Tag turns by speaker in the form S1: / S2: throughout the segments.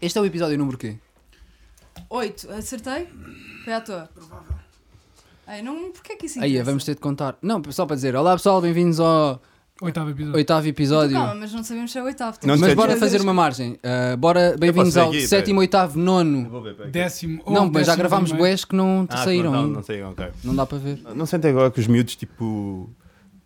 S1: Este é o episódio número quê?
S2: 8, acertei? Foi à toa. Provável. Ai, não, porquê é que isso
S1: Aí,
S2: interessa?
S1: vamos ter de contar. Não, só para dizer, olá pessoal, bem-vindos ao
S3: Hum.
S4: Oitavo episódio.
S1: oitavo episódio.
S2: Então Calma, mas não sabemos se é o oitavo.
S3: Não
S1: Mas
S3: sei.
S1: bora fazer uma margem. Ah, bora, bem-vindos
S3: posso ir
S1: ao
S3: aqui,
S1: sétimo, oitavo, nono.
S3: Vou ver, peraí.
S4: Décimo. ou
S1: Não, mas já
S4: décimo
S1: gravámos
S4: primeiro.
S1: boés que não
S3: Ah,
S1: saíram
S3: não,
S1: ainda.
S3: não saíram, ok.
S1: Não dá para ver.
S3: Não sentem agora que os miúdos, tipo.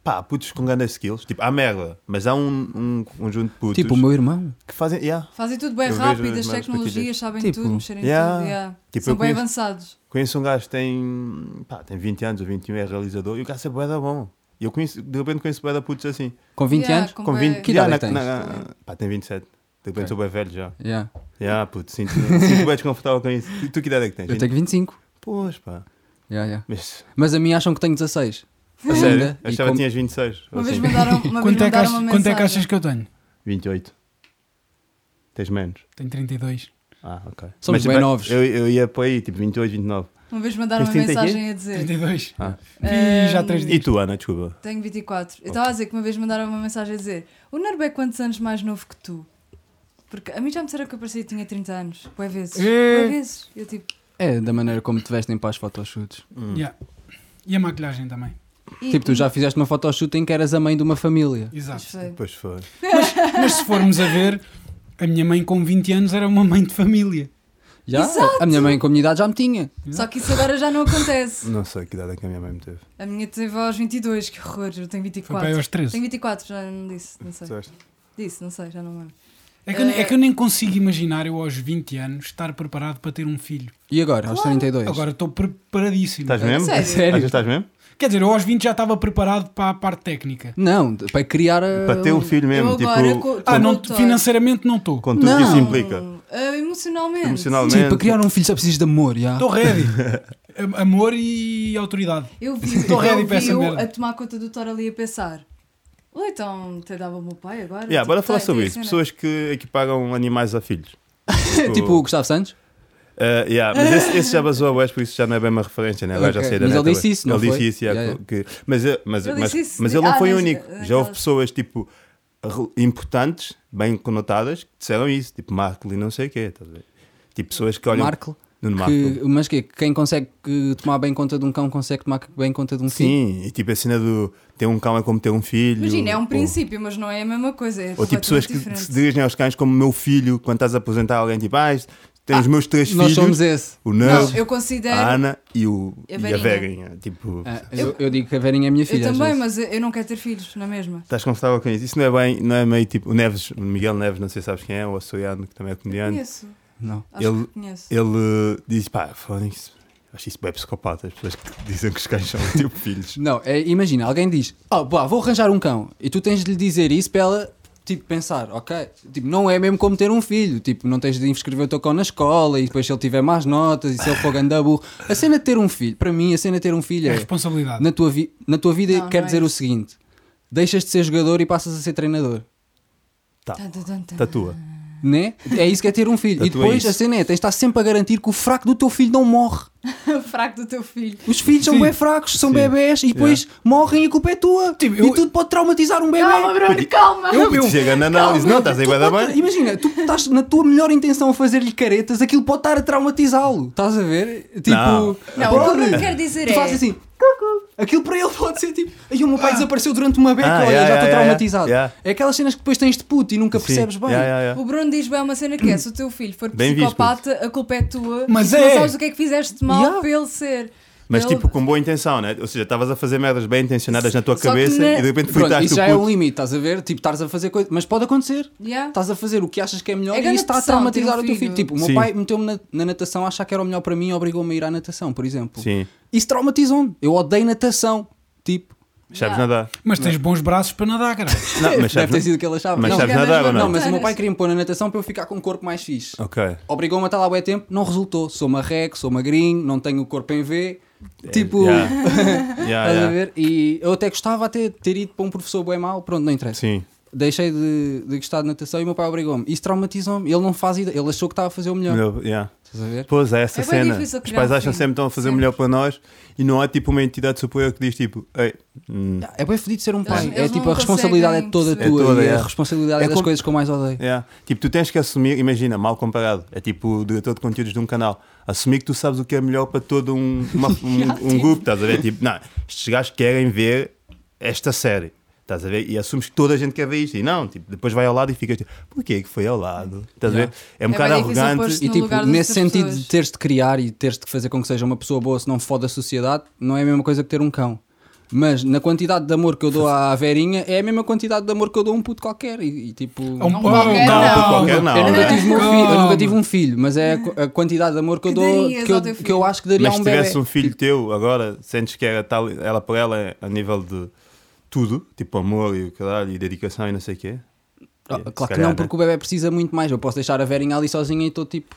S3: Pá, putos com grandes skills. Tipo, há merda. Mas há um, um conjunto de putos
S1: Tipo o meu irmão.
S3: que fazem. Yeah.
S2: Fazem tudo bem
S3: Eu vejo
S2: rápido,
S3: as
S2: as
S3: imagens
S2: tecnologias, sabem
S1: Tipo,
S2: tudo, mexerem
S3: yeah.
S2: tudo. Yeah.
S3: Tipo,
S2: São
S3: eu
S2: bem
S3: conheço-
S2: avançados.
S3: Conheço um gajo que tem. Pá, tem 20 anos ou 21, é realizador. E o gajo é boeda bom. E eu conheço, de repente conheço boeda putos assim.
S1: Com 20
S2: Yeah,
S1: anos?
S2: com
S3: Com
S2: bué-
S3: 20.
S1: Que idade
S3: yeah,
S1: é que
S3: na- na- Pá, tem 27. De repente
S1: Ok.
S3: sou bem velho já.
S1: Yeah.
S3: Yeah, puto, sinto- sinto bem desconfortável com isso. E tu que idade é que tens?
S1: Eu tenho 25.
S3: Pois, pá.
S1: Yeah, yeah.
S3: Mas.
S1: Mas a mim acham que tenho 16.
S3: A sério?
S1: Ainda, e
S3: Achava
S1: como-
S3: que tinhas 26. ou
S2: Uma vez
S3: assim.
S2: mandaram, uma vez
S4: Quanto é, que
S2: mandaram
S4: achas,
S2: uma
S4: quanto é que achas
S2: mensagem.
S4: que eu tenho?
S3: 28. Tens menos.
S4: Tenho 32.
S3: Ah, ok.
S1: Somos bem
S3: tipo,
S1: novos.
S3: Eu, eu ia para aí, tipo 28, 29.
S2: Uma vez mandaram uma
S3: Tens 30 aqui?
S2: mensagem a dizer.
S4: 32.
S3: Ah.
S4: E já
S2: Ahm,
S4: 3
S3: E
S4: dias.
S3: tu, Ana, desculpa.
S2: Tenho 24. Eu estava a dizer que uma vez mandaram uma mensagem a dizer: O Nerbo é quantos anos mais novo que tu? Porque a mim já me disseram que eu parecia que tinha 30 anos. Boé vezes.
S4: Eh.
S2: Boé vezes. Eu tipo.
S1: É da maneira como te vestem para as fotoshoots.
S4: Yeah. E a maquilhagem também.
S2: e-
S1: Tipo, tu já fizeste uma photoshoot em que eras a mãe de uma família.
S4: Exato.
S2: Pois foi.
S3: Pois foi.
S4: Mas se formos a ver, a minha mãe com 20 anos era uma mãe de família.
S1: Já? A minha mãe com a minha idade já me tinha.
S2: Só que isso agora já não acontece.
S3: Não sei que idade é que a minha mãe me teve.
S2: A minha teve aos 22, que horror, eu tenho
S4: Foi para aí
S2: 24.
S4: aos 13.
S2: Tenho 24, já não disse, não sei.
S3: Disseste?
S2: Disse, não sei, já não lembro.
S4: É, que eu, ne-
S2: Eh,
S4: é que eu nem consigo imaginar eu aos 20 anos estar preparado para ter um filho.
S1: E agora, aos 32?
S4: Agora estou preparadíssimo.
S2: Tá.
S3: Estás mesmo?
S2: sério?
S3: Achas que estás mesmo?
S4: Quer dizer, eu aos 20 já estava preparado para a parte técnica.
S1: Não, de- para criar a.
S3: Para ter um filho mesmo,
S2: eu
S3: tipo,
S2: agora, co-
S4: Ah,
S2: como
S4: não,
S2: doutor-
S4: financeiramente não estou.
S3: com tudo que isso
S1: Não.
S3: implica.
S2: Ah, emocionalmente.
S3: Emocionalmente.
S1: Sim, para criar um filho só precisas de amor, já.
S4: Estou ready. Am- Amor e autoridade.
S2: Eu vi,
S4: Estou ready para
S2: eu
S4: essa
S2: vi-o
S4: merda.
S2: a tomar conta do Thor ali a pensar. Ou então te dava o meu pai agora?
S3: Yeah,
S2: Tipo,
S3: bora falar
S2: tá,
S3: sobre
S2: tem
S3: isso.
S2: cena.
S3: Pessoas que equiparam animais a filhos.
S1: Tipo o Gustavo Santos?
S3: Uh, yeah, mas esse, esse já basou a West, por isso já não é bem uma referência, né? Agora
S1: Ok.
S3: já sei da
S1: Mas
S3: neta,
S1: ele disse isso, não
S3: Ele
S1: foi?
S3: disse isso, yeah,
S1: Yeah,
S3: que- mas, eu- mas,
S2: Ele
S3: mas,
S2: disse isso.
S3: mas ele não
S2: Ah,
S3: foi o
S2: nas-
S3: único. Já
S2: naquelas-
S3: houve pessoas, tipo, re- importantes, bem conotadas, que disseram isso, tipo Marco e não sei o quê, estás a ver? Tipo, pessoas que olham.
S1: Marco.
S3: Nuno Marco.
S1: Que, mas que quem consegue que, tomar bem conta de um cão consegue tomar bem conta de um filho.
S3: Sim, e tipo a cena do ter um cão é como ter um filho.
S2: Imagina, é
S3: ou-
S2: um princípio, mas não é a mesma coisa. É
S3: Ou, tipo pessoas que
S2: diferente.
S3: se dirigem aos cães como meu filho, quando estás a apresentar alguém, tipo, ah, isto- tens os meus três
S1: Nós
S3: filhos,
S1: somos esse.
S3: o
S2: Não,
S3: Nervo,
S2: eu considero.
S3: a Ana e, o,
S2: E
S3: e
S2: a
S3: a
S2: Verinha.
S3: Verinha. Tipo,
S1: Ah,
S2: Eu-
S1: eu, eu digo que a Verinha é minha filha.
S2: eu
S1: às
S2: também,
S1: vezes.
S2: mas eu- eu não quero ter filhos, na mesma.
S3: estás confortável com isso? Isso não é bem, não é meio tipo, o Neves, o Miguel Neves, não sei se sabes quem é, o açoriano, que também é comediante.
S2: Conheço.
S1: Não.
S2: Acho
S3: Ele-
S2: que conheço.
S3: Ele eh, diz, pá, fónix, acho isso bem psicopata, as pessoas que dizem que os cães são tipo filhos.
S1: Não, é- imagina, alguém diz, oh, pá, vou arranjar um cão. E tu tens de lhe dizer isso para ela, tipo, pensar, ok? Tipo, não é mesmo como ter um filho. Tipo, não tens de inscrever o teu cão na escola e depois se ele tiver más notas e se ele for ganda burro. A cena de ter um filho, para mim, a cena de ter um filho
S4: É
S1: é...
S4: responsabilidade.
S1: na tua, vi- na tua vida
S2: Não,
S1: quer
S2: não é
S1: dizer o
S2: isso.
S1: seguinte: deixas de ser jogador e passas a ser treinador.
S3: Tá,
S2: Tan, tan, tan, tan.
S3: tatua.
S1: Né? É isso que é ter um filho. e
S3: Portanto, é
S1: depois a
S3: isso.
S1: cena é: tens de estar sempre a garantir que o fraco do teu filho não morre.
S3: Tá.
S2: Fraco do teu filho.
S1: Os filhos são
S4: Sim.
S1: bem fracos, são
S3: Sim.
S1: bebés e depois morrem e a culpa é tua.
S4: Tipo,
S1: E
S4: eu-
S1: tudo pode traumatizar um bebê.
S2: Calma, Bruno, calma!
S3: Eu, Chega na análise, não, estás aí, vai dar bem.
S1: Imagina, tu estás na tua melhor intenção a fazer-lhe caretas, aquilo pode estar a traumatizá-lo. Estás a ver? Tipo,
S3: Não.
S2: Não, o que o Bruno quer dizer
S1: tu
S2: é.
S1: fazes assim, "Cucu". aquilo para ele pode ser tipo, aí o meu pai desapareceu durante uma beca,
S3: Ah,
S1: olha,
S3: yeah,
S1: já estou
S3: yeah, yeah,
S1: traumatizado.
S3: yeah.
S1: É aquelas cenas que depois tens de puto e nunca
S3: Sim,
S1: percebes bem.
S3: yeah, yeah, yeah.
S2: O Bruno diz bem uma cena que é: se o teu filho for
S3: É. Bem visto.
S2: psicopata, a culpa é tua.
S4: Mas
S2: tu
S4: é.
S2: não sabes o que é que fizeste de mal
S1: Yeah.
S2: para ele ser.
S3: Mas
S2: Ele-
S3: tipo com boa intenção, né? Ou seja, estavas a fazer merdas bem intencionadas na tua
S2: Só que
S3: cabeça
S2: na-
S3: e de repente
S1: Pronto,
S3: furtaste
S1: isso
S3: o
S1: já é
S3: puto.
S1: o limite, estás a ver? Tipo, estás a fazer coisa, mas pode acontecer.
S2: Yeah.
S1: Estás a fazer o que achas que é melhor
S2: É
S1: e isso
S2: grande
S1: está a
S2: pressão
S1: traumatizar
S2: ter um
S1: o teu filho.
S2: filho.
S1: Tipo, o meu
S3: Sim.
S1: pai meteu-me na, na natação a achar que era o melhor para mim e obrigou-me a ir à natação, por exemplo.
S3: Sim,
S1: Isso traumatizou-me. Eu odeio natação. Tipo,
S3: sabes
S2: Yeah.
S3: nadar.
S4: Mas tens bons braços para nadar, cara.
S3: Não, mas
S1: deve ter
S3: sabes,
S1: sido o que ele achava.
S3: mas
S1: não,
S3: sabes
S2: mas
S3: nadar
S2: não-
S3: ou
S1: não,
S3: não?
S1: mas o meu
S2: Montanas.
S1: pai queria me pôr na natação para eu ficar com um corpo mais fixe.
S3: Ok.
S1: Obrigou-me a estar lá bem tempo, não resultou. Sou marreco, sou magrinho, não tenho o corpo em V. Tipo,
S3: Yeah. Yeah,
S1: estás a
S3: yeah.
S1: ver? E eu até gostava até de ter ido para um professor bem mau, pronto, não interessa.
S3: Sim.
S1: deixei de, de gostar de natação e o meu pai obrigou-me. Isso traumatizou-me. Ele não faz ideia. Ele achou que estava a fazer o melhor.
S3: Melhor- yeah.
S1: Estás a ver?
S3: Pois é, essa
S2: É bem
S3: cena.
S2: difícil
S3: Os
S2: criar
S3: pais
S2: um
S3: acham
S2: filho.
S3: sempre que estão a fazer o
S2: Sempre.
S3: melhor para nós e não há tipo uma entidade superior que diz tipo, ei, hum,
S1: É bem fodido ser um pai.
S2: eles
S1: é
S2: não
S1: tipo, a responsabilidade é
S2: conseguem
S1: toda
S2: perceber.
S1: tua.
S3: É toda,
S1: e
S3: é.
S1: a responsabilidade
S3: É
S1: é das
S3: como-
S1: coisas que eu mais odeio.
S3: Yeah. Tipo, tu tens que assumir, imagina, mal comparado, é tipo o diretor de conteúdos de um canal, assumir que tu sabes o que é melhor para todo um, uma- um, um grupo, estás a ver? Tipo, não, estes gajos querem ver esta série, estás a ver? E assumes que toda a gente quer ver isto, e não, tipo, depois vai ao lado e ficas tipo, porquê que foi ao lado? Estás a
S1: Yeah.
S3: ver? É um
S2: É
S3: bocado
S2: bem difícil
S3: arrogante.
S2: pôr-se
S1: E
S2: no
S1: tipo,
S2: lugar das
S1: nesse
S2: outras
S1: sentido
S2: pessoas.
S1: de teres de criar e teres de fazer com que seja uma pessoa boa se não fode a sociedade, não é a mesma coisa que ter um cão. Mas na quantidade de amor que eu dou à Verinha, é a mesma quantidade de amor que eu dou a um puto qualquer. E, e, tipo.
S4: É um
S2: Não,
S4: pau,
S2: qualquer
S4: calma.
S2: não.
S3: Qualquer não.
S1: Eu nunca,
S3: Ah,
S1: tive um
S4: calma.
S1: filho, eu nunca tive um filho, mas é a qu- a, quantidade de amor que eu
S2: Que
S1: dou
S2: darias
S1: que eu,
S2: ao teu
S1: que eu
S2: filho?
S1: acho que daria
S3: Mas
S1: a
S3: se
S1: um
S3: tivesse
S1: bebê.
S3: um filho teu agora, sentes que era tal, ela por ela, a nível de tudo, tipo amor e o caralho, e dedicação e não sei o quê.
S1: Ah,
S3: Se
S1: claro que
S3: calhar,
S1: não,
S3: né?
S1: porque o bebê precisa muito mais. Eu posso deixar a Verinha ali sozinha e estou tipo.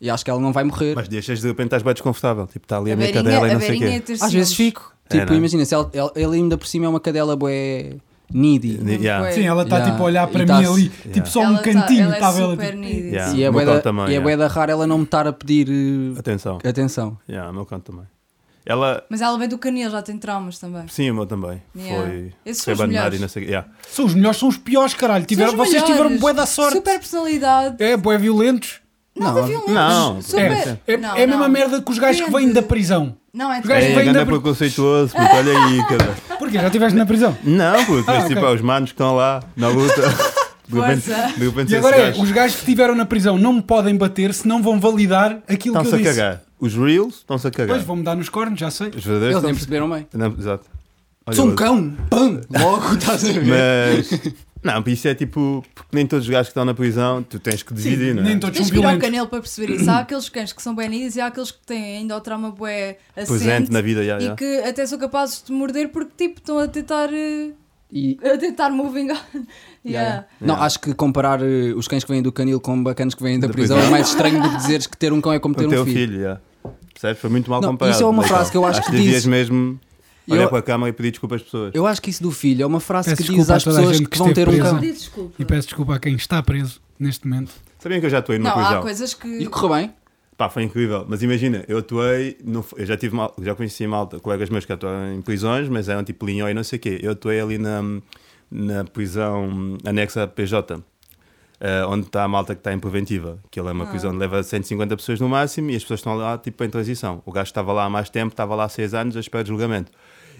S1: E acho que ela não vai morrer.
S3: Mas deixas de repente estás bem desconfortável. Tipo, está ali a,
S2: A
S3: minha
S2: Verinha-
S3: cadela e
S2: a
S3: não sei o
S2: Verinha é
S3: quê.
S2: ter
S1: Às vezes
S2: ciúmes.
S1: fico. Tipo,
S3: É, não?
S1: imagina, se ela, ela- ele ainda por cima é uma cadela boé needy.
S3: Yeah.
S2: Bué.
S4: Sim, ela está
S1: Yeah.
S4: tipo a olhar para
S1: E
S4: mim
S1: tá-se-
S4: ali,
S3: Yeah.
S4: tipo só um
S2: Ela tá-
S4: cantinho,
S2: ela é
S4: estava ela
S2: super
S4: tipo,
S2: needy.
S3: Yeah.
S1: E é
S3: no
S1: bué
S3: meu
S1: da,
S3: cão também,
S1: e é
S3: yeah.
S1: bué da rara ela não me estar a pedir eh,
S3: Atenção.
S1: atenção.
S3: Yeah, o meu cão também. Ela.
S2: Mas ela veio do canil, já tem traumas também.
S3: Sim, o meu também.
S2: Yeah.
S3: Foi.
S2: Esses são
S3: foi
S2: os
S3: abandonado
S2: melhores.
S3: e não sei o quê. Yeah.
S4: tipo, são os melhores, são os piores, caralho. Tiveram,
S2: São os
S4: vocês
S2: melhores.
S4: tiveram bué da sorte.
S2: Super personalidade.
S4: É, bué violentos.
S2: Nada
S1: Não,
S2: violento.
S3: não.
S2: Super.
S4: É, é,
S2: não,
S4: é a mesma
S2: não.
S4: merda que os gajos que
S2: Depende.
S4: vêm da prisão.
S2: Não, é
S4: Os gajos
S3: É,
S4: vêm
S3: ganda
S4: da-
S3: preconceituoso, puto, olha aí, cara.
S4: Porquê? Já estiveste na prisão?
S3: Não, puto, mas, tipo,
S4: ok.
S3: é os manos que estão lá na luta. De repente,
S2: Força.
S3: de repente
S4: E
S3: esses
S4: agora é,
S3: gajos
S4: os gajos que estiveram na prisão não me podem bater se não vão validar aquilo que
S3: estão-se
S4: eu
S3: a
S4: disse.
S3: cagar. Os reels estão-se a cagar.
S4: Depois vão-me dar nos cornos, já sei.
S3: Os verdadeiros
S1: Eles nem
S3: estão-se-
S1: perceberam bem.
S3: Não, exato. Olha,
S1: Sou um
S3: eu-
S1: cão! Pam! Logo estás a ver.
S3: Mas. Não, isso é tipo. Porque nem todos os gajos que estão na prisão, tu tens que dividir, não é?
S4: Nem todos
S2: Tens
S4: são
S2: que ir ao
S4: violentos.
S2: canil para perceber isso. Há aqueles cães que são bem nidos e há aqueles que têm ainda o trauma bué assente
S3: Tipo, Presente é, na vida, já, já.
S2: e que até são capazes de morder porque tipo estão a tentar eh,
S1: E-
S2: a tentar moving on. Yeah.
S1: Yeah, yeah. Não, acho que comparar eh, os cães que vêm do canil com bacanas que vêm da
S3: Da
S1: prisão
S3: prisão.
S1: é mais estranho do que dizeres que ter um cão é como
S3: Com
S1: ter
S3: o
S1: um
S3: teu
S1: filho.
S3: filho, já. Percebes? Foi muito mal
S1: Não,
S3: comparado.
S1: isso é uma
S3: Leitão.
S1: frase que eu acho que
S3: devias
S1: dizes.
S3: mesmo
S1: Eu-
S3: olhar para a câmara e pedir desculpa às pessoas.
S1: Eu acho que isso do filho é uma frase que
S4: Peço
S1: diz
S4: desculpa a
S1: às
S4: toda a
S1: pessoas
S4: gente
S1: que,
S4: que
S1: vão ter
S4: esteve
S1: um cão.
S4: presa.
S2: Pedir desculpa.
S4: E peço desculpa a quem está preso neste momento.
S3: Sabiam que eu já atuei numa
S2: Não, há
S3: prisão?
S2: coisas que.
S1: E correu bem.
S3: Pá, foi incrível. Mas imagina, eu atuei. no- eu já tive mal, já conheci malta, colegas meus que atuaram em prisões, mas eram tipo linhó e não sei o quê. Eu atuei ali na, na prisão anexa à PJ. eh, onde está a malta que está em preventiva, que ele é uma prisão que leva 150 pessoas no máximo e as pessoas estão lá tipo em transição. O gajo estava lá há mais tempo, estava lá há 6 anos à espera de julgamento.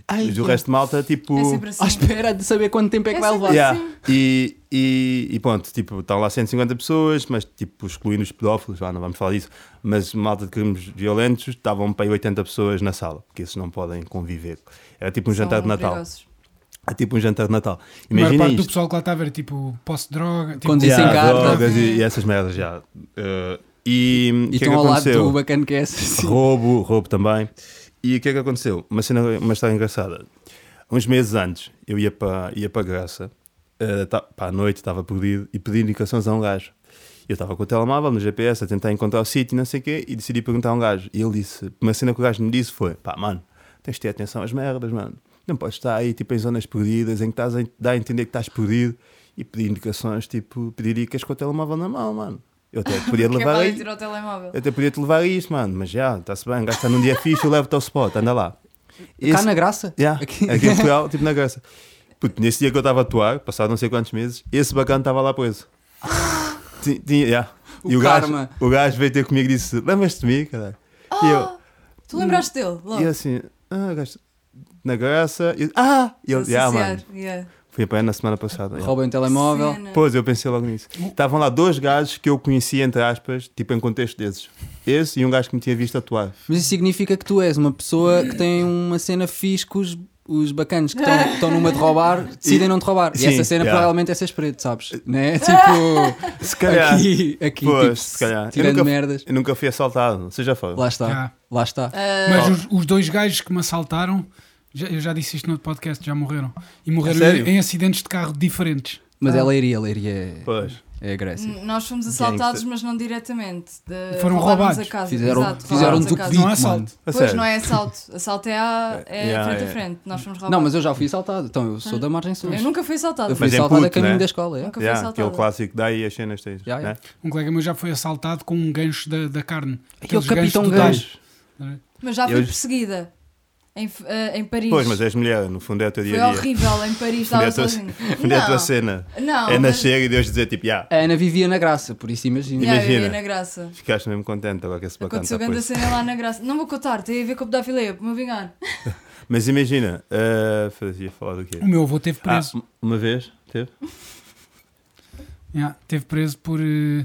S1: Ai,
S3: Mas o resto de malta, tipo.
S2: É sempre assim.
S1: À espera de saber quanto tempo é que
S2: É
S1: vai
S2: sempre
S1: levar.
S3: Yeah.
S2: Sim.
S3: E, e, e pronto, tipo, estão lá 150 pessoas, mas tipo, excluindo os pedófilos, lá não vamos falar disso, mas malta de crimes violentos, estavam para aí 80 pessoas na sala, porque esses não podem conviver. Era tipo um
S2: São
S3: jantar de Natal.
S2: perigosos.
S3: É tipo um jantar de Natal.
S4: A maior
S3: Imagina
S4: parte do
S3: isto.
S4: pessoal que lá está a ver, tipo, posso de droga, tipo,
S1: Quando- Isso em casa.
S3: drogas e, e essas merdas já. Eh, e o
S1: E
S3: que é
S1: estão
S3: que
S1: ao lado
S3: aconteceu?
S1: do bacana que é assim.
S3: Roubo, roubo também. E o que é que aconteceu? Uma cena, uma história engraçada. Uns meses antes, eu ia para ia para Graça, eh, ta- para a noite, estava perdido e pedi indicações a um gajo. Eu estava com o telemóvel no GPS a tentar encontrar o sítio, e não sei o quê, e decidi perguntar a um gajo. E ele disse: Uma cena que o gajo me disse foi: pá, mano, tens de ter atenção às merdas, mano. Não podes estar aí, tipo, em zonas perdidas, em que estás a en- dar a entender que estás perdido e pedir indicações, tipo, pedir dicas com o telemóvel na mão, mano. Eu até podia
S2: Que é
S3: levar
S2: para
S3: aí.
S2: ali tirar o telemóvel.
S3: Eu até podia te levar a isto, mano, mas já, está-se bem, gasta num dia fixe, eu levo-te ao spot, anda lá. Esse,
S1: Cá na graça?
S3: já, aqui.
S1: Aqui.
S3: em Portugal, tipo na graça. Puto, nesse dia que eu estava a atuar, passado não sei quantos meses, esse bacana estava lá preso. Ti- Tinha, já.
S1: O
S3: e o gajo,
S1: karma.
S3: o gajo veio ter comigo e disse: Lembras-te de mim, caralho? E
S1: Ah,
S3: eu,
S2: Ah, Tu lembraste dele? Logo.
S3: e eu assim, ah, gajo, na graça. E eu, ah! E ele, já,
S2: Associar,
S3: mano.
S2: yeah.
S3: Fui apanhado na semana passada. já.
S1: Roubem o telemóvel.
S2: Cena.
S3: Pois, eu pensei logo nisso. Estavam lá dois gajos que eu conhecia, entre aspas, tipo em contexto desses. Esse e um gajo que me tinha visto atuar.
S1: Mas isso significa que tu és uma pessoa que tem uma cena fixe com os, os bacanos que estão- que estão numa de roubar, decidem não te roubar.
S3: Sim,
S1: e essa cena
S3: yeah. Eh,
S1: provavelmente é seres preto, sabes? Né? Tipo,
S3: Se calhar.
S1: aqui, aqui
S3: Pois,
S1: tipo,
S3: se calhar. Eu
S1: tirando
S3: nunca-
S1: merdas.
S3: Eu nunca fui assaltado, você já foi.
S1: Lá está,
S4: Já.
S1: lá está.
S4: Mas os, os dois gajos que me assaltaram, já- eu já disse isto no outro podcast, já morreram. E morreram
S3: sério?
S4: em, em acidentes de carro diferentes.
S1: Mas é leiria, leiria. é-
S3: Pois.
S1: É a Grécia.
S2: N- Nós fomos assaltados,
S3: Gangster.
S2: mas não diretamente. De-
S4: Foram
S2: roubaram-nos
S4: roubados.
S2: A casa.
S1: Fizeram,
S2: Exato,
S1: fizeram um
S2: roubaram-nos a
S1: do
S2: casa.
S1: pedido,
S4: Não é
S1: mano.
S4: assalto.
S3: A
S2: Pois
S3: sério.
S2: não é assalto. Assalto é, à, é
S3: Yeah,
S2: frente
S3: yeah.
S2: a frente. Nós fomos roubados.
S1: Não, mas eu já fui assaltado. Então, eu sou da margem sul.
S2: Eu nunca fui assaltado.
S1: Eu fui
S3: Mas é
S1: assaltado a
S3: puto,
S1: caminho
S3: né?
S1: da escola. é.
S2: Nunca fui
S3: Yeah,
S2: assaltada.
S3: aquele clássico, daí as cenas tens.
S1: Já, já.
S3: né?
S4: Um colega meu já foi assaltado com um gancho da, da carne.
S1: Aquele
S4: Aqueles ganchos
S1: Capitão
S4: do
S1: Gancho.
S4: Daesh.
S2: Mas já fui
S3: Eu-
S2: perseguida em, F- eh, em Paris.
S3: Pois, mas és mulher, no fundo é o teu
S2: Foi
S3: dia a dia.
S2: horrível em Paris,
S3: Onde
S2: estava
S3: é a tua-
S2: sozinha.
S3: Onde é a tua
S2: Não,
S3: cena?
S2: não.
S3: é
S2: mas-
S3: nascer e Deus dizer tipo, já,
S1: A Ana vivia na graça, por isso imagina.
S2: Yeah, eu ia
S3: Imagina.
S2: na graça.
S3: ficaste mesmo contente agora que esse bacana
S2: Aconteceu
S3: está
S2: grande a
S3: preso.
S2: cena lá na graça. Não vou contar, tem a ver com a pedofilia, para me vingar.
S3: Mas imagina, ah, fazia falar do quê?
S4: O meu avô teve
S3: Ah,
S4: preso.
S3: uma vez, teve?
S1: Hum.
S4: Yeah, teve preso por eh,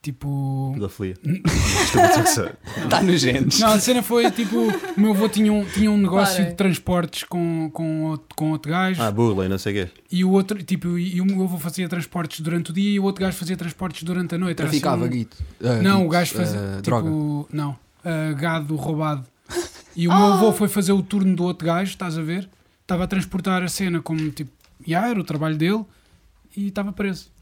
S4: tipo.
S3: Pedofilia. Estou muito interessado.
S1: Está nos genes.
S4: Não, a cena foi tipo: o meu avô tinha um, tinha um negócio
S2: Parem.
S4: de transportes com, com, outro, com outro gajo
S3: Ah, burla e não sei o quê.
S4: e o outro, tipo, e o meu avô fazia transportes durante o dia e o outro gajo fazia transportes durante a noite. Era assim
S1: Traficava
S4: um-
S1: guito. Ah,
S4: Não,
S1: guito,
S4: o gajo fazia
S1: ah,
S4: tipo,
S1: Droga.
S4: não, ah, gado roubado. E o meu
S1: Ah!
S4: avô foi fazer o turno do outro gajo, estás a ver? Estava a transportar a cena como tipo, já era o trabalho dele e estava preso.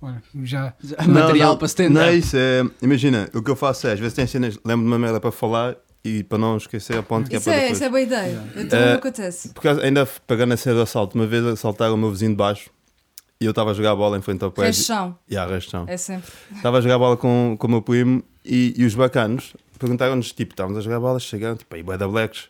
S4: Olha, já.
S1: Material
S3: não,
S1: para stand-up.
S3: Não é isso, é, imagina, o que eu faço é, às vezes tem cenas, lembro de uma merda para falar e para não esquecer a ponto que é
S2: Isso
S3: para
S2: é,
S3: depois. Eh,
S2: isso é boa ideia. Eu também não acontece.
S3: Por causa, ainda f- pegando a cena do assalto, uma vez assaltaram o meu vizinho de baixo e eu estava a jogar bola em frente ao prédio.
S2: Rechão,
S3: E a restão.
S2: é sempre.
S3: Estava a jogar bola com, com o meu primo e, e os bacanos perguntaram-nos, tipo, estávamos a jogar bola, chegaram, tipo, aí bué da blacks.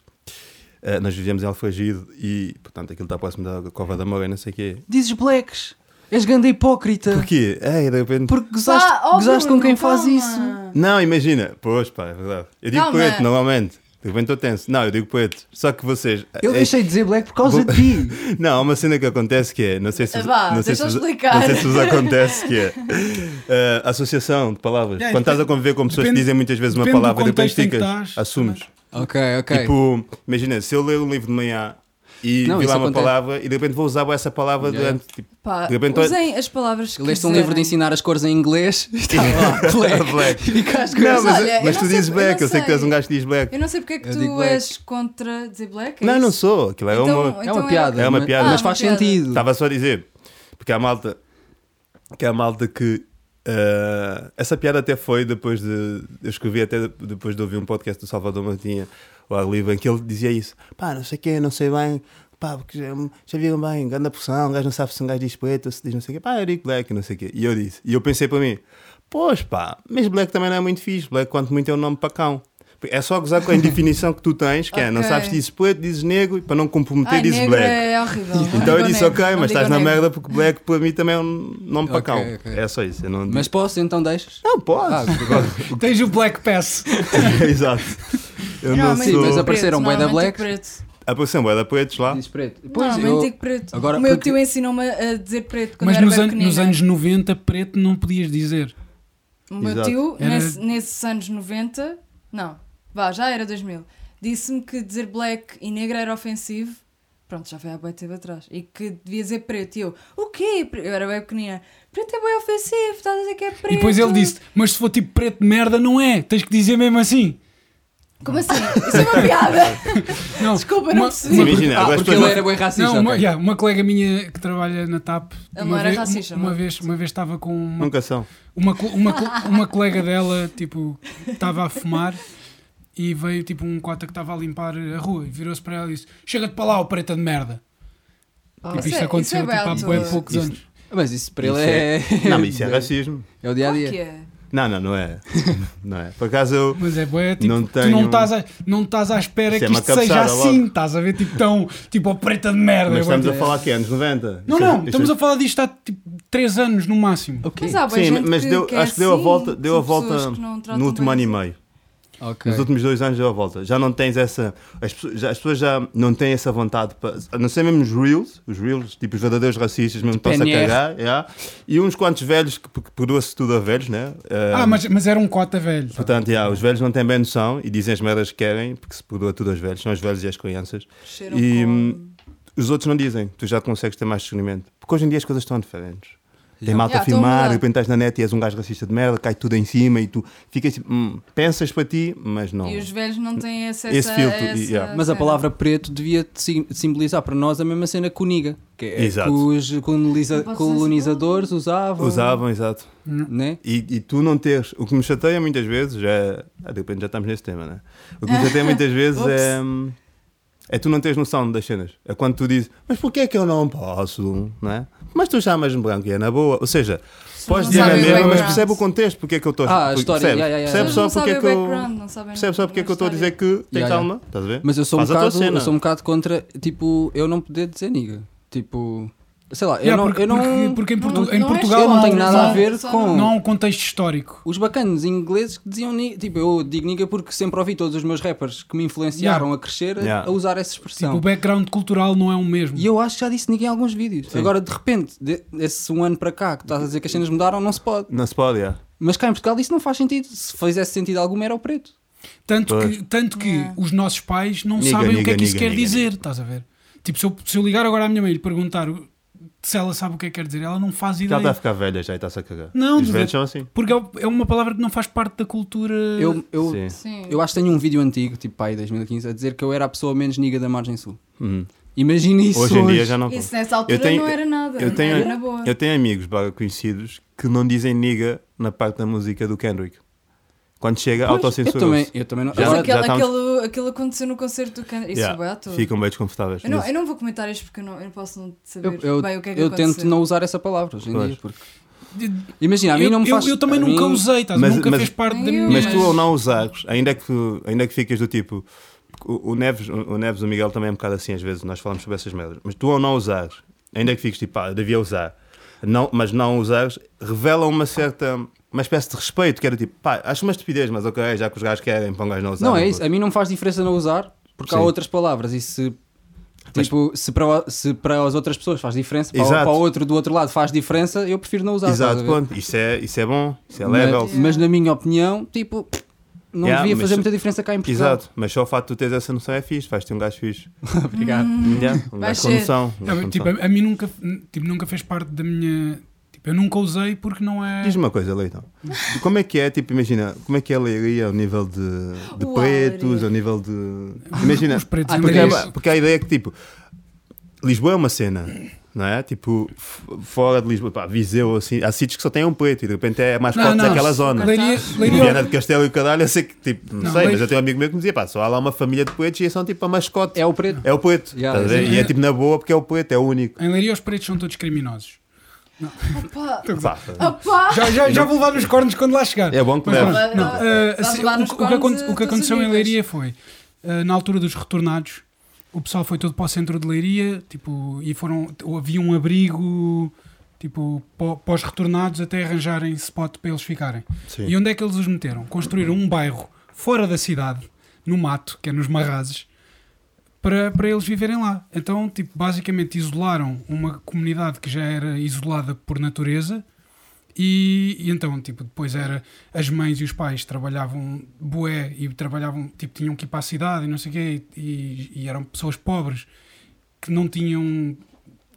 S3: Eh, nós vivíamos em Alfagido e, portanto, aquilo está próximo da Cova da Moura e não sei o quê.
S1: Dizes blacks. És grande hipócrita.
S3: Porquê? É, de repente...
S1: Porque gozaste,
S2: Pá, ó,
S1: gozaste
S2: Bruno,
S1: com quem faz
S2: calma.
S1: isso.
S3: Não, imagina. Pois, pá, é verdade. Eu digo
S2: Calma.
S3: poeta, normalmente. De repente estou tenso. Não, eu digo poeta. Só que vocês.
S1: Eu
S3: é-
S1: deixei de dizer black por causa de ti.
S3: Não, há uma cena que acontece que é. Não sei se.
S2: Ah, vá,
S3: não sei se
S2: deixa-me
S3: vos-
S2: explicar.
S3: Não sei se vos acontece que é. eh, associação de palavras.
S4: Yeah,
S3: Quando estás a
S4: É, depende-
S3: conviver com pessoas
S4: depende-
S3: que dizem muitas vezes uma
S4: depende do
S3: palavra e depois
S4: contexto em que
S3: ficas.
S4: estás,
S3: assumes.
S1: ok, ok.
S3: Tipo, imagina, se eu ler um livro de manhã e
S1: Não,
S3: vi
S1: isso
S3: lá uma
S1: acontece.
S3: palavra e de repente vou usar essa palavra
S1: Yeah.
S3: durante. Tipo,
S2: Pá,
S3: De repente-
S2: usem as palavras que
S1: Leste um livro de
S2: quiserem.
S1: ensinar as cores em inglês. Está lá, black.
S3: É black.
S1: Ficaste com
S3: Não, mas,
S2: olha, eu
S3: mas
S2: não
S3: tu
S2: sei-
S3: dizes
S2: eu
S3: black,
S2: não
S3: eu sei que tu és
S2: sei.
S3: um gajo que diz black.
S2: Eu não sei porque é que
S1: Eu digo
S2: tu
S1: black.
S2: és contra dizer black. é
S3: Não, não
S2: isso?
S3: sou. Aquilo é
S2: Então-
S3: uma.
S1: É uma
S2: Então é-
S1: piada.
S3: É uma
S1: mas-
S3: piada.
S1: Mas
S3: Ah,
S1: faz
S2: uma piada.
S1: sentido.
S3: Estava só a dizer, porque há malta que há malta que eh, essa piada até foi depois de eu escrevi até de- depois de ouvir um podcast do Salvador Martinha ao ar livre em que ele dizia isso, pá, não sei o quê, não sei bem, pá, porque já, já viram bem, grande pressão, um gajo não sabe se um gajo diz preto, se diz não sei o quê, pá, eu digo black, não sei o quê. E eu disse, e eu pensei para mim, pois pá, mas black também não é muito fixe, black quanto muito é um nome para cão. É só gozar com a indefinição que tu tens, que é, não
S2: Ok.
S3: sabes se dizes preto, dizes negro, e para não comprometer,
S2: Ai,
S3: dizes
S2: negro
S3: black.
S2: é horrível. Não
S3: Então eu
S2: digo
S3: disse,
S2: negro,
S3: ok,
S2: não
S3: mas
S2: digo
S3: estás na
S2: negro.
S3: merda porque black para mim também é um nome para
S1: Ok,
S3: cão.
S1: ok.
S3: É só isso. Eu não...
S1: Mas posso então deixas?
S3: não pode.
S1: Ah,
S4: Tens o Black Pass.
S3: Exato. Eu
S1: Sim,
S2: Normalmente
S3: não, sou.
S1: mas
S2: digo
S3: Mas
S1: apareceram
S2: preto,
S1: bué da black.
S2: normalmente digo preto.
S3: Apareceu bué da poetas lá.
S1: Dizes preto. Pois
S2: Normalmente
S1: eu.
S2: digo preto.
S1: Agora,
S2: o meu
S1: porque-
S2: tio ensinou-me a dizer preto quando
S4: Mas
S2: era
S4: nos,
S2: bem é.
S4: an- nos
S2: pequenina.
S4: anos 90, preto não podias dizer.
S2: O meu
S3: Exato.
S2: tio,
S4: Era-
S2: nesse- nesses anos 90, não, vá, já era 2000, disse-me que dizer black e negra era ofensivo. Pronto, já foi há bem tempo atrás. E que devia dizer preto. E eu, o quê? Eu era bem pequenina. Preto é bem ofensivo, estás a dizer que é preto.
S4: E depois ele disse: Mas se for tipo preto de merda, não é. Tens que dizer mesmo assim.
S2: Como assim? Isso é uma piada.
S4: Não,
S2: Desculpa, não
S4: uma-
S2: percebi.
S4: uma-
S3: Imagina,
S1: Ah,
S3: agora as
S1: porque
S3: pessoas
S1: ele
S3: vão-
S1: era bem racista.
S4: Não, uma,
S1: ok.
S4: yeah, uma colega minha que trabalha na TAP.
S2: Ela
S4: uma
S2: não era
S4: vez-
S2: racista,
S4: uma, uma
S2: não.
S4: vez, uma vez estava com uma,
S3: Nunca são.
S4: uma, co- uma, co- uma colega dela, tipo, estava a fumar e veio tipo um cota que estava a limpar a rua e virou-se para ela e disse: Chega-te para lá, o preta de merda. tipo,
S2: isso
S4: isto
S2: é-
S4: aconteceu
S2: isso é bem
S4: tipo, há
S2: à toa.
S4: bué poucos
S3: Isso-
S4: anos.
S1: Mas isso para ele
S3: Isso
S1: é.
S3: Não, mas isso é racismo.
S1: É o dia a
S2: Claro que
S1: dia.
S2: é.
S3: Não, não, não é. Não é. Por acaso eu.
S4: Mas é bué, tipo,
S3: Não
S4: tu não
S3: tenho- um-
S4: estás, a, não estás à espera
S3: Isso é
S4: que
S3: uma
S4: isto seja
S3: cabeçada logo.
S4: assim, estás a ver? Tipo, tão, tipo, o preta de merda.
S3: Mas
S4: é bué,
S3: estamos a é-
S4: tipo-
S3: falar que é anos 90.
S4: Não, não, estamos a falar disto há tipo 3 anos no máximo.
S1: Ok.
S2: Mas há bem
S3: Sim,
S2: gente
S3: mas
S2: que,
S3: deu,
S2: que é
S3: acho que deu a
S2: assim,
S3: volta, deu
S2: são
S3: a volta
S2: pessoas que não tratam
S3: no último
S2: bem
S3: ano e
S2: assim.
S3: meio.
S1: Ok.
S3: Nos últimos dois anos deu a volta. Já não tens essa. As pessoas já, as pessoas já não têm essa vontade. Para, a não ser mesmo os reels, os reels, tipo os verdadeiros racistas, mesmo estão-se a
S1: PNR.
S3: cagar. yeah. E uns quantos velhos, que- porque perdoa-se tudo a velhos, né? Eh,
S4: Ah, mas, mas era um cota velho.
S3: Portanto, yeah, os velhos não têm bem noção e dizem as merdas que querem, porque se perdoa tudo aos velhos, são os velhos e as crianças.
S2: Cheiram
S3: E,
S2: com-
S3: hum, Os outros não dizem, tu já consegues ter mais discernimento. Porque hoje em dia as coisas estão diferentes. Tem malta
S2: Yeah,
S3: a
S2: estão a
S3: filmar,
S2: mudar.
S3: de repente estás na net e és um gajo racista de merda, cai tudo em cima e tu ficas tipo, hum, pensas para ti, mas não.
S2: E os velhos não têm acesso
S3: Esse
S2: a
S3: filtro,
S2: essa
S3: yeah.
S1: Mas a
S2: cena.
S1: palavra preto devia te sim- simbolizar para nós a mesma cena coniga, que é
S3: Exato.
S1: que os coloniza-
S2: Pode ser
S1: colonizadores usavam.
S3: Usavam, exato.
S1: Né?
S3: E, e tu não teres. O que me chateia muitas vezes é. Ah, de repente já estamos nesse tema, né? O que me chateia muitas vezes é. É tu não teres noção das cenas. É quando tu dizes, mas porquê é que eu não posso? Não é? Mas tu chamas-me branco e é na boa. Ou seja, podes
S2: não
S3: dizer a
S2: sabem o
S3: mesma, mas
S2: background.
S3: percebe o contexto, porque é que eu estou
S1: Ah, a
S3: porque-
S1: história,
S3: Percebes,
S1: yeah, yeah, yeah.
S2: Eles
S3: percebes só
S2: não
S3: porque é
S2: sabem
S3: que
S2: o
S3: eu.
S2: background, não sabem
S3: Percebes só porque é que eu estou a dizer
S2: história.
S3: que tem
S1: Yeah,
S3: calma. Estás a ver?
S1: Mas eu sou, um
S3: Faz a tua
S1: bocado, eu
S3: cena.
S1: sou um bocado contra, tipo, eu não poder dizer niga. Tipo, sei lá, eu
S4: Yeah,
S1: não.
S4: porque,
S1: eu não,
S4: porque- porque em, Portu-
S2: não-
S4: em
S2: não é
S4: Portugal
S2: eu
S1: não tenho nada a
S2: não-
S1: ver
S2: só
S1: com.
S4: Não há um contexto histórico.
S1: Os bacanos ingleses que diziam niga. Tipo, eu digo niga porque sempre ouvi todos os meus rappers que me influenciaram a crescer a-
S3: Yeah.
S1: a usar essa
S4: Tipo,
S1: expressão.
S4: o background cultural não é o mesmo.
S1: E eu acho que já disse niga em alguns vídeos. Agora, de repente, de- desse um ano para cá, que estás a dizer que as cenas mudaram, não se pode.
S3: Não se pode, yeah.
S1: Mas cá em Portugal isso não faz sentido. Se fizesse sentido algum era o preto.
S4: Tanto
S3: Pois.
S4: que, tanto que
S2: Yeah.
S4: os nossos pais não
S3: Niga,
S4: sabem o que é
S3: niga,
S4: que isso
S3: niga,
S4: quer
S3: niga,
S4: dizer,
S3: niga.
S4: estás a ver? Tipo, se eu, se eu ligar agora à minha mãe e lhe perguntar o- se ela sabe o que é que quer dizer, ela não faz
S3: Já
S4: ideia.
S1: tá.
S3: está a ficar velha, já e está-se a cagar.
S4: Não,
S3: Os
S4: mas é-
S3: velhos são assim.
S4: Porque é- é uma palavra que não faz parte da cultura.
S1: Eu, eu,
S3: Sim.
S2: Sim.
S1: eu acho que tenho um vídeo antigo, tipo aí 2015, a dizer que eu era a pessoa menos niga da Margem Sul.
S3: Hum.
S1: Imagina isso.
S3: Hoje em dia já não
S2: Isso nessa altura
S3: Eu tenho-
S2: não era nada.
S3: eu tenho-
S2: era na boa.
S3: Eu tenho amigos barra conhecidos que não dizem niga na parte da música do Kendrick. Quando chega,
S1: Pois, eu também,
S3: autocensuram-se.
S1: eu também não.
S3: é Já- é.
S2: Mas
S1: agora,
S3: já
S2: aquele,
S3: estamos-
S2: aquilo, aquilo aconteceu no concerto do Kendrick. Isso
S3: Yeah,
S2: foi à toa.
S3: Ficam bem desconfortáveis.
S2: Eu não,
S3: Mas-
S2: eu não vou comentar isto porque eu não, eu não posso não
S1: eu,
S2: saber
S1: eu,
S2: bem o que é que
S1: eu
S2: aconteceu.
S1: tento não usar essa palavra hoje em
S3: Pois.
S1: dia. Porque... Imagina, a mim
S4: eu,
S1: não me
S4: eu-
S1: faz.
S4: eu também
S1: a
S4: nunca
S1: mim-
S4: usei, estás?
S3: Mas-
S4: nunca
S3: mas-
S4: fez parte da minha.
S2: Mas
S3: Mas tu ao não usares, ainda é que, ainda que fiques do tipo. O, o Neves, o, o Neves, o Miguel também é um bocado assim às vezes, nós falamos sobre essas merdas. Mas tu ao não usares, ainda que fiques tipo, pá, devia usar, não, mas não usares, revela uma certa. Uma espécie de respeito, que era tipo, pá, acho uma estupidez, mas ok, já que os gajos querem, para um gajo não usar.
S1: Não é
S3: vou-
S1: isso, a mim não faz diferença não usar, porque há
S3: Sim.
S1: outras palavras e se.
S3: Mas-
S1: Tipo, se, para, se para as outras pessoas faz diferença, para, o-
S3: Exato.
S1: para o outro do outro lado faz diferença, eu prefiro não usar. estás a
S3: Exato,
S1: ver? tipo
S3: pronto. Isso é, isso é bom, isso é
S1: Mas-
S3: level.
S1: Mas, na minha opinião, tipo, não
S3: Yeah,
S1: devia
S3: mas-
S1: fazer muita diferença cá em Portugal.
S3: Exato, mas só o facto de tu teres essa noção é fixe, vais ter um gajo fixe.
S1: Obrigado.
S3: Yeah, um
S2: Vai
S3: gajo com
S2: ser.
S3: noção. um
S4: É,
S3: gajo com
S4: tipo,
S3: noção.
S4: a, a mim nunca, tipo, nunca fez parte da minha. Tipo, eu nunca usei porque não é.
S3: Diz-me uma coisa, Leitão. Como é que é, tipo, imagina, como é que é a leiria ao nível de, de
S2: Uau,
S3: pretos,
S2: Leiria.
S3: ao nível de. Imagina,
S4: Os pretos
S1: Ah,
S3: porque,
S4: ingleses.
S3: há- porque há a ideia que, tipo, Lisboa é uma cena, não é? Tipo, f- fora de Lisboa, pá, Viseu, assim, há sítios que só têm um preto e de repente é mais forte daquela zona.
S4: Leiria, Leiria-
S3: Viana de Castelo e o caralho, eu sei que, tipo, não,
S4: Não,
S3: sei, mas
S4: mas-
S3: eu tenho um amigo meu que me dizia, pá, só há lá uma família de poetas e são tipo a mascote.
S1: É o preto.
S3: É o poeta.
S1: Yeah,
S3: estás a ver?
S4: yeah.
S3: E é tipo na boa porque é o poeta, é o único.
S4: Em Leiria os pretos são todos criminosos.
S2: Opa!
S4: Então,
S3: Pá,
S2: Opa!
S4: Já, já, já vou levar nos cornos quando lá chegar.
S3: É bom que
S4: Mas
S3: leves.
S4: pronto,
S2: Não,
S4: não,
S2: não,
S4: eh,
S2: vais
S4: assim,
S2: levar nos
S4: o, o que acon-
S2: cornos
S4: o que
S2: todos os
S4: aconteceu em
S2: níveis.
S4: Leiria foi, eh, na altura dos retornados, o pessoal foi todo para o centro de Leiria tipo, e foram, ou havia um abrigo tipo, pó- para os retornados até arranjarem spot para eles ficarem.
S3: Sim.
S4: E onde é que eles os meteram? Construíram um bairro fora da cidade, no mato, que é nos Marrazes, para, para eles viverem lá. Então, tipo, basicamente isolaram uma comunidade que já era isolada por natureza e, e então, tipo, depois era as mães e os pais trabalhavam bué e trabalhavam, tipo, tinham que ir para a cidade e não sei o quê e, e eram pessoas pobres que não tinham...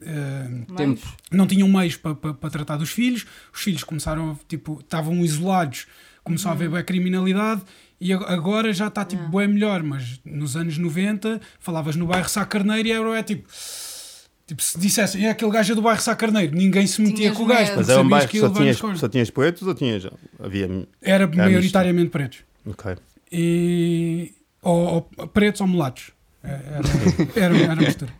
S4: eh,
S1: Tempo.
S2: Mais.
S4: não tinham meios para tratar dos filhos, os filhos começaram a, tipo, estavam isolados, começou a haver bué criminalidade e ag- agora já está tipo
S2: Uhum. Yeah.
S4: bué melhor, mas nos anos 90 falavas no bairro Sá Carneiro e era é, tipo tipo se dissessem, é aquele gajo é do bairro Sá Carneiro, ninguém se metia
S2: Tinhas
S4: com o gajo,
S2: medo.
S4: porque sabias
S3: Mas era um bairro
S4: que
S3: que
S4: ia
S3: só
S4: levar nos
S3: tinhas,
S4: cornos.
S3: só tinhas poetas ou tinhas. Havia.
S4: era
S3: misto.
S4: maioritariamente pretos
S3: Ok.
S4: e ou, ou pretos ou mulatos. Era, era, era uma mistura.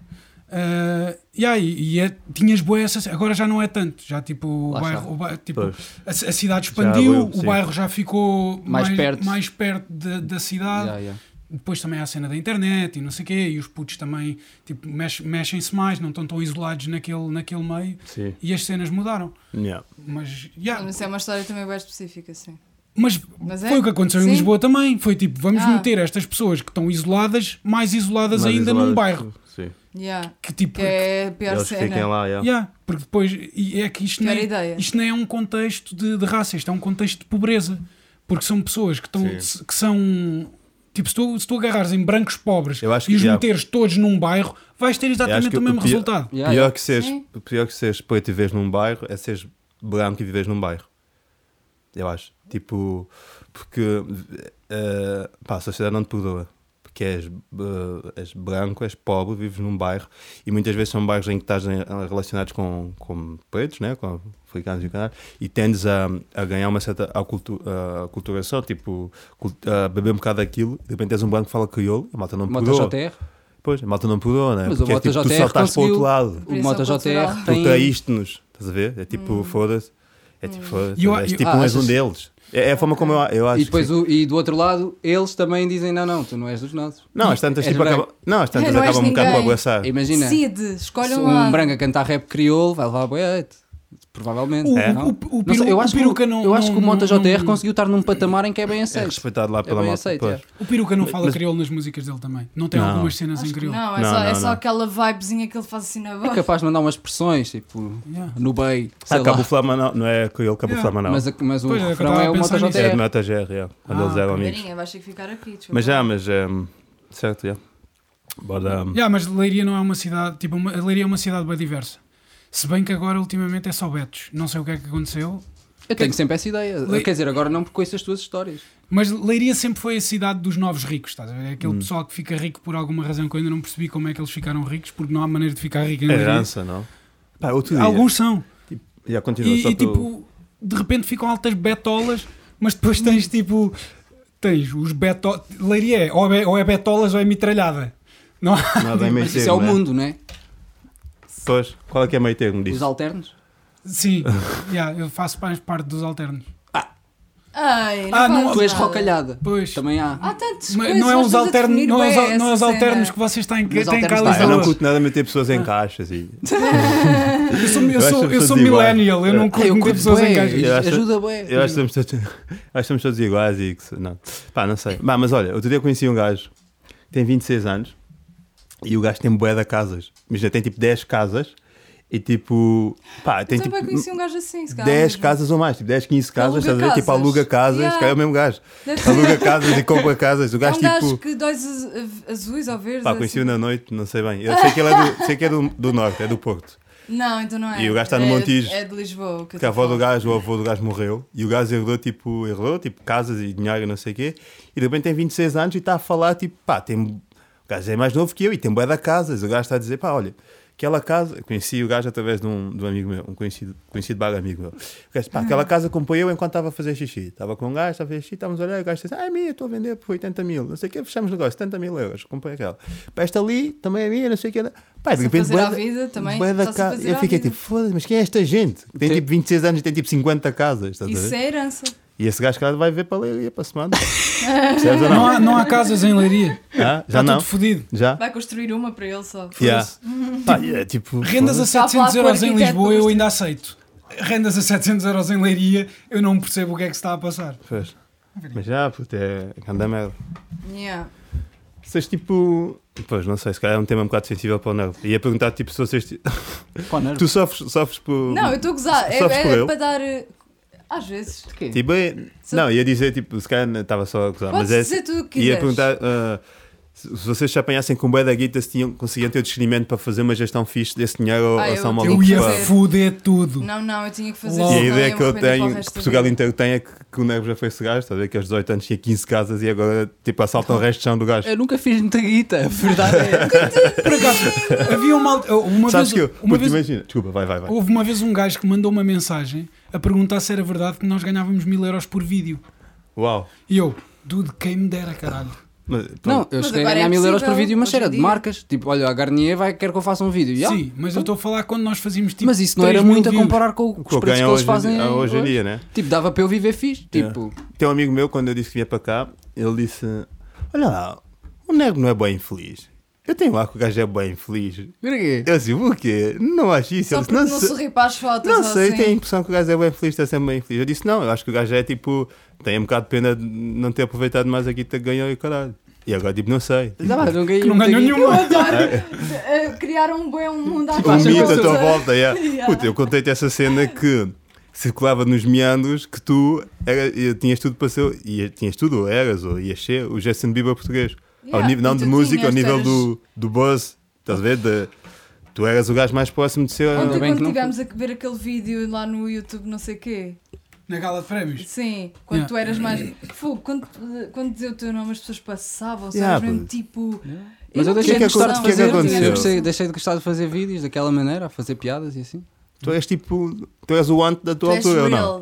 S4: Ah, yeah, e e é- tinhas boa essa. Agora já não é tanto. Já tipo, o
S1: Lá está.
S4: bairro, o bairro- tipo
S3: Pois.
S4: a, a cidade expandiu,
S3: evoluiu,
S4: o
S3: sim.
S4: bairro já ficou
S1: Mais perto.
S4: mais perto da, da cidade.
S1: Yeah, yeah.
S4: Depois também há a cena da internet e não sei o quê. E os putos também tipo, mex- mexem-se mais, não estão tão isolados naquele, naquele meio.
S3: Sim.
S4: E as cenas mudaram.
S3: Yeah.
S4: Mas, yeah,
S2: Mas isso é uma história também bem específica, sim.
S4: mas,
S2: Mas é?
S4: foi o que aconteceu
S2: Sim.
S4: em Lisboa também. Foi tipo, vamos
S2: Ah.
S4: meter estas pessoas que estão isoladas, mais isoladas
S3: Mais
S4: ainda
S3: isoladas,
S4: num bairro.
S3: Sim.
S2: Yeah.
S4: Que tipo.
S2: Que é a pior
S3: Eles fiquem
S2: cena.
S3: lá, yeah.
S4: yeah, porque depois. E é que isto
S2: Pior
S4: nem,
S2: ideia.
S4: isto nem é um contexto de, de raça, isto é um contexto de pobreza. Porque são pessoas que, estão,
S3: Sim.
S4: que são. Tipo, se tu, se tu agarrares em brancos pobres
S3: Eu acho
S4: e os
S3: que, yeah.
S4: meteres todos num bairro, vais ter
S3: Eu acho
S4: exatamente
S3: que
S4: o mesmo
S3: pior-
S4: resultado.
S1: Yeah,
S3: pior,
S1: yeah.
S3: Que seres,
S2: Sim.
S3: pior que seres poeta e vês num bairro é seres branco e vives num bairro. Eu acho. Tipo, porque eh, pá, a sociedade não te perdoa. Porque és, eh, és branco, és pobre, vives num bairro e muitas vezes são bairros em que estás em- relacionados com, com pretos, né? com africanos e o caralho, e tendes a, a ganhar uma certa acultu- a aculturação, tipo, cul- a beber um bocado daquilo e de repente és um branco que fala crioulo, a malta não
S1: Mota
S3: perdoa.
S1: JR?
S3: Pois, a malta não perdoa, né?
S1: Mas o
S3: Porque é
S1: Mota
S3: tipo, tu
S1: JR
S3: só estás para o outro
S1: conseguiu-
S3: lado.
S1: O
S2: Preço
S1: Mota
S2: cultural.
S1: JR
S3: Tu
S1: tem.
S3: traíste-nos, estás a ver? É tipo, foda-se. É tipo, foda-se.
S4: E eu-
S3: És
S4: eu-
S3: tipo,
S1: Ah,
S3: um és um
S1: achas-
S3: deles. É, é a forma como eu, eu acho.
S1: E, depois
S3: que-
S1: o- e do outro lado, eles também dizem: não, não, tu não és dos nossos.
S3: Não, as tantas
S1: és
S3: tipo,
S1: branco.
S3: acaba... Não, as tantas
S2: Não és
S3: acabam um bocado por
S2: ninguém.
S3: abraçar.
S1: Imagina,
S2: Decide,
S1: se
S2: escolhe um
S1: um
S2: lado.
S1: branco a cantar rap crioulo vai levar a boiete. Provavelmente.
S4: O-
S1: É, não?
S4: o- o- o
S1: Não sei,
S4: peru-
S1: eu
S4: o
S1: acho que,
S4: peruca não-
S1: eu acho que o
S4: não-
S1: Mota
S4: não-
S1: JR conseguiu estar num patamar em que é bem
S3: É
S1: aceito.
S3: respeitado lá pela
S1: bem
S3: malta.
S1: aceito,
S3: pois.
S1: é.
S4: O peruca não fala
S3: Mas-
S4: crioulo nas músicas dele também. Não tem
S3: Não.
S4: algumas cenas em
S2: Acho que
S4: crioulo.
S2: não, é,
S3: Não,
S2: só, é
S3: não,
S2: só
S3: não.
S2: aquela vibezinha que ele faz assim na
S1: É
S2: voz.
S1: capaz de mandar umas pressões, tipo,
S4: Yeah.
S1: no bem, sei
S3: Ah,
S1: lá.
S3: Cabo Flama não, não é com ele, Cabo
S4: Yeah.
S3: Flama não.
S1: Mas, a- mas o
S4: Pois é, que eu
S1: refrão
S4: tava
S1: é
S4: a
S1: o Mota
S4: pensar
S1: JR.
S4: nisso.
S3: é de nota GR, yeah, quando
S4: Ah,
S3: eles eram amigos.
S2: Carinha, vais ter que ficar aqui. desculpa.
S3: Mas já, mas. ehm, certo, já. Bora. ehm,
S4: Yeah, mas Leiria não é uma cidade, tipo, uma, Leiria é uma cidade bem diversa. Se bem que agora ultimamente é só Betos. Não sei o que é que aconteceu,
S1: Eu tenho sempre essa ideia.
S4: Le-
S1: Quer dizer, agora não porque conheço as tuas histórias.
S4: Mas Leiria sempre foi a cidade dos novos ricos, estás a ver? É Aquele
S3: Hum.
S4: pessoal que fica rico por alguma razão que eu ainda não percebi como é que eles ficaram ricos, porque não há maneira de ficar rico em
S3: É
S4: Leiria.
S3: herança, não? Pá, outro dia.
S4: Alguns são.
S3: Já continua,
S4: E,
S3: só
S4: e,
S3: tu-
S4: tipo, de repente ficam altas betolas, mas depois tens
S3: Hum.
S4: tipo. Tens os betolas. Leiria é ou, é ou é betolas ou é mitralhada. Não há-
S3: Nada em meio
S1: Mas isso é o
S3: termo, né?
S1: mundo, não é?
S3: Pois, qual é que é meio termo
S1: Os
S3: disso?
S1: alternos.
S4: Sim, yeah, eu faço mais parte dos alternos.
S2: Ai, não
S4: Ah, não,
S2: fazes
S1: Tu és
S2: nada.
S1: rocalhada.
S4: Pois.
S1: Também há. Ah,
S2: Há tantos
S4: Mas não é uns alternos, não é, os al- não é os alternos que vocês têm,
S1: Mas
S4: que têm
S1: alternos
S4: cá
S3: Pá, eu não
S1: Lisboa.
S4: Lisboa.
S3: curto nada meter pessoas
S1: Ah.
S3: em caixas e.
S4: Eu sou, eu
S3: Eu acho
S4: sou, eu
S3: pessoas
S4: sou
S3: iguais.
S4: millennial, eu não
S1: Ah, eu
S4: curto meter
S1: curto
S4: pessoas em
S1: bué,
S4: caixas.
S3: Eu acho-
S1: Ajuda bué.
S3: Eu acho que somos todos, acho que somos todos iguais e que. se- Não. Pá, não sei. Bah, mas olha, outro dia eu conheci um gajo que tem 26 anos e o gajo tem bué de casas. Imagina, tem tipo 10 casas e tipo. Pá, tem
S2: Eu também
S3: tipo.
S2: conheci um gajo assim, se calhar.
S3: 10
S2: mesmo.
S3: casas ou mais, tipo 10, 15 casas,
S2: Aluga
S3: estás a ver? Tipo,
S2: casas.
S3: aluga casas,
S2: Yeah.
S3: se calhar é o mesmo gajo.
S2: Deve ser-
S3: Aluga casas e compra casas. O
S2: É
S3: gajo,
S2: um gajo
S3: tipo.
S2: que dois az- azuis ou verdes.
S3: Pá,
S2: ou
S3: conheci-o
S2: assim.
S3: na noite, não sei bem. Eu sei que ele é do, sei que é do, do norte, é do Porto.
S2: Não, então não é.
S3: E o gajo está no
S2: É-
S3: Montijo.
S2: É de Lisboa. o Que eu
S3: Porque a
S2: tô
S3: avó do
S2: falando.
S3: gajo, o avô do gajo morreu e o gajo herdou tipo, herdou, tipo casas e dinheiro e não sei o quê. E de repente tem 26 anos e está a falar tipo, pá, tem... o gajo é mais novo que eu e tem bué da casas. O gajo está a dizer, pá, olha, aquela casa. Conheci o gajo através de um, de um amigo meu, um conhecido, conhecido barra amigo meu. O gajo, pá,
S2: Ah.
S3: aquela casa comprei eu enquanto estava a fazer xixi. Estava com um gajo, estava a fazer xixi, estávamos a olhar. O gajo disse, ah, é minha, estou a vender por 80 mil, não sei o quê, fechamos o negócio, 70 mil euros, comprei aquela. Pá, esta ali também é minha, não sei o quê. Pá, de
S2: Só
S3: repente.
S2: fazer
S3: bué
S2: à
S3: da-
S2: vida também,
S3: bué da
S2: só se
S3: ca-
S2: fazer
S3: Eu
S2: à
S3: fiquei
S2: vida.
S3: tipo, Foda-se, mas quem é esta gente? Que tem
S1: Tem-
S3: tipo 26 anos e tem tipo 50 casas, estás tá a
S2: Isso
S3: ver?
S2: é herança.
S3: E esse gajo, claro, vai ver para ler e é para a semana. Percebes ou
S4: Não
S3: não?
S4: há, não há casas em Leiria.
S3: Hã?
S4: Está
S3: Já não?
S4: tudo fodido.
S3: Já?
S2: Tá Vai construir uma para ele só.
S3: Yeah. Pá, é tipo.
S4: Rendas a
S3: foda-se.
S2: Está a falar
S4: 700
S2: com o
S4: euros em
S2: arquiteto
S4: Lisboa
S2: para
S4: eu
S2: construir.
S4: ainda aceito. Rendas a 700 euros em Leiria eu não percebo o que é que se está a passar.
S3: Pois. Mas já, puto, é. Anda merda.
S2: Yeah.
S3: Vocês tipo. Pois, não sei, se calhar é um tema um bocado sensível para o nerd. Ia perguntar tipo se vocês. ti-
S1: Connor.
S3: Tu sofres, sofres por.
S2: Não, eu estou a gozar. É,
S3: Sabes
S2: é
S3: por ele?
S2: para dar. eh, Às vezes.
S1: quê?
S3: Tipo, é-
S2: Se-
S3: Não, ia dizer tipo, se calhar não- estava só a gozar.
S2: Podes
S3: mas é.
S2: dizer tudo o que
S3: Ia
S2: quiseres.
S3: perguntar ah, se se vocês se apanhassem com bué da guita se tinham, conseguiam ter o discernimento para fazer uma gestão fixe desse dinheiro ou,
S2: Ah,
S3: ou
S2: eu
S3: são
S2: tenho
S4: Eu
S3: malucos
S4: ia
S3: para-
S2: fazer.
S4: foder tudo.
S2: Não, não, eu tinha que fazer
S4: E a
S3: E
S2: senão
S3: a ideia
S2: eu
S3: que eu
S2: arrependo para o
S3: tenho,
S2: resto
S3: que
S2: da
S3: Portugal
S2: vida.
S3: inteiro tem, é que, que o Negro já foi esse gajo, estás a ver? Que aos 18 anos tinha 15 casas e agora tipo assaltam o resto de chão do gajo.
S1: Eu nunca fiz muita guita, a verdade é.
S4: Por acaso, havia uma, al- uma
S3: Sabes
S4: vez,
S3: que eu.
S4: uma
S3: puto,
S4: vez-
S3: imagina. Desculpa, vai, vai, vai.
S4: houve uma vez um gajo que mandou uma mensagem a perguntar se era verdade que nós ganhávamos mil euros por vídeo.
S3: Uau.
S4: E eu, dude, quem me dera, caralho.
S3: Mas, pronto.
S1: não, eu
S2: Mas
S1: cheguei a
S2: agora é
S1: ganhar mil euros por
S2: possível,
S1: vídeo, mas
S2: hoje em
S1: era de
S2: dia.
S1: marcas. Tipo, olha, a Garnier vai, quer que eu faça um vídeo. E, ah,
S4: Sim, mas eu estou a falar quando nós fazíamos tipo.
S1: mas isso não
S4: 3
S1: era
S4: mil
S1: muito a
S4: views.
S1: comparar com o-
S3: O
S1: os
S3: que eu
S1: preços que
S3: ganho
S1: eles
S3: hoje,
S1: fazem
S3: em- hoje em dia, né? É.
S1: Tipo, dava para eu viver fixe. Tipo,
S3: Tem um amigo meu, quando eu disse que vinha para cá, ele disse: Olha lá, o Negro não é bem infeliz. Eu tenho lá que o gajo é bem infeliz.
S1: mira quê?
S3: Eu disse, Então, assim, o quê? Não acho isso.
S2: Só
S3: Ele
S2: porque
S3: disse,
S2: não,
S3: não, sei-
S2: sorri para as fotos.
S3: não
S2: ou
S3: sei,
S2: assim.
S3: tem a impressão que o gajo é bem feliz, está sempre bem feliz. Eu disse, não, eu acho que o gajo é tipo, tem um bocado de pena de não ter aproveitado mais aqui que ganhou e o caralho. E agora, tipo, não sei.
S1: Dá lá, não ganhei
S4: Que não
S1: muita
S4: ganhou
S1: guita.
S4: nenhuma.
S2: Eh, Criaram um bom um mundo à
S3: Um
S1: Acho
S2: volta.
S1: que
S3: mito
S1: eu
S3: à
S1: sou-
S3: tua volta, yeah.
S2: Yeah.
S3: Puta, eu contei-te essa cena que circulava nos meandros que tu era, e tinhas tudo para ser, e tinhas tudo, ou eras, ou ias ser, o Justin Bieber português.
S2: Yeah,
S3: Ao nível, não
S2: e tu
S3: de música, ao
S2: tinhas,
S3: nível
S2: eras-
S3: do, do buzz, estás a ver? De, Tu eras o gajo mais próximo de ser.
S1: Ainda
S2: Ontem,
S1: bem que
S2: quando
S1: não
S2: tivemos a ver aquele vídeo lá no YouTube, não sei quê.
S4: Na gala de prémios.
S2: Sim, quando
S4: Yeah.
S2: tu eras mais. Fogo, quando, quando dizia o teu nome, as pessoas passavam, sabes?
S3: Yeah,
S2: mesmo
S3: pô.
S2: tipo.
S1: Mas eu
S2: não
S1: deixei
S3: que
S1: de
S2: tinha
S3: é que-
S1: gostar
S3: o
S1: de
S2: noção,
S3: que é que
S1: fazer.
S2: eu não tinha
S3: aconteceu?
S1: eu
S2: noção.
S1: gostei- deixei de gostar de fazer vídeos daquela maneira, a fazer piadas e assim.
S3: Tu eras tipo. Tu eras o ante da
S2: Tu
S3: tua
S2: és
S3: altura, ou não?
S2: real.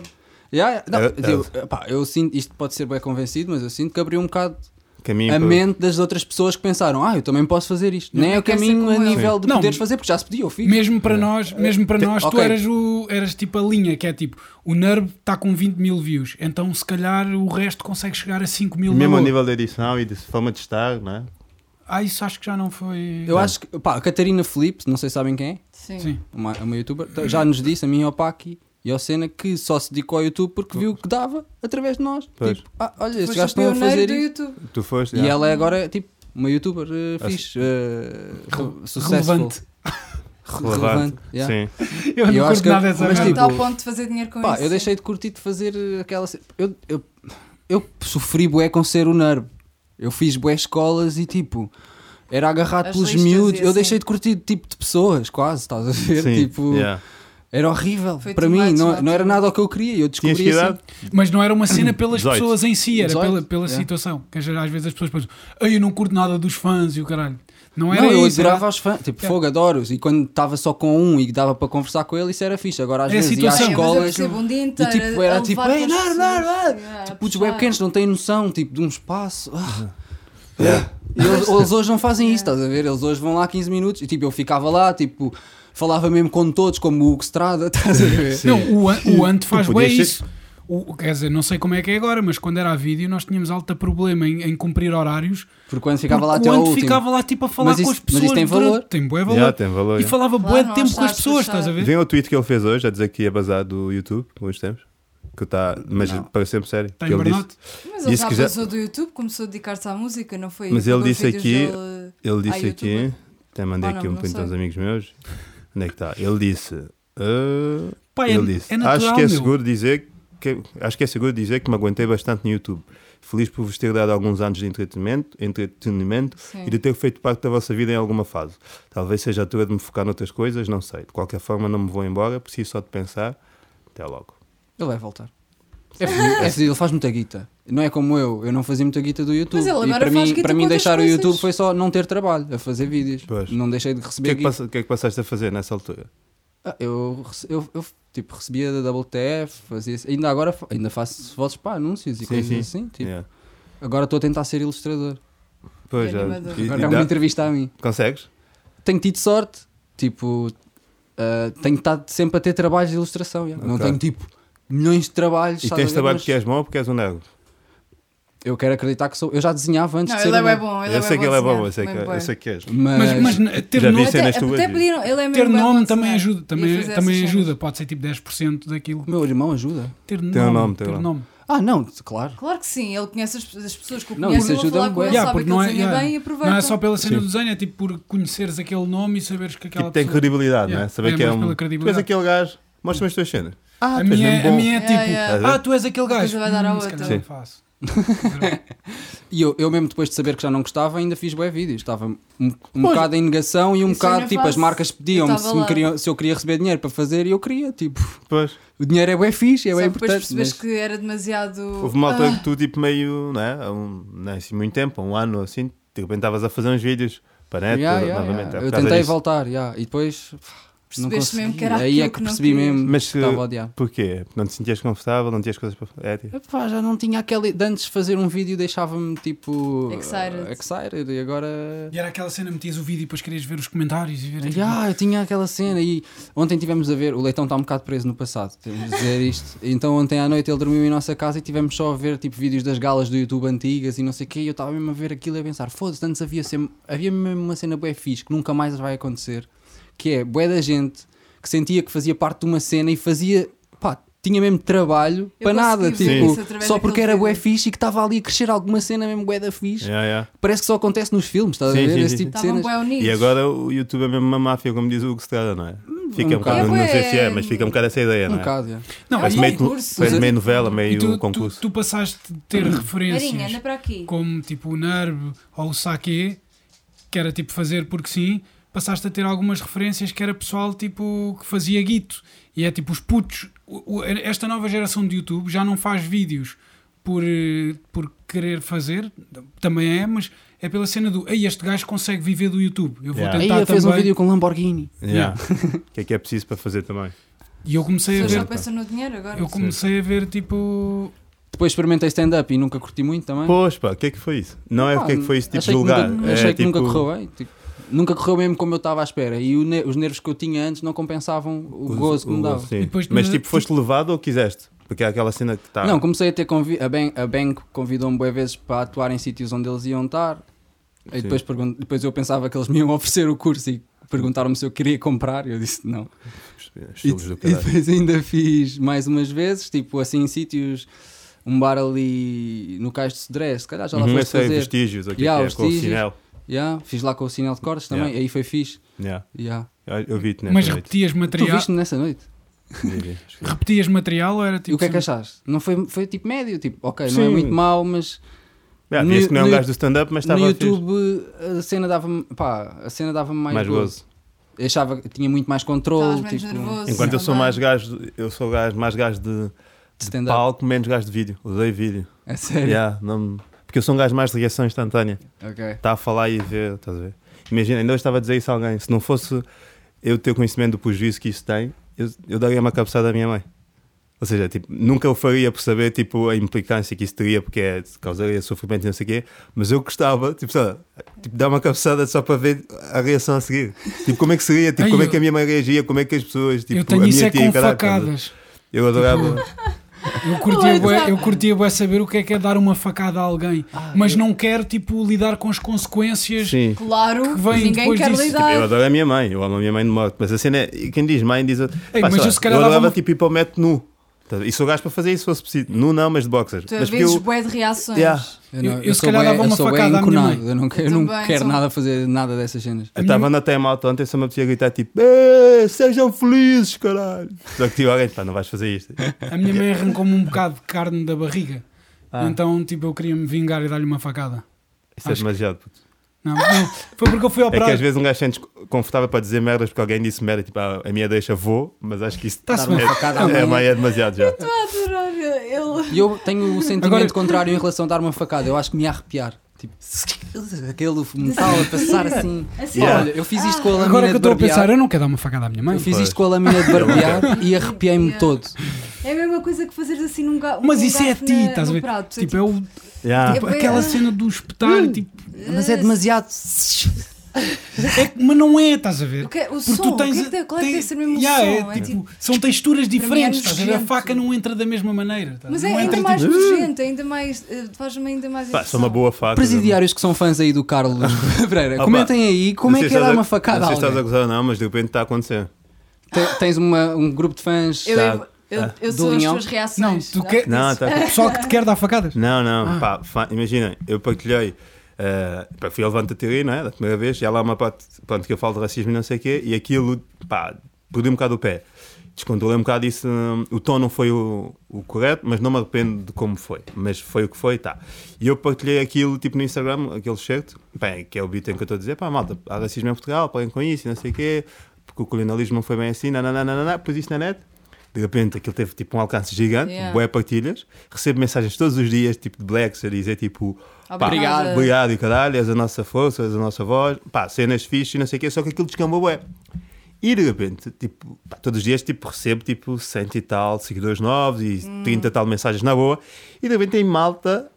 S1: Yeah, yeah. Não,
S3: É-
S1: digo, pá, eu sinto, isto pode ser bem convencido, mas eu sinto que abriu um bocado
S3: Caminho
S1: a
S3: para-
S1: mente das outras pessoas que pensaram, ah, eu também posso fazer isto. Nem é o
S2: quero ser
S1: caminho
S2: como
S1: a
S2: ele.
S1: nível de
S4: Não,
S1: poderes
S4: mas-
S1: fazer, porque já se podia, eu fiz.
S4: Mesmo para nós, mesmo para nós tu
S1: ok.
S4: eras, o, eras tipo a linha, que é tipo, o NERB está com 20 mil views, então se calhar o resto consegue chegar a 5 mil.
S3: Mesmo
S4: na
S3: a
S4: outra.
S3: nível da edição e de forma de estar, não é?
S4: Ah, isso acho que já não foi...
S1: Eu acho que, pá, a Catarina Felipe, não sei se sabem quem é,
S2: Sim.
S4: Sim.
S1: uma, uma youtuber, tá- já nos disse, a mim e ao Paki e ao Senna, que só se dedicou ao YouTube porque viu que dava através de nós.
S3: Pois.
S1: Tipo, ah, olha, estes
S2: Foste
S1: gajos
S2: o
S1: estão a
S2: pioneiro
S1: fazer
S2: do
S1: isto.
S2: YouTube.
S3: Tu foste.
S1: E
S3: já.
S1: ela é agora, tipo, uma youtuber eh, fixe, eh, re- successful.
S4: Relevante.
S1: Relevante. yeah.
S3: Sim.
S4: Eu
S1: Eu
S4: não
S1: acho
S4: curto
S1: que-
S4: nada dessa
S1: mas,
S4: merda.
S1: tipo,
S2: Está ao ponto de fazer dinheiro com
S1: Pá,
S2: isso.
S1: eu deixei de curtir de fazer eh, aquela. ce- Eu, eu, eu sofri bué com ser o nerd. Eu fiz bué escolas e tipo. Era agarrado
S2: As
S1: pelos
S2: listas e
S1: miúdos. Eu
S2: assim.
S1: deixei de curtir de tipo de pessoas, quase, estás a ver?
S3: Sim.
S1: Tipo,
S3: yeah.
S1: era horrível.
S2: Foi
S1: Para
S2: too
S1: mim,
S2: much,
S1: não,
S2: not
S1: não era
S2: too
S1: nada o que eu queria. Eu
S3: Tinhas que
S1: descobri assim.
S3: idade?
S4: Mas não era uma cena pelas
S3: 18.
S4: pessoas em si, era
S1: 18,
S4: pela, pela
S1: yeah.
S4: situação. Que às vezes as pessoas pensam, Ei, eu não curto nada dos fãs e o caralho. Não era
S1: Não, eu
S4: isso.
S1: adorava
S2: né?
S4: era-
S1: os fãs, tipo,
S4: Yeah.
S1: fogo, adoro-os. E quando estava só com um e dava para conversar com ele, isso era fixe. Agora às
S4: É a
S1: vezes ia às
S4: situação.
S2: Sim, mas eu
S1: escolas.
S2: percebo, um dia
S1: E
S2: inteiro
S1: tipo,
S2: a- a
S1: era tipo,
S2: levar
S1: ei,
S2: com as
S1: não, não,
S2: pessoas,
S1: não.
S2: yeah, a
S1: Tipo, os
S2: puxar.
S1: bué pequenos não têm noção, tipo, de um espaço. Ah. E Eles, eles hoje não
S2: É.
S1: fazem isso, estás a ver? Eles hoje vão lá 15 minutos e tipo, eu ficava lá, tipo, falava mesmo com todos, como o Hugo Strada, estás a ver?
S4: Não, o, An- o Ant faz bem
S3: podias ser-
S4: isso. O, quer dizer, não sei como é que é agora, mas quando era a vídeo nós tínhamos alta problema em, em cumprir horários.
S1: Porque quando ficava lá
S4: porque
S1: até ao
S4: o Ant
S1: último.
S4: ficava lá tipo a falar
S1: Mas isso-
S4: com as
S1: mas isso
S4: pessoas.
S1: tem
S4: durante-
S1: valor.
S4: Tem bué valor.
S3: Já, tem valor.
S4: E
S3: já.
S4: falava
S2: Claro,
S4: bué
S2: não
S4: de tempo com
S2: estás
S4: as pessoas,
S2: puxado.
S4: estás a ver?
S3: Vem o tweet que ele fez hoje a dizer que ia bazar do YouTube, com os tempos. Que tá, mas
S1: Não.
S3: para sempre sério.
S4: Tem
S3: que ele
S4: burnout?
S3: disse,
S2: Mas
S3: E
S2: ele
S3: se
S2: já
S3: quiser-
S2: passou do YouTube, começou a dedicar-se à música, não foi?
S3: Mas ele
S2: pegou
S3: disse
S2: vídeos
S3: aqui-
S2: dele-
S3: ele disse
S2: Ah,
S3: aqui, até mandei
S2: Ah, não,
S3: aqui um
S2: não
S3: print
S2: sei.
S3: aos amigos meus. Onde é que está? Ele disse. ah,
S4: Pá, é,
S3: ele disse.
S4: é natural,
S3: acho que é
S4: meu.
S3: seguro dizer que acho que é seguro dizer que me aguentei bastante no YouTube. Feliz por vos ter dado alguns anos de entretenimento, entretenimento
S2: Sim.
S3: e de ter feito parte da vossa vida em alguma fase. Talvez seja a altura de me focar noutras coisas, não sei. De qualquer forma, não me vou embora, preciso só de pensar. Até logo.
S1: Ele vai voltar. É fedido, é fedido, ele faz muita guita. Não é como eu, eu não fazia muita guita do YouTube.
S2: Mas ele
S1: e
S2: agora
S1: para
S2: faz
S1: mim,
S2: guita
S1: para
S2: com
S1: mim
S2: outras
S1: deixar o
S2: coisas.
S1: YouTube foi só não ter trabalho, a fazer vídeos.
S3: Pois.
S1: Não deixei de
S3: O que,
S1: receber
S3: é que
S1: guita.
S3: passa- o que é que passaste a fazer nessa altura?
S1: Ah, eu, rece- eu, eu, tipo, recebia da WTF, fazia ainda agora fa- ainda faço vozes para anúncios e
S3: Sim,
S1: coisas
S3: sim.
S1: assim. Tipo,
S3: Yeah.
S1: Agora estou a tentar ser ilustrador.
S3: Pois, já,
S2: animador.
S3: e- e
S1: Agora é
S3: dá-
S1: uma entrevista a mim.
S3: Consegues?
S1: Tenho tido sorte, tipo, ah, tenho estado sempre a ter trabalhos de ilustração. já. Não
S3: Ok.
S1: tenho tipo milhões de trabalhos.
S3: E
S1: sabe a
S3: tens
S1: ver,
S3: trabalho
S1: mas
S3: porque és bom ou porque és um negro?
S1: Eu quero acreditar que sou. Eu já desenhava antes
S2: Não,
S1: de ser.
S2: ele é
S1: humano.
S2: bem bom. Ele
S3: Eu
S2: é
S3: sei
S2: bem
S3: que ele é
S2: desenhar,
S3: bom, eu sei que,
S2: bem bué.
S3: eu sei que és.
S1: Mas,
S4: Mas, mas na- ter
S3: Já
S4: nome,
S3: disse.
S2: Até,
S3: cenas tuas,
S2: até
S3: e-
S2: pediram, ele é mesmo
S4: ter
S2: bem bom a
S4: nome também
S2: desenhar.
S4: ajuda,
S2: Ia
S4: também, é,
S2: fazer
S4: também
S2: essas
S4: ajuda,
S2: cenas.
S4: pode ser tipo 10% daquilo.
S1: meu irmão ajuda.
S4: Ter nome,
S3: Tem um nome, tem
S4: ter
S3: um
S4: nome.
S1: Ah, não, claro.
S2: Claro que sim, ele conhece as, as pessoas que o
S1: Não,
S2: conhecem,
S1: isso
S2: vão falar
S1: ajuda-me
S2: com
S1: bué.
S2: ele,
S4: Yeah,
S2: sabem
S4: porque
S2: que ele
S4: não é,
S2: desenha
S4: yeah,
S2: bem e aproveita.
S4: não é só pela cena
S3: Sim.
S4: do desenho, é tipo por conheceres aquele nome e saberes que aquela
S3: Tipo, tem
S4: pessoa...
S3: credibilidade,
S4: Yeah.
S3: não é? Saber
S4: É,
S3: que é
S4: mas
S3: um.
S4: pela
S3: Tu és
S4: credibilidade.
S3: aquele gajo, mostra-me as tuas cenas.
S4: A
S3: Ah, tu és
S4: minha,
S3: mesmo
S4: é- a
S3: bom.
S4: minha é
S2: Yeah,
S4: tipo,
S2: yeah.
S4: ah, tu és aquele
S2: Uma
S4: gajo.
S2: coisa
S4: Hum,
S2: vai dar à
S4: se
S2: outra.
S4: calhar
S3: Sim.
S4: não faço.
S1: E eu, eu mesmo depois de saber que já não gostava, ainda fiz bué vídeos. Estava um, um bocado em negação e um
S2: Isso eu
S1: bocado
S2: não
S1: tipo, as
S2: faço.
S1: marcas
S2: Eu
S1: pediam-me
S2: estava
S1: se, me
S2: lá.
S1: queriam- se eu queria receber dinheiro para fazer e eu queria. Tipo,
S3: Pois.
S1: o dinheiro é bué fixe, é
S2: Só
S1: bué
S2: que depois
S1: importante.
S2: percebes
S1: mas-
S2: que era demasiado.
S3: Houve uma altura que tu, tipo, meio, não é? Há Um, não é assim, muito tempo, há um ano assim, de repente estavas a fazer uns vídeos para a net,
S1: Yeah, yeah,
S3: novamente.
S1: yeah.
S3: é por
S1: Eu
S3: causa
S1: tentei
S3: disso.
S1: voltar, yeah. e depois pff, não
S2: Percebeste mesmo
S1: consegui.
S2: que era
S1: Aí é
S2: aquilo
S1: que
S2: que não
S1: percebi
S2: querias.
S1: mesmo
S3: Mas
S1: que
S3: se-
S1: estava a odiar.
S3: Porquê? Não te sentias confortável, não tinhas coisas para fazer. É, tipo,
S1: Epá, já não tinha aquele. De antes de fazer um vídeo deixava-me tipo.
S2: Excited.
S1: eh, excited e agora.
S4: E era aquela cena, metias o vídeo e depois querias ver os comentários e ver... tipo,
S1: Ah, eu tinha aquela cena e ontem tivemos a ver, o leitão está um bocado preso no passado, temos de dizer isto. Então ontem à noite ele dormiu em nossa casa e tivemos só a ver tipo vídeos das galas do YouTube antigas e não sei o quê, e eu estava mesmo a ver aquilo e a pensar, foda-se, antes havia, sem- havia mesmo uma cena bué fixe que nunca mais vai acontecer, que é bué da gente que sentia que fazia parte de uma cena e fazia, pá, tinha mesmo trabalho
S2: Eu
S1: para nada,
S2: consegui ver
S1: tipo,
S2: isso através
S1: só porque era
S2: daquele
S1: bué
S2: vídeo.
S1: fixe e que estava ali a crescer alguma cena mesmo bué da fixe.
S3: yeah, yeah.
S1: Parece que só acontece nos filmes, estás a
S3: É. Sim,
S1: ver?
S3: sim,
S1: Esse
S3: sim,
S1: tipo de
S2: Estavam
S1: cenas.
S2: bem unidos.
S3: E agora o YouTube é mesmo uma máfia, como diz o Hugo Estrada, não é? Fica um,
S1: Um
S3: bocado,
S1: bocado.
S3: não sei se é,
S2: É,
S3: mas fica um bocado essa ideia,
S1: Um
S3: não é?
S1: bocado, é.
S4: Não,
S3: Parece
S4: e-
S3: meio,
S2: concurso.
S3: parece meio novela,
S4: e
S3: meio
S4: tu, tu,
S3: concurso. Uhum.
S4: tu passaste de ter referências...
S2: Marinha, anda para aqui.
S4: como tipo o Nerb ou o Saque, que era tipo fazer porque sim, passaste a ter algumas referências que era pessoal tipo que fazia guito. E é tipo os putos. o- o- esta nova geração de YouTube já não faz vídeos por, eh, por querer fazer, também é, mas é pela cena do ei, este gajo consegue viver do YouTube. Eu vou
S3: Yeah.
S1: Aí
S4: tentar
S1: fez um
S4: também."
S1: vídeo com Lamborghini.
S3: Yeah. O que é que é preciso para fazer também?
S4: E eu comecei a
S2: pessoas
S3: Sim,
S2: só
S4: ver,
S3: pá.
S2: pensam no dinheiro agora.
S4: eu comecei a ver tipo
S1: Depois experimentei stand-up e nunca curti muito também.
S3: Pois pá, o que é que foi isso? Não é o que é que foi isso tipo
S1: Ah, achei
S3: julgar.
S1: Que nunca,
S3: é,
S1: achei que nunca
S3: tipo,
S1: correu bem. tipo, nunca correu mesmo como eu estava à espera. E o ne- os nervos que eu tinha antes não compensavam o
S3: os-
S1: gozo que me
S3: o-
S1: dava.
S3: sim.
S4: E depois-
S3: Mas tipo, foste levado ou quiseste? Porque é aquela cena que está.
S1: Não, comecei a ter convi a Bang, a Bang convidou-me boas vezes para atuar em sítios onde eles iam estar. E
S3: Sim.
S1: depois, pergun- depois eu pensava que eles me iam oferecer o curso e perguntaram-me se eu queria comprar. e Eu disse não. E,
S3: Estilos do
S1: e
S3: caralho.
S1: depois ainda fiz mais umas vezes, tipo assim, em sítios, um bar ali no Cais de Sodré, se calhar já lá
S3: Uhum,
S1: foste
S3: esse é
S1: fazer.
S3: vestígios, aqui
S1: Yeah,
S3: que é com o
S1: vestígios.
S3: sinal.
S1: Yeah, fiz lá com o sinal de cortes também,
S3: Yeah.
S1: aí foi fixe.
S3: Yeah.
S1: Yeah.
S3: Eu, eu vi-te nessa
S4: mas
S3: noite.
S4: repetias
S1: Tu
S4: material,
S1: viste-me nessa noite?
S4: repetias material ou era
S1: e
S4: tipo
S1: o que é que
S4: sempre-
S1: achaste? Não foi, foi tipo médio, tipo, ok, não é
S3: Sim.
S1: muito mau, mas
S3: Yeah,
S1: No-
S3: Vias que não é um
S1: no-
S3: gajo do stand-up, mas estava
S1: no
S3: fixe.
S1: YouTube a cena dava-me, pá, a cena dava-me mais,
S3: mais
S1: gozo.
S3: gozo.
S1: Eu achava que tinha muito mais
S2: Estavas
S1: controle,
S2: menos
S1: tipo,
S2: nervoso.
S3: Enquanto eu sou
S2: também.
S3: mais gajo, de- eu sou gajo, mais gajo de,
S1: de
S3: de
S1: Ah, stand-up.
S3: palco, menos gajo de vídeo. Odeio vídeo.
S1: É sério.
S3: Yeah, não me- porque eu sou um gajo mais de reação instantânea.
S1: Ok.
S3: Está tá a falar e a ver, estás a ver? Imagina, ainda hoje estava a dizer isso a alguém. Se não fosse eu ter conhecimento do prejuízo que isso tem, eu, eu daria uma cabeçada à minha mãe. Ou seja, tipo, nunca o faria por saber tipo, a implicância que isso teria, porque é, causaria sofrimento e não sei o quê, mas eu gostava, tipo, só, tipo, dar uma cabeçada só para ver a reação a seguir. Tipo, como é que seria? Tipo,
S4: Ai,
S3: como é
S4: eu-
S3: que a minha mãe reagia? Como é que as pessoas, tipo,
S4: eu
S3: a
S4: tenho
S3: minha
S4: isso é Tipo,
S3: tia
S4: com
S3: caralho, tá estás a ver?
S4: facadas.
S3: Eu adorava.
S4: Eu curtia,
S2: Olha,
S4: bué,
S2: exato.
S4: eu curtia bué saber o que é que é dar uma facada a alguém,
S1: Ah,
S4: mas não quero tipo lidar com as consequências.
S3: Sim.
S2: Claro,
S4: Que vem
S2: ninguém
S4: depois
S2: quer
S4: disso.
S3: Tipo, Eu
S2: lidar.
S3: adoro a minha mãe, eu amo a minha mãe de morte, mas a cena é, e quem diz mãe diz. Ei,
S4: mas
S3: mas
S4: eu
S3: eu, Tá,
S4: se calhar dava
S3: adorava
S4: uma-
S2: Tu
S3: mas
S2: às
S3: porque
S2: vezes
S3: eu.
S2: bué de reações.
S3: Yeah.
S1: Eu, não,
S4: Eu-
S1: eu,
S4: eu se
S1: sou
S4: calhar
S1: bem,
S4: dava uma
S1: eu sou bem
S4: facada à minha
S1: enconado, Eu não quero, eu não
S2: também
S1: quero
S2: sou.
S1: nada fazer nada dessas cenas.
S3: Eu estava na time out ontem, só me apetecia gritar tipo: "Eh, Sejam felizes, caralho. Só que tive alguém, pá, não vais fazer isto. é
S4: A minha mãe arrancou-me um bocado de carne da barriga.
S3: Ah.
S4: Então, tipo, eu queria me vingar e dar-lhe uma facada.
S3: Isso é
S4: Acho-
S3: demasiado. puto.
S4: Não, não, foi porque eu fui
S3: É que às
S4: operado.
S3: vezes um gajo sente confortável para dizer merdas porque alguém disse merda, tipo, "Ah, a minha deixa vou, mas acho que isso.
S4: Tá-se
S1: Dar uma
S3: é,
S1: facada à
S3: é,
S1: mãe.
S3: mãe é demasiado já.
S2: Adoro, ele-
S1: E eu tenho o sentimento
S4: Agora-
S1: contrário em relação a dar uma facada. Eu acho que me ia arrepiar. Tipo, aquele metal a passar assim.
S2: Assim,
S3: Yeah.
S1: Olha, eu fiz isto com a lâmina
S4: Ah,
S3: é
S4: Agora que eu
S1: de
S4: estou a
S1: barbear.
S4: pensar, é eu não quero dar uma facada à minha mãe.
S1: Eu fiz
S3: Pois. é um
S1: isto com a lâmina de barbear e arrepiei-me
S2: Yeah.
S1: todo.
S2: É a mesma coisa que fazeres assim num gato.
S4: Mas isso é a ti, estás a ver? Tipo, é o-
S3: Yeah.
S2: É- bem-
S4: aquela cena do espetar, tipo,
S1: Mas é demasiado.
S4: é que- mas não é, estás a ver?
S2: O que é- o
S4: Porque
S2: som, o que é que tem- qual é que tem de ser mesmo o
S4: Yeah,
S2: som?
S4: É,
S2: É
S4: tipo, São texturas diferentes,
S2: nojento.
S4: estás a ver? A faca não entra da mesma maneira. tá?
S2: Mas é
S4: não
S2: ainda
S4: entra,
S2: mais
S4: tipo,
S2: urgente, ainda mais. eh, Faz-me ainda mais.
S3: Pá,
S2: impressão.
S3: sou uma boa faca.
S1: Presidiários que são fãs aí do Carlos Pereira,
S3: Ah, pá.
S1: comentem aí como
S3: Não
S1: é
S3: sei
S1: que
S3: se
S1: é dar
S3: estás a-
S1: uma facada
S3: Não
S1: a
S3: sei se estás a
S1: alguém.
S3: gozar ou não, mas de repente está a acontecer.
S1: Te- Tens uma- um grupo de fãs.
S2: Eu, eu, eu,
S3: Ah.
S2: eu
S1: Do
S2: sou as
S1: Leão?
S2: tuas reações.
S4: Não, tu
S2: dá?
S4: quer...
S3: Não, tá-
S4: o pessoal que te quer dar facadas.
S3: Não, não, pá, fa- imagina, eu partilhei, eh, pá, fui ao Levanta Teoria, não é? Da primeira vez, e há lá uma parte pronto, que eu falo de racismo e não sei o quê, e aquilo, pá, perdi um bocado o pé. Descontrolei um bocado isso, hum, o tom não foi o, o correto, mas não me arrependo de como foi. Mas foi o que foi, tá. E eu partilhei aquilo, tipo, no Instagram, aquele shirt, bem, que é o beat em que eu estou a dizer, pá, malta, há racismo em Portugal, parem com isso e não sei o quê, porque o colonialismo não foi bem assim, nananana, pus isso na net, de repente aquilo teve, tipo, um alcance gigante,
S2: Yeah.
S3: bué partilhas, recebo mensagens todos os dias, tipo de blacks, a dizer tipo pá,
S2: Obrigada.
S3: obrigado e caralho, és a nossa força, és a nossa voz, pá, cenas fixas e não sei o quê, só que aquilo descamba bué. E de repente, tipo, pá, todos os dias tipo, recebo tipo cento e tal seguidores novos e
S2: Hum.
S3: 30 tal mensagens na boa, e de repente tem malta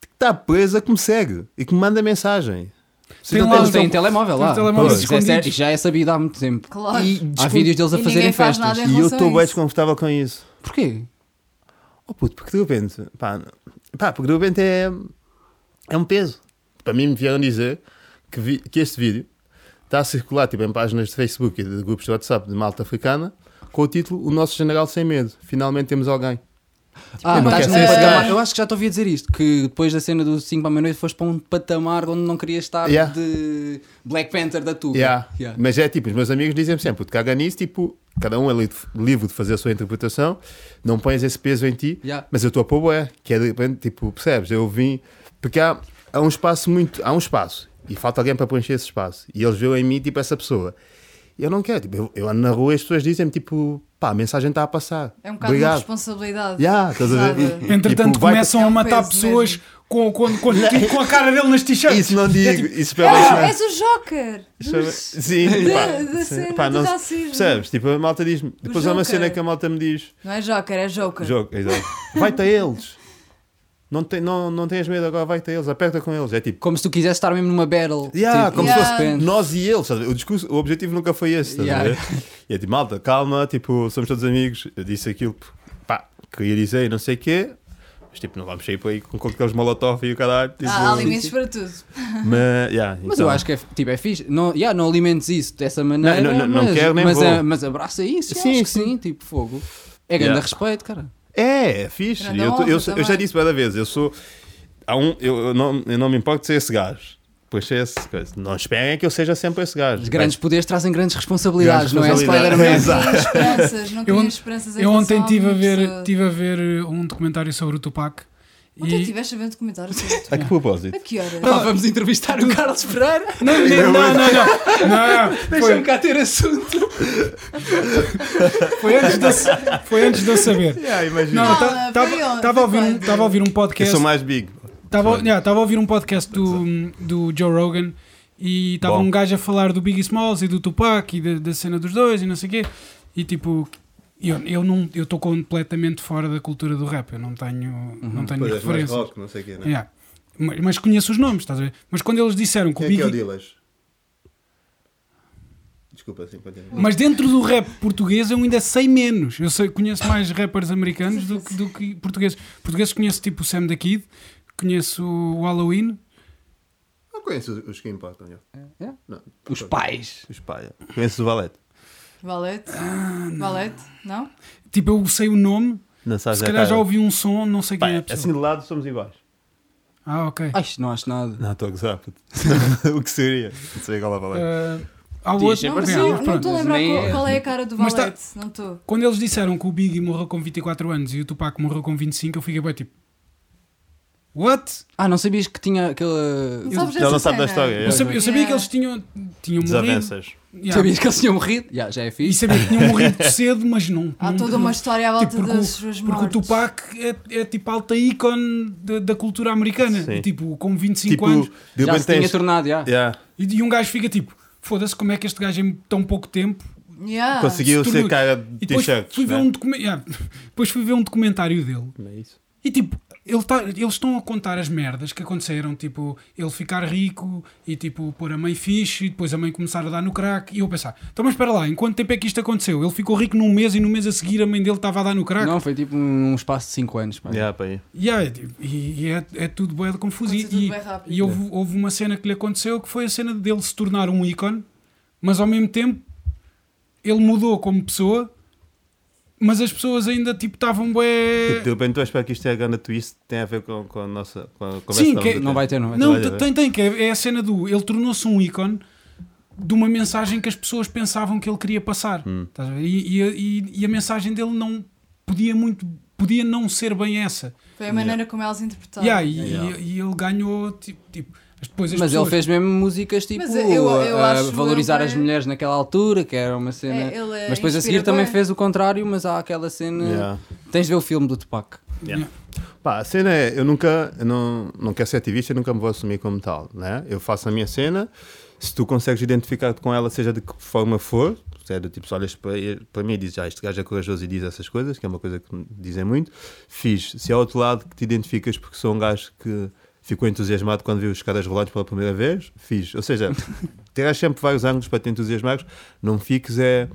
S3: que está presa que me segue e que me manda mensagem.
S4: Tem
S1: Eles
S4: lá os-
S1: têm um telemóvel
S4: tem
S1: lá.
S4: os telemóveis
S1: Pois, isso é
S4: escondidos.
S1: sério, já é sabido há muito tempo.
S2: Claro.
S1: E há
S3: desculpe-
S1: vídeos deles a
S2: E
S1: fazerem
S2: ninguém faz
S1: festas.
S2: nada em
S3: E eu
S2: relação
S3: estou
S2: a
S3: bem
S2: isso.
S3: desconfortável com isso.
S1: Porquê?
S3: Oh puto, porque de repente, pá, pá, porque de repente é, é um peso. Para mim me vieram dizer que, vi- que este vídeo está a circular tipo, em páginas de Facebook e de grupos de WhatsApp de malta africana com o título O Nosso General Sem Medo. Finalmente temos alguém.
S1: Ah,
S3: eu não
S1: estás
S3: quero
S1: num
S3: ser esse
S1: patamar.
S3: gajo.
S1: Eu acho que já te ouvi dizer isto: que depois da cena do 5 para a meia-noite foste para um patamar onde não querias estar
S3: Yeah.
S1: de Black Panther da tua.
S3: Yeah. Mas é tipo, os meus amigos dizem sempre, puto, caga nisso, tipo, cada um é li- livre de fazer a sua interpretação, não pões esse peso em ti,
S1: Yeah.
S3: mas eu estou a é pôr bué, que é de repente, tipo, percebes? Eu vim, porque há, há um espaço muito, há um espaço, e falta alguém para preencher esse espaço. E eles veem em mim, tipo, essa pessoa. E eu não quero, tipo, eu, eu ando na rua e as pessoas dizem-me, tipo, pá, a mensagem está a passar.
S2: É um bocado de
S3: Obrigado.
S2: responsabilidade.
S3: Yeah, estás a ver?
S2: Sabe?
S3: E- e,
S4: Entretanto,
S3: tipo, vai-
S4: começam
S2: É
S4: a
S2: um
S4: matar
S2: peso
S4: pessoas
S2: mesmo.
S4: com, com, com, tipo, com a cara dele nas t-shirts.
S3: Isso não digo, isso para
S2: Ah,
S3: baixar.
S2: és o Joker!
S3: Isso é- Sim,
S2: de-
S3: pá,
S2: da
S3: sim,
S2: cena
S3: pá,
S2: do
S3: não-
S2: racismo.
S3: Percebes? Tipo, a malta diz-me. Depois há uma
S2: Joker.
S3: cena que a malta me diz:
S2: Não é Joker, é Joker.
S3: jogo, exato. vai-te a eles. Não, te, não, não tens medo agora, vai-te a eles, aperta com eles. É tipo,
S1: Como se tu quisesse estar mesmo numa battle.
S3: Yeah,
S1: tipo,
S3: como
S1: de
S2: se fosse-
S1: repente.
S3: nós e eles, estás a ver? o, discurso, o objetivo nunca foi esse. estás a
S1: Yeah.
S3: ver? E é tipo, malta, calma, tipo, somos todos amigos. Eu disse aquilo, pá, queria dizer e não sei o quê, mas tipo, não vamos sair por aí com coquetelos molotov e o caralho. Tipo,
S2: Há, há limites para tudo.
S3: Mas, yeah,
S1: Mas
S3: então-
S1: eu acho que é, tipo, é fixe. Não, yeah, não alimentes isso dessa maneira.
S3: Não, não, não
S1: mas,
S3: quero nem
S1: mas,
S3: vou.
S1: a- mas abraça isso.
S3: Sim,
S1: Sim, acho que
S3: sim.
S1: sim. Tipo, fogo. É grande
S3: Yeah.
S1: respeito, cara.
S3: É, é fixe.
S2: Grande
S3: Eu, tô-
S2: honra
S3: eu, sou- eu já
S2: também.
S3: disse várias vezes, eu sou. Há um, eu, eu não, eu não me importo de ser esse gajo. Pois é esse. coisa. Não esperem que eu seja sempre esse gajo.
S1: Os grandes
S3: Mas-
S1: poderes trazem grandes responsabilidades,
S3: Grandes
S1: não é? Spider-Man.
S3: responsabilidades.
S2: Não tinha esperanças, não
S4: Eu
S2: tinha
S4: ont-
S2: esperanças em
S4: Eu ontem
S2: relação
S4: estive a,
S2: alguma
S4: ver,
S2: pessoa.
S4: tive a ver eh, um documentário sobre o Tupac.
S2: Ontem
S4: e- Ah.
S2: estiveste a ver um documentário sobre
S3: A que propósito?
S2: A que horas?
S1: Pá, vamos entrevistar o Carlos Pereira. um
S4: Não, não, não, não, não, não.
S1: Deixa-me
S2: um
S4: Foi,
S1: cá ter assunto.
S4: foi antes de, eu sa- foi antes de eu saber.
S3: Yeah, É, imagina.
S4: Não,
S2: Fala, foi ontem,
S4: estava a, ouvir um-
S2: quando?
S4: tava a ouvir um
S3: eu
S4: podcast.
S3: sou mais big.
S4: Estava a ouvir um podcast do, do Joe Rogan e estava
S3: Bom.
S4: um gajo a falar do Biggie Smalls e do Tupac e da, da cena dos dois e não sei o quê. E tipo, eu eu não eu estou completamente fora da cultura do rap. Eu não tenho, não tenho referência.
S3: é, não sei o quê, né?
S4: Yeah. Mas, mas conheço os nomes, estás a ver? Mas quando eles disseram
S3: é
S4: que o Biggie.
S3: Dillas? Desculpa, assim, continua.
S4: Mas dentro do rap português eu ainda sei menos. Eu sei, conheço mais rappers americanos do que, do que portugueses. Portugueses conheço tipo o Sam da Kid, conheço o Halloween.
S3: Não conheço os que importam.
S4: É?
S1: Yeah.
S3: Não.
S1: Os pais.
S3: Os pai. Conheço o Valete.
S2: Valete?
S4: Ah,
S2: Valete? Não?
S4: Tipo, eu sei o nome,
S3: Não sabes
S4: se
S3: Tá a
S4: calhar
S3: cara.
S4: já ouvi um som, não sei
S3: Pá,
S4: quem é a pessoa.
S3: assim de lado somos iguais.
S4: Ah, ok.
S1: Ai, não acho nada.
S3: Não, estou a gozar. puto. o que seria? Não sei é igual a Valete.
S4: Ah, há
S1: Tinha
S3: é
S4: outro.
S1: sempre
S4: Não, mas
S1: assim,
S4: sim,
S1: um
S2: Não
S4: mas
S2: não
S4: pronto.
S2: estou a lembrar
S1: Nem
S2: qual,
S1: é.
S2: qual é a cara do
S4: Mas tá-
S2: Valete. Não estou.
S4: Quando eles disseram que o Biggie morreu com 24 anos e o Tupac morreu com 25, eu fiquei bem tipo. What?
S1: Ah, não sabias que tinha aquele.
S2: Não sabes
S3: Ela não
S2: essa
S3: sabe da
S2: cena?
S3: história, é.
S4: Eu sabia, eu sabia
S2: Yeah.
S4: que eles tinham, tinham morrido.
S3: Desavenças.
S4: Yeah.
S1: Sabias que eles tinham morrido? Já, já é
S4: E
S1: fixe.
S4: sabia que tinham morrido cedo, mas não.
S2: Há
S4: não-
S2: toda uma história à volta
S4: Tipo, porque,
S2: das
S4: o,
S2: suas
S4: porque o
S2: mortes.
S4: Tupac é, é tipo alta ícone da, da cultura americana.
S3: Sim.
S4: E, tipo, com 25
S3: Tipo,
S4: anos.
S3: de
S1: já
S3: repente
S1: se tinha
S3: tens.
S1: tornado, já.
S3: Yeah.
S4: E, e um gajo fica tipo: foda-se, como é que este gajo em tão pouco tempo.
S2: Yeah.
S3: Conseguiu
S4: Ah, se
S3: ser
S4: tornou-
S3: cara
S4: E
S3: de
S4: depois
S3: t-shirts.
S4: fui, ver
S3: né?
S4: um documen- yeah, depois fui ver um documentário dele.
S3: É isso.
S4: E tipo, ele tá- eles estão a contar as merdas que aconteceram. Tipo, ele ficar rico e tipo, pôr a mãe fixe e depois a mãe começar a dar no crack. E eu a pensar: então, mas espera lá, em quanto tempo é que isto aconteceu? Ele ficou rico num mês e no mês a seguir a mãe dele estava a dar no crack.
S1: Não, foi tipo um espaço de 5 anos. pá.
S3: Yeah, pá, aí.
S4: Yeah, é tipo- e e é, é tudo bué de confuso. E,
S2: Acontece tudo
S4: e-
S2: bué rápido.
S4: e houve, houve uma cena que lhe aconteceu que foi a cena dele se tornar um ícone, mas ao mesmo tempo ele mudou como pessoa, mas as pessoas ainda tipo estavam bué...
S3: Tipo, De repente, tu espero que isto é a grande twist tem a ver com, com a nossa com a conversa.
S4: Sim,
S3: que
S4: que é-
S3: vamos
S1: Não
S3: ter.
S1: vai ter, não vai ter.
S4: Não,
S3: Olha,
S4: tem, tem, que é, é a cena do... Ele tornou-se um ícone de uma mensagem que as pessoas pensavam que ele queria passar. Estás a ver? E, e a- e- e a mensagem dele não podia muito... Podia não ser bem essa.
S2: Foi a maneira como elas interpretaram.
S4: Yeah, e,
S3: Yeah.
S4: e- e ele ganhou tipo... tipo as- depois as
S1: Mas
S4: pessoas...
S1: ele fez mesmo músicas tipo
S2: Mas eu- eu
S1: a- a
S2: acho
S1: valorizar
S2: ele
S1: as
S2: bem-
S1: mulheres naquela altura, que era uma cena.
S2: É, ele, é,
S1: mas depois a seguir
S2: inspira
S1: também
S2: bué.
S1: fez o contrário, mas há aquela cena.
S4: né?
S3: Yeah.
S1: Tens de ver o filme do Tupac.
S3: Yeah. Pá, a cena é, eu nunca, eu não, não quero ser ativista, eu nunca me vou assumir como tal, né? Eu faço a minha cena, se tu consegues identificar-te com ela, seja de que forma for, se é do tipo, se olhas para, para mim e dizes, ah, este gajo é corajoso e diz essas coisas, que é uma coisa que me dizem muito, fiz. Se é outro lado que te identificas porque sou um gajo que ficou entusiasmado quando viu os caras rolantes pela primeira vez, fiz. Ou seja, terás sempre vários ângulos para te entusiasmares, não fiques é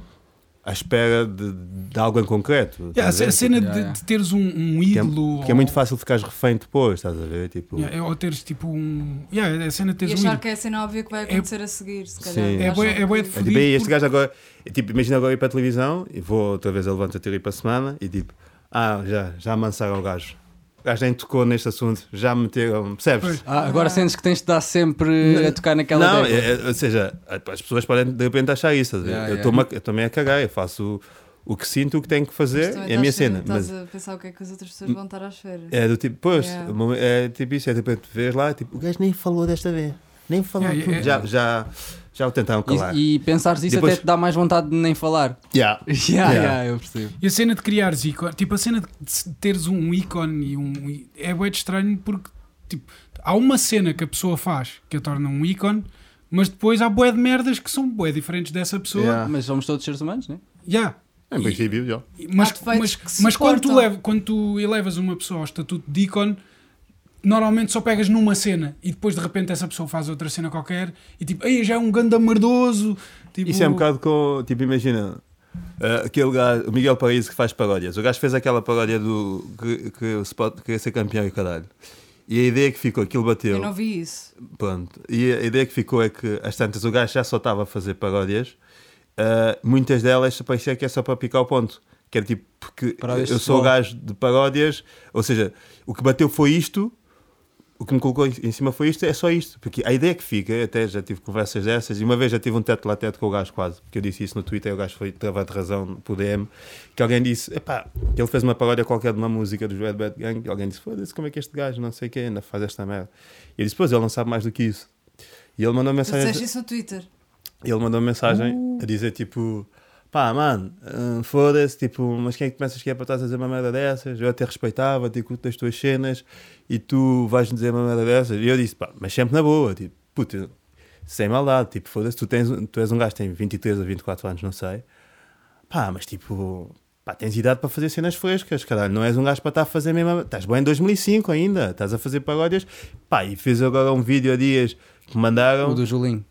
S3: à espera de, de algo em concreto.
S4: Yeah,
S3: estás a
S4: a
S3: ver?
S4: cena
S1: Yeah,
S4: de,
S1: yeah.
S4: de teres um, um
S3: Que é,
S4: ídolo.
S3: que é muito
S4: ou-
S3: fácil ficares refém depois, estás a ver? Tipo,
S4: Yeah, é- ou teres tipo um. Yeah, é a cena de
S2: E
S4: teres um
S2: achar
S4: ídolo.
S2: que é a cena óbvia que vai acontecer a seguir, se calhar.
S3: Sim.
S4: É
S2: Acham
S4: bué- é bué
S2: que-
S4: de
S3: é, tipo, "Ei, este
S4: Porque-
S3: gajo agora. é, tipo, imagina agora ir para a televisão e vou outra vez a levanta ter ir para a semana e tipo, ah, já, já amansaram o gajo. O gajo nem tocou neste assunto, já meteram, percebes?
S4: Pois.
S1: Ah, agora sentes que tens de dar sempre a tocar naquela
S3: não,
S1: tecla.
S3: é- é- ou seja, as pessoas podem de repente achar isso. estás a ver?
S1: Yeah,
S3: eu
S1: yeah.
S3: estou-me a- eu também a cagar, eu faço o, o que sinto, o que tenho que
S2: Mas
S3: fazer,
S2: também
S3: é a minha
S2: estás a-
S3: cena.
S2: Estás
S3: Mas
S2: a pensar o que é que as outras pessoas vão estar à espera.
S3: é do tipo, pois,
S2: Yeah.
S3: é tipo isso, é tipo, tu vês lá, tipo, o gajo nem falou desta vez. Nem falar.
S4: Yeah, yeah,
S3: já, já, já o tentaram calar.
S1: E, e pensares isso
S3: Depois-
S1: até te dá mais vontade de nem falar.
S3: Yeah.
S1: Yeah,
S3: Yeah.
S1: yeah, eu percebo.
S4: E a cena de criares ícone, tipo a cena de se- teres um ícone e um í- é bué de estranho porque tipo, há uma cena que a pessoa faz que a torna um ícone, mas depois há bué de merdas que são bué diferentes dessa pessoa.
S3: Yeah.
S1: Mas somos todos seres humanos, né?
S4: Yeah.
S3: É, Em princípio, já.
S4: E- Mas,
S2: Há defeitos
S4: mas,
S2: que se
S4: mas quando, tu
S2: cortam.
S4: leva- quando tu elevas uma pessoa ao estatuto de ícone, normalmente só pegas numa cena e depois de repente essa pessoa faz outra cena qualquer e tipo, ei, já é um ganda merdoso. Tipo,
S3: Isso é um bocado com. Tipo, imagina. ah, aquele gajo, o Miguel Paraíso que faz paródias. O gajo fez aquela paródia do. que, que o Sport queria ser campeão e o caralho. E a ideia que ficou, aquilo bateu.
S2: Eu não vi isso.
S3: Pronto. E a ideia que ficou é que, às tantas, o gajo já só estava a fazer paródias. Ah, muitas delas parecia que é só para picar o ponto. Que era tipo, porque
S1: Paródias de
S3: eu sou o
S1: futebol.
S3: gajo de paródias. Ou seja, o que bateu foi isto. O que me colocou em em cima foi isto, é só isto. Porque a ideia que fica, eu até já tive conversas dessas, e uma vez já tive um teto lá teto com o gajo quase, porque eu disse isso no Twitter, o gajo foi travado de razão por DM, que alguém disse, epá, que ele fez uma paródia qualquer de uma música do Red Bad Gang, e alguém disse, foda-se, como é que este gajo, não sei o quê, ainda faz esta merda. E eu disse, pois, ele não sabe mais do que isso. E ele mandou
S2: Tu
S3: mensagem
S2: disseste isso no Twitter.
S3: ele mandou uma mensagem a dizer tipo pá, mano, hum, foda-se, tipo, mas quem é que tu pensas que é para estar a dizer uma merda dessas? Eu até respeitava, te curto das tuas cenas e tu vais-me dizer uma merda dessas. E eu disse, pá, mas sempre na boa, tipo, puta, sem maldade, tipo, foda-se, tu, tens, tu és um gajo que tem 23 ou 24 anos, não sei, pá, mas tipo, pá, tens idade para fazer cenas frescas, caralho, não és um gajo para estar a fazer mesmo, estás bem em 2005 ainda, estás a fazer paródias, pá, e fiz agora um vídeo há dias que me mandaram,
S1: O do Julinho.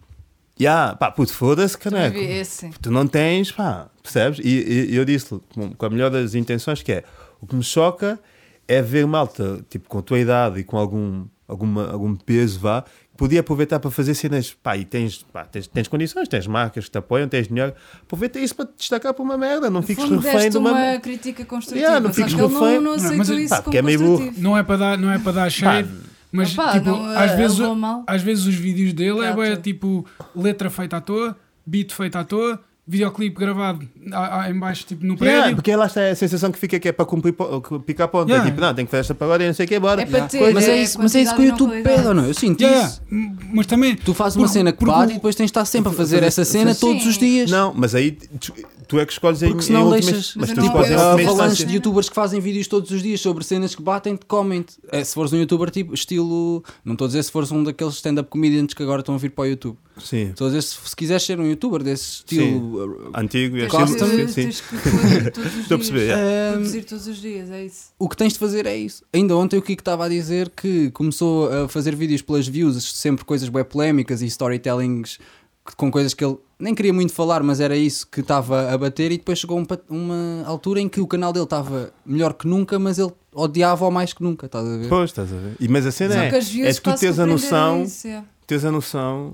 S3: Ya, pá, puto, foda-se,
S2: Eu
S3: caneco.
S2: vi esse. sim.
S3: Tu não tens, pá, percebes? E, e- e eu disse-lhe, com, com a melhor das intenções, que é o que me choca é ver malta, tipo, com a tua idade e com algum, alguma, algum peso, vá, que podia aproveitar para fazer cenas, pá, e tens, pá, tens, tens condições, tens marcas que te apoiam, tens dinheiro, aproveita isso para te destacar para uma merda, não
S2: No
S3: fiques
S2: fundo,
S3: refém de
S2: deste
S3: uma.
S2: uma crítica construtiva.
S3: Yeah, não
S2: só
S3: fiques
S2: que ele
S3: refém.
S2: não, não
S3: Não,
S2: aceitou
S4: mas-
S2: isso
S3: pá,
S2: como
S3: porque é meio burro.
S2: construtivo.
S4: Não é para dar, não é para dar shade, mas
S2: Opa,
S4: tipo,
S2: não,
S4: às
S2: eh,
S4: vezes,
S2: levou mal.
S4: às vezes os vídeos dele é,
S2: Exato.
S4: bué, tipo letra feita à toa, beat feito à toa, videoclipe gravado a- a- em baixo tipo no
S3: Yeah,
S4: prédio.
S3: porque lá está a sensação que fica que é para cumprir, po- picar ponta,
S4: Yeah.
S3: tipo, não, tenho que fazer esta pagode e não sei o que, bora.
S2: É para ter.
S1: Mas é, isso, mas é isso que o
S2: quantidade e
S1: YouTube
S2: não
S1: pede, ou
S2: qualidade.
S1: não? Eu sinto
S4: Yeah, yeah.
S1: isso.
S4: M- Mas também
S1: Tu fazes uma
S4: porque-
S1: cena que
S4: porque
S1: bate
S4: o-
S1: e depois tens de estar sempre a fazer
S3: fazer
S1: essa cena
S2: essa-
S1: todos os
S2: Sim.
S1: dias.
S3: Não, mas aí tu, tu é que escolhes em,
S1: Porque
S3: em
S1: senão
S3: última-
S1: deixas- tipo,
S3: Mas
S2: Mas
S3: tu
S2: não-
S3: escolhes em
S2: eu-
S1: Há
S3: última
S2: Mas
S1: avalanche
S3: instância.
S1: de youtubers que fazem vídeos todos os dias sobre cenas que batem, te comem-te. É, se fores um youtuber tipo, estilo. Não estou a dizer se fores um daqueles stand-up comedians que agora estão a vir para o YouTube.
S3: Sim.
S1: Estou a dizer se, se quiseres ser um youtuber desse estilo. uh,
S3: Antigo e
S2: Tens
S1: Custom.
S3: aquilo-
S2: que-
S3: Sim, sim.
S2: tens que produzir todos os
S3: Estou a perceber,
S2: dias.
S3: yeah.
S1: um,
S2: Produzir todos os dias, é isso.
S1: o que tens de fazer é isso. Ainda ontem o Kiko estava a dizer que começou a fazer vídeos pelas views, sempre coisas bem polémicas e storytellings que- com coisas que ele nem queria muito falar, mas era isso que estava a bater. E depois chegou um pa- uma altura em que o canal dele estava melhor que nunca, mas ele odiava-o mais que nunca, estás a ver?
S3: Pois, estás a ver? E, mas a cena
S2: Só
S3: é,
S2: que as views
S3: é tu
S2: quase
S3: teres a
S2: compreenderam
S3: noção,
S2: isso, é.
S3: teres a noção,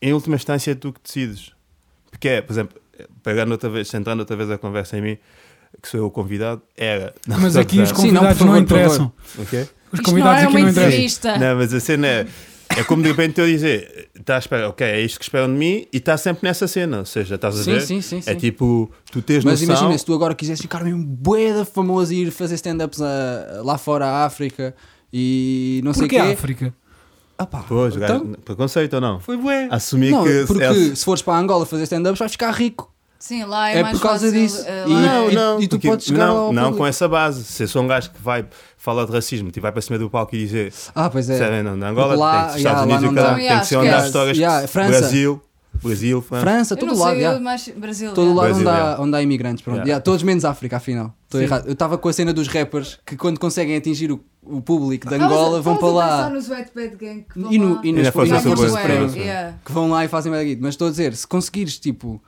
S3: em última instância é tu que decides. Porque é, por exemplo, pegando outra vez, centrando outra vez a conversa em mim, que sou eu o convidado, era. Não,
S4: Mas
S3: estou a
S4: aqui os
S3: gozar.
S1: Sim, não,
S4: convidados
S1: por
S4: não,
S1: favor, por
S4: interessam.
S3: Ok?
S4: Os
S2: Isto não
S4: convidados
S2: é
S4: aqui
S2: uma
S4: não interessam.
S2: entrevista.
S3: Não, mas a cena é. É como de repente eu dizer, tá à espera, ok, é isto que esperam de mim e está sempre nessa cena, ou seja, estás a
S1: Sim,
S3: ver?
S1: sim, sim,
S3: É
S1: sim.
S3: tipo, tu tens
S1: Mas
S3: noção.
S1: imagina, se tu agora quiseres ficar mesmo boeda famoso e ir fazer stand-ups a- lá fora à África e não sei o
S4: Porquê
S1: quê.
S4: a África?
S1: Ah pá,
S3: Pois, o gajo-
S1: então-
S3: preconceito ou não?
S4: Foi bué.
S3: Assumir
S1: Não,
S3: que.
S1: porque
S3: é-
S1: se fores para Angola fazer stand-ups vais ficar rico.
S2: Sim, lá é,
S1: É
S2: mais
S1: por causa
S2: fácil,
S1: disso.
S2: eh,
S1: E-
S2: lá
S3: Não,
S2: é-
S3: não,
S1: e tu
S3: porque-
S1: podes chegar
S3: não,
S1: ao
S3: não
S1: público.
S3: com essa base. Se eu sou um gajo que vai falar de racismo, tipo, vai para cima do palco e dizer,
S1: Ah, pois é.
S3: sabem, não, na Angola,
S1: Lá,
S3: tem, Estados
S1: yeah, lá
S3: Unidos e o
S1: não dá.
S3: caralho,
S2: Então,
S3: tem que ser onde
S2: yeah,
S3: há histórias,
S1: yeah, França.
S3: Brasil, Brasil, França.
S1: França,
S2: Eu
S1: todo
S2: não
S1: lado,
S2: sei,
S1: já.
S2: eu mais Brasil.
S1: Todo
S2: já.
S1: lado
S3: Brasil,
S1: onde, há,
S3: yeah.
S1: onde há imigrantes, pronto.
S3: Yeah.
S1: Yeah, todos menos África, afinal. Estou
S3: Sim.
S1: errado. Eu estava com a cena dos rappers que quando conseguem atingir o, o público de
S2: Estavas a-
S1: Angola vão para
S2: estavas a Ah, pensar
S1: lá.
S2: nos White Bad Gang que vão
S1: E, no,
S2: lá. É,
S1: e
S3: E na
S1: nas
S3: Força
S1: na Força
S3: Suprema.
S1: Suprema.
S2: Yeah.
S1: Que vão lá e fazem bad guide. Mas estou a dizer, se conseguires, tipo,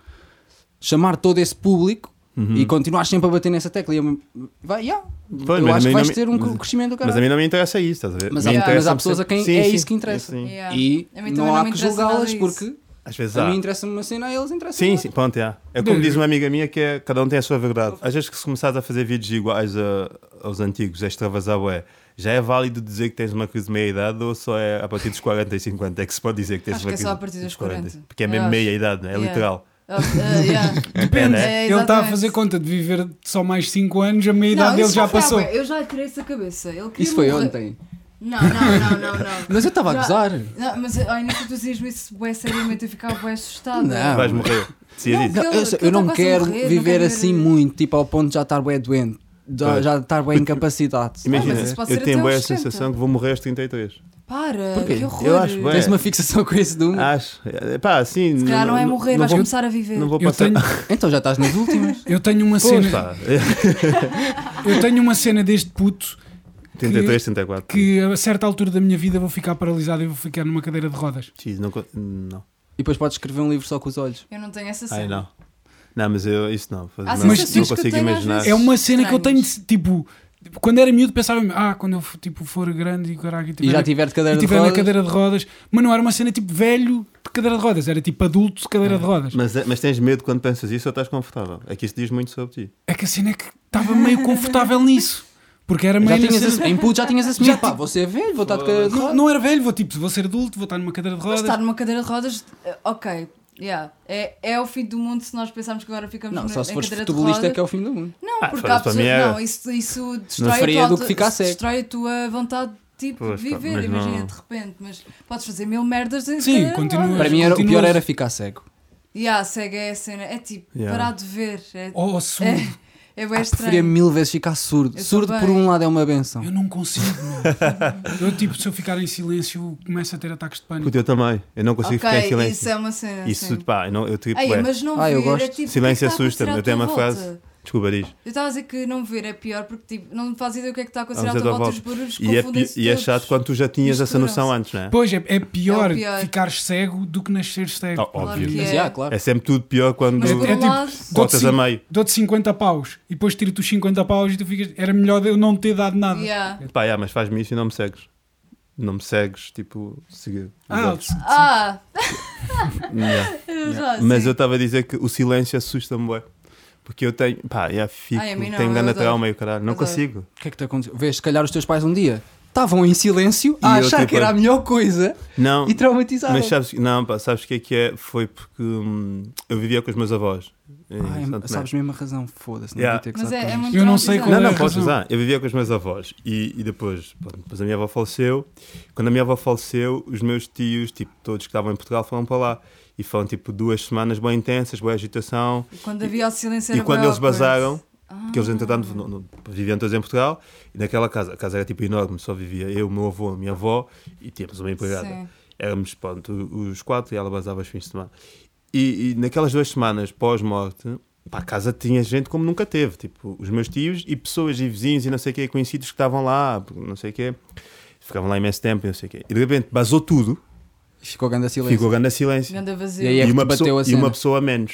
S1: chamar todo esse público
S3: Uhum.
S1: e continuares sempre a bater nessa tecla, e eu- vai, yeah.
S3: Pois,
S1: eu
S3: mas a
S1: acho
S3: mim
S1: que
S3: não
S1: vais
S3: me-
S1: ter um
S3: mas-
S1: crescimento do
S3: Mas a mim
S1: caralho.
S3: não me interessa isso, estás a ver?
S1: Mas
S3: Me
S1: há- mas há
S3: interessa-me
S1: pessoas a quem
S3: sempre-
S1: é
S3: Sim,
S1: isso
S3: sim,
S1: que interessa.
S3: sim.
S2: Yeah.
S1: E
S2: A mim também
S1: não
S2: não
S1: há
S2: me
S1: que
S2: interessa
S1: julgá-las
S2: nada isso.
S1: porque
S3: Às vezes
S1: a
S3: há.
S1: mim interessa-me uma cena, a eles interessa
S3: Sim, sim, pronto, é. É como
S4: Deve-
S3: diz uma amiga minha que é cada um tem a sua verdade. Às vezes que se começares a fazer vídeos iguais a- aos antigos, a extravasar, ué, já é válido dizer que tens uma crise de meia-idade ou só é a partir dos 40 e 50 é que se pode dizer que tens
S2: Acho
S3: uma
S2: que é
S3: crise
S2: só a partir dos 40.
S3: Porque é
S2: Eu
S3: mesmo
S2: acho.
S3: meia-idade, não é? É
S2: Yeah.
S3: literal. né?
S2: Oh, eh, yeah.
S4: Depende.
S2: É,
S4: ele está a
S2: exatamente.
S4: fazer conta de viver só mais 5 anos, a meia idade
S2: Não,
S4: dele
S2: isso
S4: já
S2: foi,
S4: passou.
S2: ué, Eu já tirei isso da cabeça. Ele queria
S1: Isso foi
S2: morrer.
S1: ontem.
S2: Não, não, não, não, não.
S1: Mas eu estava a
S2: Já-
S1: gozar.
S2: Não, mas ao início tu dizias isso bué seriamente, eu ficava bué assustada.
S1: Não.
S3: Vais morrer. Decias
S2: Não,
S3: isso.
S1: Não,
S2: Aquele-
S1: eu, sei-
S2: aquele
S1: eu não
S2: negócio de
S1: quero
S2: morrer, não
S1: viver
S2: quero
S1: assim
S2: viver-
S1: muito, tipo ao ponto de já estar bem doente, de-
S3: Pois.
S1: já estar bem incapacitado.
S3: Imagina,
S2: mas isso pode
S3: eu
S2: ser
S3: tenho
S2: até
S3: bem a
S2: aos 60.
S3: sensação que vou morrer aos 33.
S2: Para,
S1: Porquê?
S2: que horror.
S3: Eu acho bué.
S1: Tens uma fixação com esse número?
S3: Acho. Pá, assim.
S2: Hum. Se calhar não, é morrer, vais
S3: vou,
S2: começar a viver.
S3: Não vou
S4: Eu
S3: passar.
S4: tenho,
S1: Então já estás nas últimas.
S4: eu tenho uma
S3: Pois,
S4: cena.
S1: tá.
S3: pá. é,
S4: Eu tenho uma cena deste puto
S3: 33, 34.
S4: que a certa altura da minha vida vou ficar paralisado e vou ficar numa cadeira de rodas.
S3: Jeez, não. co- Não.
S1: E depois podes escrever um livro só com os olhos.
S2: Eu não tenho essa
S3: Ai,
S2: cena.
S3: não. Não, mas eu, isso não.
S2: Há
S3: não,
S4: sensações
S3: não
S2: que eu tenho
S3: consigo
S2: às
S3: imaginar.
S2: vezes.
S4: É uma cena que eu tenho,
S2: Estranhas.
S4: tipo, quando era miúdo pensava ah, quando eu for, tipo, for grande e caralho,
S1: E já tiver de
S4: e
S1: cadeira de
S4: tiver na
S1: rodas.
S4: cadeira de rodas, mas não era uma cena tipo velho de cadeira de rodas, era tipo adulto de
S1: É.
S4: cadeira de rodas.
S3: Mas, mas tens medo quando pensas isso ou estás confortável? É que isso diz muito sobre ti.
S4: É que a cena é que estava meio confortável nisso, porque era
S1: Já
S4: meio.
S1: tinhas
S4: nessa-
S1: esse, em puto já tinhas esse
S4: assim. Já
S1: medo. Pá,
S4: ti-
S1: vou ser velho, vou estar de cadeira de
S4: Não,
S1: rodas.
S4: não era velho, vou tipo, vou ser adulto, vou estar numa cadeira de
S2: Mas tá
S4: rodas.
S2: estar numa cadeira de rodas, eh, ok. Yeah. É, é o fim do mundo se nós pensarmos que agora ficamos
S1: Não,
S2: na,
S1: só se
S2: na
S1: fores
S2: cadeira
S1: futebolista
S2: de rodas.
S1: que é o fim do mundo.
S2: Não,
S3: Ah,
S2: porque
S3: foda-se,
S2: há
S3: para
S2: pessoas.
S3: mim é-
S2: Não, isso, isso destrói,
S1: faria
S2: a tua,
S1: do que ficar
S2: auto-
S1: cego.
S2: destrói a tua vontade tipo,
S3: Pois,
S2: de
S3: pá,
S2: viver,
S3: mas
S2: imagina,
S3: não-
S2: de repente. Mas podes fazer mil merdas em
S4: Sim,
S2: cadeira de
S4: continua.
S2: rodas.
S1: Para mim era, o
S4: Continuas.
S1: pior era ficar cego.
S2: Yeah, cega é a cena. É tipo,
S3: Yeah. Ah,
S2: parar de ver. É,
S4: Oh, surdo.
S2: é, é bem
S1: Preferia
S2: estranho.
S1: mil vezes ficar surdo.
S2: Eu
S1: Surdo por
S2: também.
S1: um lado é uma benção.
S4: Eu não consigo, meu. Eu, tipo, se eu ficar em silêncio, começo a ter ataques de pânico.
S3: Puta, eu também. Eu não consigo ficar em
S2: Ok,
S3: silêncio.
S2: isso é uma cena.
S3: Isso,
S2: sim.
S3: pá, eu, não, eu tipo, tripo.
S2: Ai,
S3: bué.
S2: mas não
S1: Ah,
S2: ver,
S1: eu gosto.
S2: é tipo,
S3: Silêncio
S2: o que é que está a
S3: assusta-me. Eu
S2: acontecer à
S3: tenho uma
S2: tua
S3: frase.
S2: volta?
S3: Desculpa, diz.
S2: Eu estava a dizer que não ver é pior porque tipo, não faz ideia o que é que está a acontecer à
S3: Vamos
S2: tua
S3: à tua
S2: volta, os
S3: volta.
S2: barulhos
S3: E é, pi-
S2: confundem-se
S3: e é
S2: todos.
S3: chato quando tu já tinhas essa noção antes, não é?
S4: Pois, é, é pior
S2: É o pior.
S4: ficar cego do que nascer cego.
S3: Tá,
S4: pá.
S3: óbvio.
S2: que
S1: Mas
S2: é.
S1: já, claro.
S3: É sempre tudo pior quando
S2: Mas por
S4: é
S2: um
S4: tipo-
S2: lado,
S3: cortas a meio.
S4: Dou-te 50 paus e depois tiro-te os 50 paus e tu ficas. Era melhor eu não ter dado nada.
S2: yeah.
S3: Pá, yeah, mas faz-me isso e não me segues. Não me segues, tipo, seguir.
S4: Ah,
S3: Exato.
S2: Ah,
S3: Yeah.
S2: eu já
S3: Mas
S2: sei.
S3: eu estava a dizer que o silêncio assusta-me, bué. Porque eu tenho, pá, yeah, fico,
S2: Ai, a mim não,
S3: tenho
S2: eu
S3: grande
S2: adoro.
S3: trauma e o caralho. Não
S2: Adoro.
S3: consigo.
S1: O que é que te aconteceu? Vês, se calhar os teus pais um dia estavam em silêncio a
S3: E eu,
S1: achar
S3: tipo,
S1: que era a melhor coisa
S3: Não,
S1: e traumatizaram.
S3: mas sabes, não, pá, sabes o que é que é? Foi porque hum, eu vivia com os meus avós. É em
S1: Ai,
S3: Santo Tomé.
S1: sabes mesmo a razão, foda-se, não
S3: Yeah.
S1: devia ter que
S2: Mas é, é muito
S4: Eu não sei
S2: traumatizante.
S4: qual
S3: Não,
S4: é a
S3: não, posso
S4: razão.
S3: usar. Eu vivia com os meus avós e, e depois, pronto, depois a minha avó faleceu. Quando a minha avó faleceu, os meus tios, tipo, todos que estavam em Portugal foram para lá. E foram, tipo, duas semanas bem intensas, boa agitação.
S2: Quando havia o silêncio
S3: e
S2: era
S3: quando
S2: bué
S3: eles
S2: awkward.
S3: basaram,
S2: Ah.
S3: porque eles, entretanto, não- não- viviam todos em Portugal, e naquela casa, a casa era, tipo, enorme, só vivia eu, o meu avô, a minha avó, e tínhamos uma empregada
S2: Sim.
S3: éramos pronto, os quatro e ela basava os fins de semana. E, e naquelas duas semanas pós-morte, pá, a casa tinha gente como nunca teve, tipo, os meus tios e pessoas e vizinhos e não sei o quê, conhecidos que estavam lá, não sei o quê, ficavam lá imenso tempo e não sei o quê. E de repente basou tudo,
S1: Ficou grande silêncio.
S3: ficou grande silêncio.
S2: Ganda vazio.
S1: E aí é- que
S3: e, uma
S1: te bateu
S3: pessoa,
S1: a
S3: e uma
S1: cena.
S3: pessoa a menos.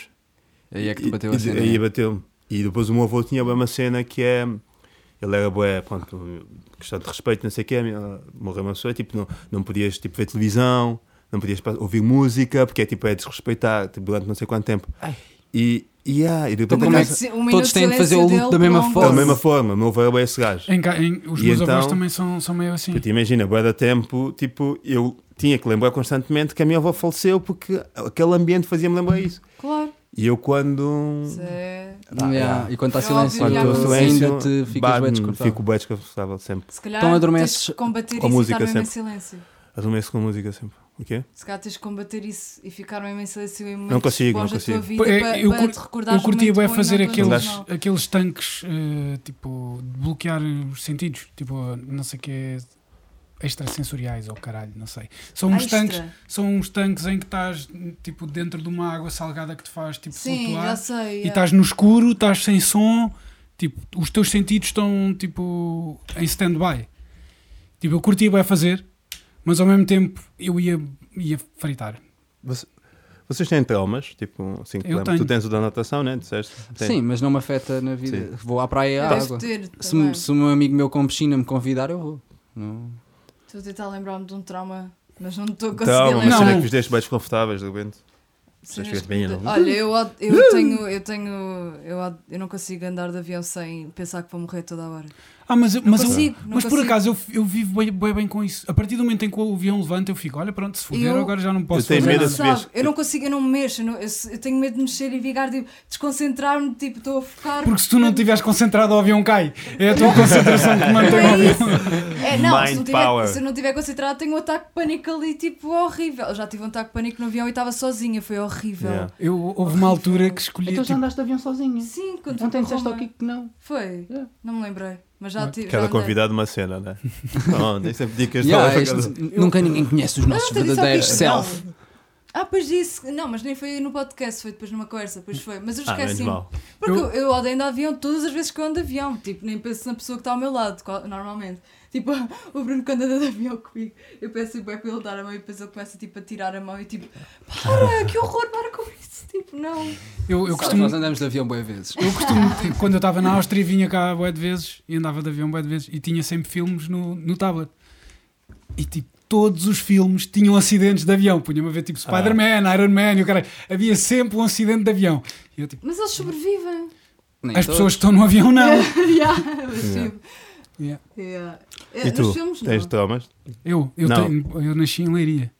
S1: Aí é que te bateu
S3: E-
S1: a cena.
S3: E, aí bateu-me. E depois o meu avô tinha uma cena que é. Ele era boé, pronto, questão de respeito, não sei o quê, minha- morreu uma pessoa, tipo, não, não podias tipo, ver televisão, não podias pa- ouvir música, porque é tipo, é desrespeitar tipo, durante não sei quanto tempo.
S1: Ai.
S3: E, e, ah, e
S1: Então
S3: depois a
S1: como é
S3: casa-
S1: que-
S2: Um minuto
S1: todos
S2: de
S1: têm de fazer
S2: silêncio
S1: o luto
S2: dele
S1: da mesma
S2: prolongou-se.
S1: forma.
S3: da mesma forma, o meu avô era bué esse gajo.
S4: Em ca- em- os
S3: E
S4: meus avós
S3: então-
S4: também são, são meio assim.
S3: Puta, imagina, boa da tempo, tipo, eu tinha que lembrar constantemente que a minha avó faleceu porque aquele ambiente fazia-me lembrar isso.
S4: é-
S2: Claro.
S3: E eu quando.
S2: Isso é-
S1: Ah, yeah. E quando está
S2: É
S1: silêncio,
S2: óbvio,
S3: Quando
S2: já.
S3: estou
S1: ainda
S3: no silêncio,
S1: te ficas
S3: bate-me,
S1: bem desconfortável.
S3: Fico bem desconfortável sempre.
S2: Se calhar
S1: Então adormeces
S2: tens de combater
S3: com
S2: isso
S3: música
S2: e estar mesmo em
S3: sempre.
S2: silêncio.
S3: Adormeço com música sempre. O quê?
S2: Se calhar tens de combater isso e ficar mesmo em silêncio em
S3: Não consigo, não
S2: momentos bons da tua
S3: consigo.
S2: vida
S4: É,
S2: para,
S4: eu
S2: para
S4: cur-
S2: te recordar
S4: Eu curtia bem fazer aqueles,
S3: Não
S4: aqueles tanques, eh, tipo, de bloquear os sentidos, tipo, não sei o que é, extrasensoriais ou caralho, não sei. São uns tanques, são uns tanques em que estás, tipo, dentro de uma água salgada que te faz, tipo,
S2: Sim, já
S4: flutuar.
S2: sei. é.
S4: E estás no escuro, estás sem som, tipo, os teus sentidos estão, tipo, em stand-by. Tipo, eu curtia bem fazer, mas ao mesmo tempo eu ia, ia fritar.
S3: Você- Vocês têm traumas? Tipo, assim que
S4: Eu
S3: lembro.
S4: tenho.
S3: Tu tens o da natação, né? Disseste? Tem.
S1: Sim, mas não me afeta na vida. Vou à praia e
S2: Eu
S1: à
S2: devo
S1: água.
S2: ter
S1: Se, me-
S2: também.
S1: se um amigo meu com piscina me convidar, eu vou. Não.
S2: Estou a tentar lembrar-me de um trauma, mas não estou a conseguir
S3: Trauma, mas
S2: lembrar.
S3: será
S4: Não.
S3: que vos deixo bem desconfortáveis de repente?
S2: cenas
S3: chegas
S2: que
S3: bem, Uh!
S2: me de-
S3: não?
S2: Olha, eu, od- eu tenho, eu tenho, eu, od- eu não consigo andar de avião sem pensar que vou morrer toda a hora.
S4: Ah, mas, mas, eu-
S2: consigo, não
S4: mas por
S2: consigo.
S4: aviso eu, eu vivo bem, bem, bem com isso. A partir do momento em que o avião levanta, eu fico, olha, pronto, se foder,
S2: Eu-
S4: agora já não posso
S3: tenho
S4: fazer
S3: medo
S2: Não
S3: de-
S4: nada.
S2: sabe,
S3: vez.
S2: eu não consigo, eu não me mexo, eu, não- eu se- eu tenho medo de mexer e vigar, tipo, desconcentrar-me, tipo, estou a focar.
S4: Porque se tu não estiveres concentrado, o avião cai. É a tua concentração que
S2: Não
S4: mantém o
S2: é
S4: avião.
S2: isso. É, não, se
S3: Mind
S2: não, tiver,
S3: power.
S2: se eu não tiver concentrado, tenho um ataque de pânico ali, tipo, horrível. Eu já tive um ataque de pânico no avião e estava sozinha, foi horrível.
S3: Yeah.
S4: Eu, houve uma altura que escolhi.
S1: Então já
S4: tipo,
S1: andaste de avião sozinha.
S2: Sim, é? quando fui
S1: Ontem
S2: para
S1: disseste ao
S2: Roma.
S1: Kiko que não.
S2: Foi,
S1: Yeah.
S2: não me lembrei. Mas já tive.
S3: é? Cada
S2: já andei.
S3: convidado uma cena, né? Não, nem sempre dicas
S1: Yeah,
S3: yeah,
S1: isto- Nunca ninguém conhece os
S2: Ah,
S1: nossos
S2: ontem disse ao
S1: verdadeiros
S2: Kiko,
S1: self.
S2: não. Ah, pois disse. Não, mas nem foi no podcast, foi depois numa conversa, pois foi. Mas eu
S3: Ah, menos
S1: assim.
S2: esqueci.
S3: mal.
S2: Porque
S4: Eu-
S2: eu, eu odeio andar de avião todas as vezes que eu ando de avião. Tipo, nem penso na pessoa que está ao meu lado, qual- normalmente. Tipo, o Bruno quando anda de avião comigo, eu peço tipo, é para ele dar a mão e depois ele começa tipo, a tirar a mão e tipo, para, que horror, para com isso. Tipo, não.
S4: eu, eu
S1: Sabes,
S4: costumo.
S1: Nós andamos de avião boas vezes.
S4: Eu costumo, Tipo, quando eu estava na Áustria, vinha cá bué de vezes e andava de avião bué de vezes e tinha sempre filmes no, no tablet. E tipo, todos os filmes tinham acidentes de avião. Punha-me a ver tipo Spider-Man,
S1: Ah.
S4: Iron Man e o cara. Havia sempre um acidente de avião. E eu tipo,
S2: Mas eles sobrevivem.
S1: Nem todos.
S4: as pessoas que estão no avião não.
S2: yeah, mas,
S3: Yeah.
S2: tipo,
S4: Yeah.
S2: yeah. É,
S1: Eh,
S3: E
S2: nos
S3: tu?
S2: filmes, não.
S3: Tens traumas?
S4: Eu, eu,
S3: Não.
S4: tenho- eu nasci em Leiria.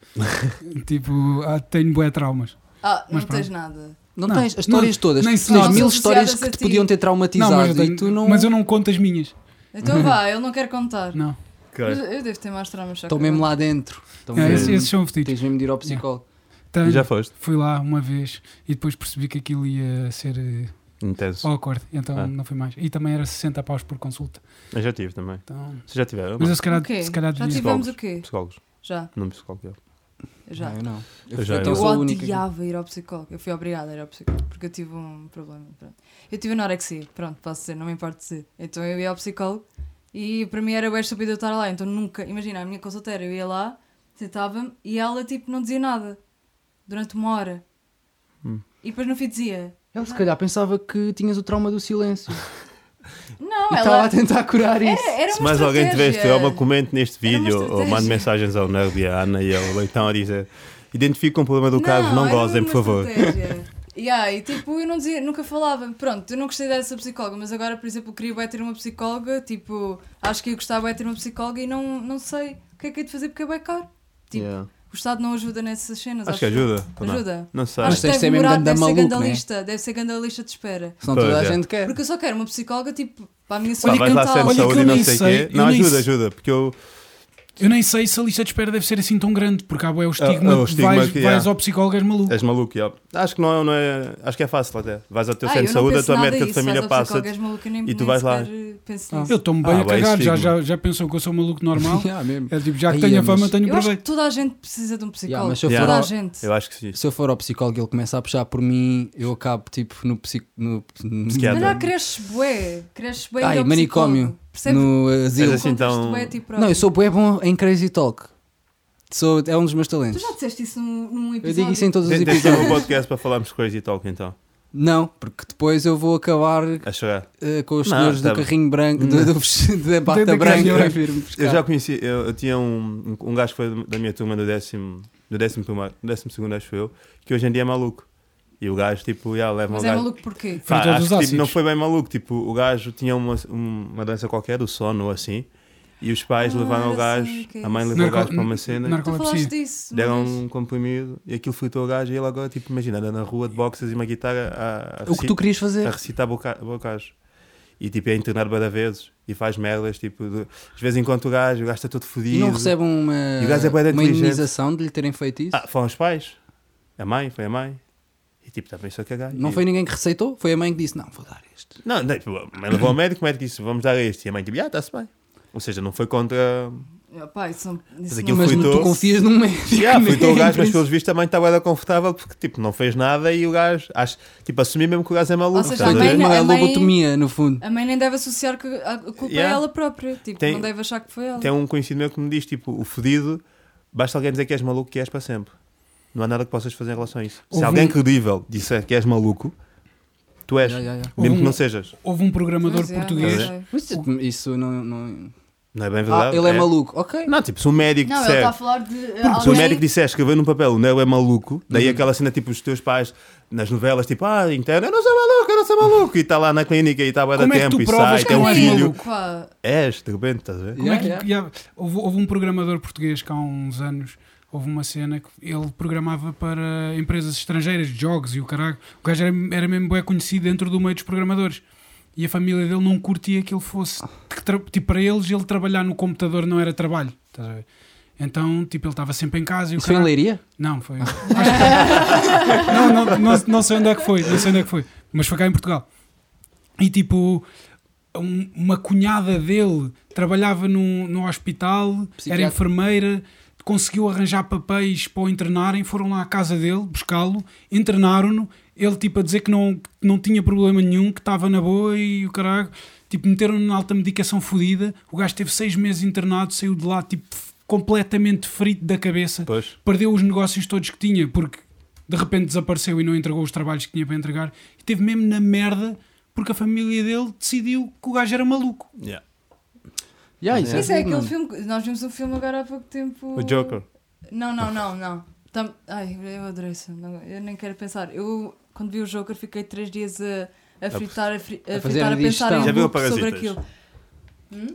S4: tipo, ah, tenho bué traumas.
S2: Ah, não
S4: Mas
S2: tens nada.
S1: Não,
S4: Não,
S1: tens as histórias
S4: não,
S1: todas.
S4: nem
S1: Tens
S4: se nota.
S1: mil
S2: Não são
S1: histórias
S2: associadas
S1: que
S2: a
S1: te
S2: ti.
S1: podiam ter
S4: Não,
S1: traumatizado
S4: mas eu, tenho-
S1: e tu não.
S4: mas eu não conto as minhas.
S2: Então vá, ele não quer contar.
S4: Não.
S2: Mas eu eu devo ter mais traumas. só
S1: Estão
S2: que
S1: mesmo
S2: agora-
S1: lá dentro. Estão
S4: É,
S1: mesmo-
S4: esses, esses são fetiches.
S1: Tens mesmo de ir ao psicólogo.
S4: Tenho-
S3: E já foste?
S4: Fui lá uma vez e depois percebi que aquilo ia ser. eh,
S3: Intenso.
S4: Ao acorde, então
S3: Ah.
S4: não foi mais. E também era 60 paus por consulta.
S3: Eu já tive também.
S4: Então...
S3: Vocês já tiveram?
S4: Mas eu se calhar,
S2: O quê?
S4: se calhar
S2: Já
S4: devia.
S2: tivemos
S3: Fogos.
S2: o quê?
S3: Psicólogos.
S2: Já,
S3: Não psicólogo. eu.
S2: já.
S1: Não, eu não. Eu,
S3: Eu já-
S1: então
S2: Eu
S1: sou a única. que-
S2: odiava ir ao psicólogo. Eu fui obrigada a ir ao psicólogo porque eu tive um problema. Pronto. Eu tive anorexia, pronto, posso dizer, não me importa dizer. Então eu ia ao psicólogo e para mim era bem estúpido eu estar lá. Então nunca, imagina, a minha consulta era, eu ia lá, sentava-me e ela tipo não dizia nada durante uma hora.
S3: Hum.
S2: E depois no fim dizia:
S1: Ele se calhar pensava que tinhas o trauma do silêncio.
S2: Não,
S1: e estava
S2: ela.
S1: a tentar curar isso.
S2: Era, era
S3: Se
S2: uma
S3: mais alguém
S2: estratégia.
S3: tivesse trauma, comente neste
S2: Era uma
S3: vídeo ou mande
S2: estratégia.
S3: mensagens ao Nerd e à Ana e ao Leitão a dizer identifiquem um problema do Carlos, não
S2: era
S3: gozem,
S2: uma
S3: por favor.
S2: estratégia. Yeah, e tipo, eu não dizia, nunca falava. Pronto, eu não gostei dessa psicóloga, mas agora, por exemplo, queria bué ter uma psicóloga. Tipo, acho que eu gostava bué de ter uma psicóloga e não, não sei o que é que é de fazer porque é bué caro. Tipo,
S3: Yeah.
S2: o Estado não ajuda nessas cenas.
S3: Acho que ajuda. ou não?
S2: Ajuda.
S3: Não sei.
S1: Ah, Mas tens
S2: Acho que
S1: de
S2: deve
S1: ser mesmo
S2: demorar,
S1: ganda
S2: deve ser
S1: maluco, né?
S2: gandalista, deve ser gandalista de espera.
S1: Senão toda a
S3: Pois é.
S1: gente quer.
S2: Porque eu só quero uma psicóloga, tipo, para a minha
S3: Pá,
S2: saúde
S3: vais lá
S2: mental.
S3: sendo
S4: Olha que
S3: saúde
S4: eu
S3: e não
S4: nem
S3: sei o
S4: sei,
S3: quê.
S4: eu
S3: Não,
S4: nem
S3: ajuda,
S4: sei.
S3: ajuda. Porque eu.
S4: Eu nem sei se a lista de espera deve ser assim tão grande, porque há bué o estigma,
S3: Ah, o
S4: de
S3: estigma
S4: vais,
S3: que
S4: vais
S3: há. É.
S4: ao psicólogo és maluco.
S3: És maluco, já. Acho que não é, não é. Acho que é fácil até. Vais ao teu
S2: Ah,
S3: centro de
S2: eu não
S3: saúde, a
S2: penso
S3: tua
S2: nada
S3: médica de
S2: nisso,
S3: família
S2: vais ao
S3: passa.
S2: psicólogo, és maluca, nem,
S3: e tu
S2: nem
S3: vais lá.
S2: sequer penso nisso.
S4: Eu estou-me bem
S3: Ah,
S4: a
S3: bué
S4: cagar, já,
S3: estigma.
S4: já, já pensam que eu sou um maluco normal.
S1: Yeah, mesmo.
S4: É tipo, já que
S1: Ai,
S4: tenho a
S1: mas-
S4: fama, tenho
S2: Eu acho que
S4: proveito.
S2: toda a gente precisa de um
S1: Yeah,
S2: psicólogo.
S1: mas se eu for
S3: Yeah.
S1: ao-
S2: Toda a gente.
S3: Eu acho que sim.
S1: se eu for ao psicólogo e ele começa a puxar por mim, eu acabo tipo no psico. No, no-
S3: Psiquiatra.
S2: Mas não, é cresces bué. Cresces bué
S1: Ai,
S2: e ao
S1: Ah, manicômio.
S2: psicólogo. Percebe?
S1: no asilo.
S3: Mas assim,
S2: Encontras-te
S3: então-
S2: bué tipo a ti próprio.
S1: Não, eu sou bué bom em crazy talk. Sou, é um dos meus
S2: Tu
S1: talentos.
S2: já disseste isso num, num
S1: Eu
S2: episódio.
S1: digo isso em todos os
S3: Tem tem que ter um
S1: episódios.
S3: podcast para falarmos de Crazy Talk então.
S1: Não, porque depois eu vou acabar
S3: A chorar.
S1: eh, com os
S3: Não,
S1: senhores
S3: tá
S1: do
S3: bem.
S1: carrinho branco, do, do, vestido da bata
S4: da
S1: branca.
S4: carrinho
S1: para
S4: branco.
S1: vir-me buscar.
S3: Eu já conheci, eu, eu tinha um, um gajo que foi da minha turma do décimo, do décimo primeiro, do décimo segundo, acho eu, que hoje em dia é maluco. E o gajo, tipo, já leva
S2: Mas
S3: um
S2: é
S3: gajo.
S2: maluco porquê?
S4: Foi
S3: Pá,
S4: todos os
S3: acho que, tipo,
S4: ácidos.
S3: não foi bem maluco, tipo, o gajo tinha uma, uma doença qualquer, do sono ou assim, e os pais
S2: Ah,
S3: levaram
S2: eu
S3: o gajo,
S2: sei o que é
S3: a mãe
S2: isso.
S3: levou
S4: Narco-
S3: o gajo para uma cena,
S2: Tu falaste
S4: Narcolepsia.
S2: disso. uma
S3: deram
S2: vez.
S3: um comprimido, e aquilo fritou o gajo, e ele agora, tipo, imagina, anda na rua de boxes e uma guitarra a, a,
S1: O que tu
S3: recitar-
S1: querias
S3: a
S1: fazer?
S3: recitar boca, bocage. E, tipo, é internado várias vezes, e faz merdas, tipo, de, às vezes enquanto o gajo, o gajo está todo fodido.
S1: E não recebe uma,
S3: E o gajo é bué da
S1: uma
S3: inteligente.
S1: indenização de lhe terem feito isso?
S3: Ah, foram os pais. A mãe, foi a mãe. E tipo, também só cagar.
S1: Não
S3: E-
S1: foi ninguém que receitou? Foi a mãe que disse: Não, vou dar este.
S3: Não, não, tipo, a mãe levou ao médico, o médico disse, vamos dar este. E a mãe tipo, ah, está-se bem. Ou seja, não foi contra.
S2: Ah, pá, isso não- isso
S3: aquilo
S2: não-
S1: Mas
S3: foi
S1: não, tu
S3: doce.
S1: confias num médico.
S3: Ah, foi então o gajo, mas
S1: Em
S3: pelos vistos também estava confortável porque tipo, não fez nada e o gajo, acho, tipo, assumi mesmo que o gajo é maluco.
S2: Ou seja,
S3: estás a
S1: Foi
S2: a
S3: ver?
S1: tipo
S2: mãe-
S1: uma
S2: a mãe-
S1: lobotomia, no fundo.
S2: A mãe nem deve associar que a a culpa é
S3: Yeah.
S2: ela própria. Tipo,
S3: Tem-
S2: não deve achar que foi ela.
S3: Tem um conhecido meu que me diz, tipo, o fodido, basta alguém dizer que és maluco que és para sempre. Não há nada que possas fazer em relação a isso.
S4: Houve
S3: Se alguém
S4: um-
S3: credível disser que és maluco, tu és.
S1: Já, já, já.
S3: Mesmo
S4: Houve
S3: que
S4: um-
S3: não sejas.
S4: Houve um programador
S2: Pois é,
S4: português
S2: não sei.
S1: Mas isso não. não...
S3: Não é bem
S1: Ah,
S3: verdade?
S1: ele é maluco. Ok.
S3: Não, tipo, se um médico
S2: Não, ele
S3: disser.
S2: está a falar de. eh,
S3: Se o
S2: alguém-
S3: médico disser escrever num papel, o Neo é maluco, daí
S1: Uhum.
S3: aquela cena tipo os teus pais nas novelas, tipo, ah, interna, eu não sou maluco, eu não sou maluco, e está lá na clínica e está a bué da
S4: Como é que
S3: tempo
S4: tu
S3: e
S4: provas
S3: sai,
S4: que
S3: tem
S4: não
S3: um
S4: és
S3: filho.
S4: maluco?
S2: Pá,
S3: És, de repente, estás
S1: né?
S3: a ver?
S4: Como é que-
S1: Yeah,
S4: yeah, houve, houve um programador português que há uns anos houve uma cena que ele programava para empresas estrangeiras, jogos e o caralho. O gajo era, era mesmo bem conhecido dentro do meio dos programadores. E a família dele não curtia que ele fosse. que tra- Tipo, para eles, ele trabalhar no computador não era trabalho. Estás a ver? Então, tipo, ele estava sempre em casa e o
S1: Isso foi em
S4: caralho-
S1: Leiria?
S4: Não, foi. acho que- não, não, não, não sei onde é que foi, não sei onde é que foi, mas foi cá em Portugal. E tipo, um- uma cunhada dele trabalhava num, num hospital,
S1: Psiquiatra.
S4: era enfermeira, conseguiu arranjar papéis para o internarem, foram lá à casa dele buscá-lo, internaram-no, ele tipo a dizer que não, que não tinha problema nenhum, que estava na boa e o caralho, tipo, meteram-no na alta medicação fodida, o gajo teve seis meses internado, saiu de lá tipo f- completamente frito da cabeça
S3: Pois.
S4: perdeu os negócios todos que tinha porque de repente desapareceu e não entregou os trabalhos que tinha para entregar e teve mesmo na merda porque a família dele decidiu que o gajo era maluco.
S3: Yeah.
S1: Yeah,
S3: Yeah.
S2: Isso é
S1: tudo,
S2: aquele
S1: mano.
S2: filme. que- Nós vimos um filme agora há pouco tempo.
S3: O Joker.
S2: Não, não, não, não. Tam- Ai, eu adorei isso. Não- eu nem quero pensar. Eu, quando vi o Joker, fiquei três dias a, a fritar, a, fri- a
S1: A fazer
S2: fritar, a pensar
S1: digestão.
S2: em
S3: Já viu
S2: loop
S3: o
S2: sobre
S3: Parasitas?
S2: aquilo.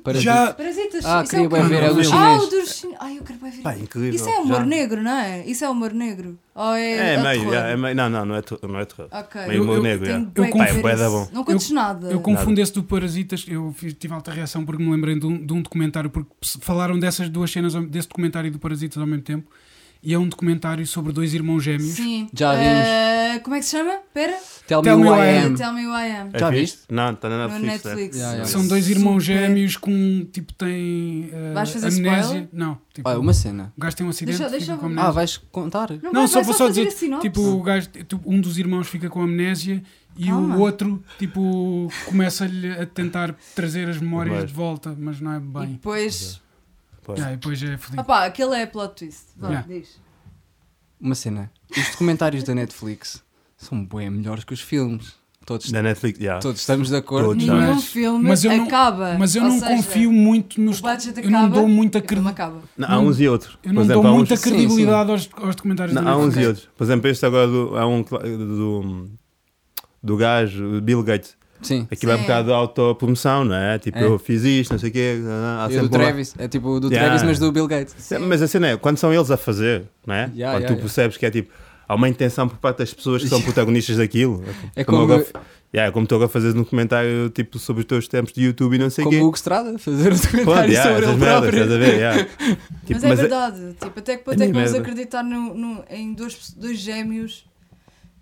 S1: Parasita.
S2: Parasitas.
S1: Ah,
S2: isso
S1: queria
S2: é o
S1: bem
S2: quê?
S3: ver, é o dos
S2: Ah, o
S1: chineses.
S2: dos chineses. Ai, eu quero bem ver.
S3: Pá, incrível.
S2: isso é humor
S3: Já.
S2: negro, não é? Isso é humor negro. Ou é.
S3: É,
S2: é
S3: meio,
S2: terror?
S3: yeah, é meio. Não, não, não é terror. Não é terror.
S2: Ok.
S3: Meio humor
S4: eu
S3: negro,
S2: tenho
S3: yeah.
S2: bué
S4: Eu
S2: que
S4: conf-
S2: ver
S3: Pá, é bué da
S2: isso.
S3: bom.
S2: Não contes nada.
S4: Eu confundo esse do Parasitas, eu fiz- tive alta reação porque me lembrei de um, de um documentário, porque se- falaram dessas duas cenas, ao- desse documentário e do Parasitas ao mesmo tempo, e é um documentário sobre dois irmãos gêmeos.
S2: Sim.
S1: Já
S2: Eh, como é que se chama? Pera. Eh,
S1: Tell,
S4: Tell
S1: me
S4: me
S1: who
S4: who
S1: I
S4: I
S1: am.
S2: Tell me who I am.
S3: É
S1: Já
S3: fixe? Não, está na
S2: No
S3: Netflix.
S2: Netflix.
S3: é.
S1: Yeah, yeah.
S4: São dois irmãos
S2: Super.
S4: gêmeos com, tipo, têm eh,
S2: Vais fazer
S4: amnésia.
S2: spoiler?
S4: Não, tipo,
S1: Olha, uma cena.
S4: o gajo tem um acidente,
S2: Deixa- deixa
S4: fica com
S2: eu-
S4: amnésia.
S1: Ah, vais contar?
S2: Não,
S4: Não,
S2: vai-
S4: só
S2: vai
S4: vou só
S2: fazer
S4: dizer,
S2: a sinopse.
S4: tipo, o gajo, tipo, um dos irmãos fica com amnésia e
S2: Calma.
S4: o outro, tipo, começa-lhe a tentar trazer as memórias
S3: Mas-
S4: de volta, mas não é
S2: E
S4: bem.
S2: depois.
S3: Pois.
S4: Ah, e depois é fodido.
S2: Ah pá, aquele é plot twist. Vá,
S4: Yeah.
S2: diz.
S1: Uma cena. Os documentários da Netflix são bem melhores que os filmes. Todos,
S3: Na é Netflix, yeah.
S1: todos estamos de acordo.
S3: Todos.
S2: Nenhum
S4: Mas-
S2: filme
S4: mas eu não-
S2: acaba.
S4: mas eu
S2: Ou
S4: não
S2: seja,
S4: confio muito nos.
S2: O budget
S4: Eu não
S2: acaba,
S4: dou muita
S2: o filme
S4: credibilidade.
S2: acaba.
S3: Não, há uns e outros.
S4: Eu
S3: Por
S4: não
S3: exemplo,
S4: dou
S3: há
S4: muita
S3: uns-
S1: Sim,
S4: credibilidade aos, aos documentários
S3: Não,
S4: da
S3: há uns
S4: Netflix.
S3: e outros. Por exemplo, este agora do, há um cla- do, do gajo Bill Gates.
S1: Sim.
S3: Aquilo é
S2: Sim.
S3: um bocado de autopromoção, não é? Tipo,
S1: É.
S3: eu fiz isto, não sei o quê. Há
S1: E
S3: sempre
S1: o do
S3: um-
S1: Travis. É tipo o do
S3: Yeah.
S1: Travis, mas do Bill Gates.
S3: É, Mas a cena é, quando são eles a fazer, não é?
S1: Yeah,
S3: quando
S1: yeah,
S3: tu
S1: yeah.
S3: percebes que é tipo, há uma intenção por parte das pessoas que são protagonistas daquilo.
S1: É como,
S3: agora, yeah, como tu agora fazes um comentário tipo, sobre os teus tempos de YouTube e não sei o
S1: como
S3: quê.
S1: o Hugo Estrada, fazer um
S3: Pô,
S1: documentário
S3: yeah,
S1: sobre
S3: essas
S1: ele
S3: merdas,
S1: próprio.
S3: estás a ver, yeah. Tipo,
S2: mas, é verdade, tipo, até que para
S3: É
S2: ter que
S3: minha
S2: vamos
S3: merda.
S2: acreditar no- no- em dois, dois gêmeos,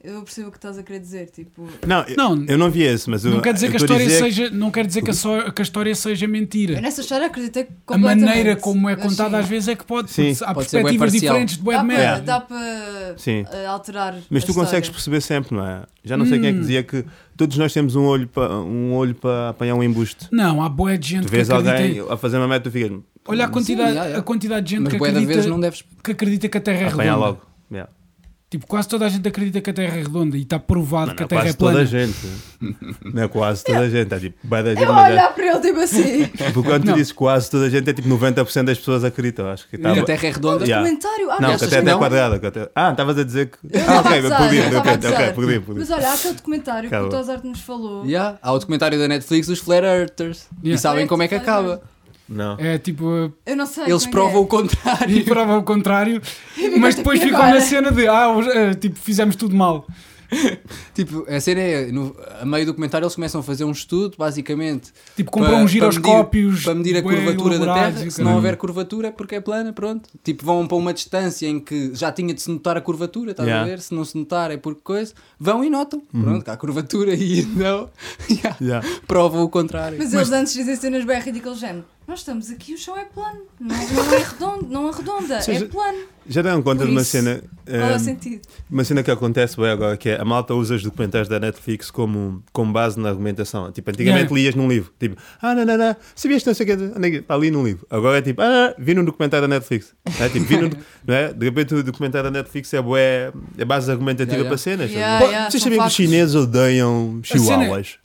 S2: eu percebo o que estás a querer dizer. Tipo,
S3: Não, eu eu
S4: Não,
S3: não, vi esse, mas eu-
S4: Não quer dizer
S3: eu
S4: que a
S3: estou
S4: história
S3: dizer
S4: seja. Não quer dizer que a, só- que a história seja
S2: eu
S4: mentira.
S2: nessa história acreditei
S4: A
S2: completamente.
S4: maneira como é
S2: Mas
S4: contada
S2: sim,
S4: às vezes é que pode.
S3: Sim.
S4: Há
S1: Pode ser bué
S4: perspectivas
S1: parcial.
S4: diferentes de
S2: Dá
S4: web
S2: para,
S3: merda.
S2: dá para
S3: Sim.
S2: eh, alterar.
S3: Mas
S2: a
S3: tu consegues
S2: história.
S3: perceber sempre, não é? Já não sei quem é que
S4: Hum.
S3: dizia que todos nós temos um olho para um olho para apanhar um embuste.
S4: Não, há boa de gente
S3: Tu
S4: que
S3: vês
S4: acredita.
S3: alguém a fazer uma meta, tu ficas
S4: Olha a quantidade,
S1: yeah, yeah.
S4: a quantidade de gente
S1: Mas
S4: que
S1: boa da vez
S4: acredita,
S1: não deves.
S3: Tá
S4: que acredita que a Terra é
S3: apanhar
S4: redonda.
S3: logo. Yeah.
S4: Tipo, quase toda a gente acredita que a Terra é redonda e está provado
S3: Não,
S4: que a
S3: não é
S4: Terra
S3: quase
S4: é
S3: toda
S4: plana.
S3: a gente. Não é quase toda a gente. É tipo, bué da gente,
S2: Eu
S3: mas é-
S2: olhar para ele tipo assim.
S3: Tipo, quando tu
S4: Não.
S3: dizes quase toda a gente, é tipo 90% das pessoas acreditam. Acho que
S1: E
S3: estava.
S1: a Terra é redonda.
S3: Yeah.
S2: Documentário. Ah, mas
S3: Não, que
S1: achas
S3: até
S1: que
S3: até
S1: não?
S3: quadrada. que até- Ah, estavas a dizer que.
S2: Eu
S3: Ah,
S2: estava a
S3: ok,
S2: gozar, eu
S3: perdi,
S2: estava
S3: ok,
S2: a
S3: ok,
S2: gozar.
S3: perdi, perdi.
S2: Mas olha, há aquele documentário que
S3: Calma.
S2: o Tozart nos falou.
S1: Yeah. Há o documentário da Netflix dos Flare Earthers. E
S4: Yeah.
S1: sabem como é que
S2: Flare Earthers.
S1: acaba.
S3: Não.
S4: É tipo,
S2: Eu não sei.
S1: Eles
S2: como é que é.
S1: provam o contrário.
S4: e prova o contrário,
S2: ficaste
S4: mas depois
S2: aqui
S4: ficam
S2: agora.
S4: na cena de ah, os- eh, tipo, fizemos tudo mal.
S1: Tipo, a cena é, no, a meio do documentário eles começam a fazer um estudo, basicamente,
S4: Tipo, compram
S1: Para-
S4: uns giroscópios
S1: para medir a
S4: bué
S1: curvatura da
S4: elaborados
S1: Terra.
S4: e
S1: Se não
S4: caralho.
S1: houver curvatura é porque é plana, pronto. Tipo, vão para uma distância em que já tinha de se notar a curvatura, estás
S3: Yeah.
S1: a ver? Se não se notar é porque coisa. Vão e notam, pronto, que há curvatura e não. Yeah.
S3: Yeah.
S1: Provam o contrário.
S4: é
S2: Mas, eles antes dizem cenas bem ridículas, género. Nós estamos aqui, o chão é plano, não, não é redondo, não arredonda,
S3: Seja- ehm,
S2: é plano.
S3: Já deram conta
S2: Por
S3: de uma
S2: isso-
S3: cena
S2: Qual é
S3: Ahm,
S2: o sentido?
S3: Uma cena que acontece bem agora que é a malta usa os documentários da Netflix como, como base na argumentação. Tipo, antigamente
S4: Yeah.
S3: lias num livro. Tipo, ah, não, não, não, sabias que não sei o que. Está ali num livro. Agora é tipo, ah, não, não, vi num documentário da Netflix. Não é? Tipo, vi num, não é? De repente o documentário da Netflix é, bué, é base argumentativa
S1: Yeah, yeah.
S3: para cenas.
S2: Yeah,
S3: Pô,
S2: yeah,
S3: vocês
S2: são
S3: sabiam que os
S2: factos.
S3: chineses odeiam
S4: cena-
S3: chihuahuas?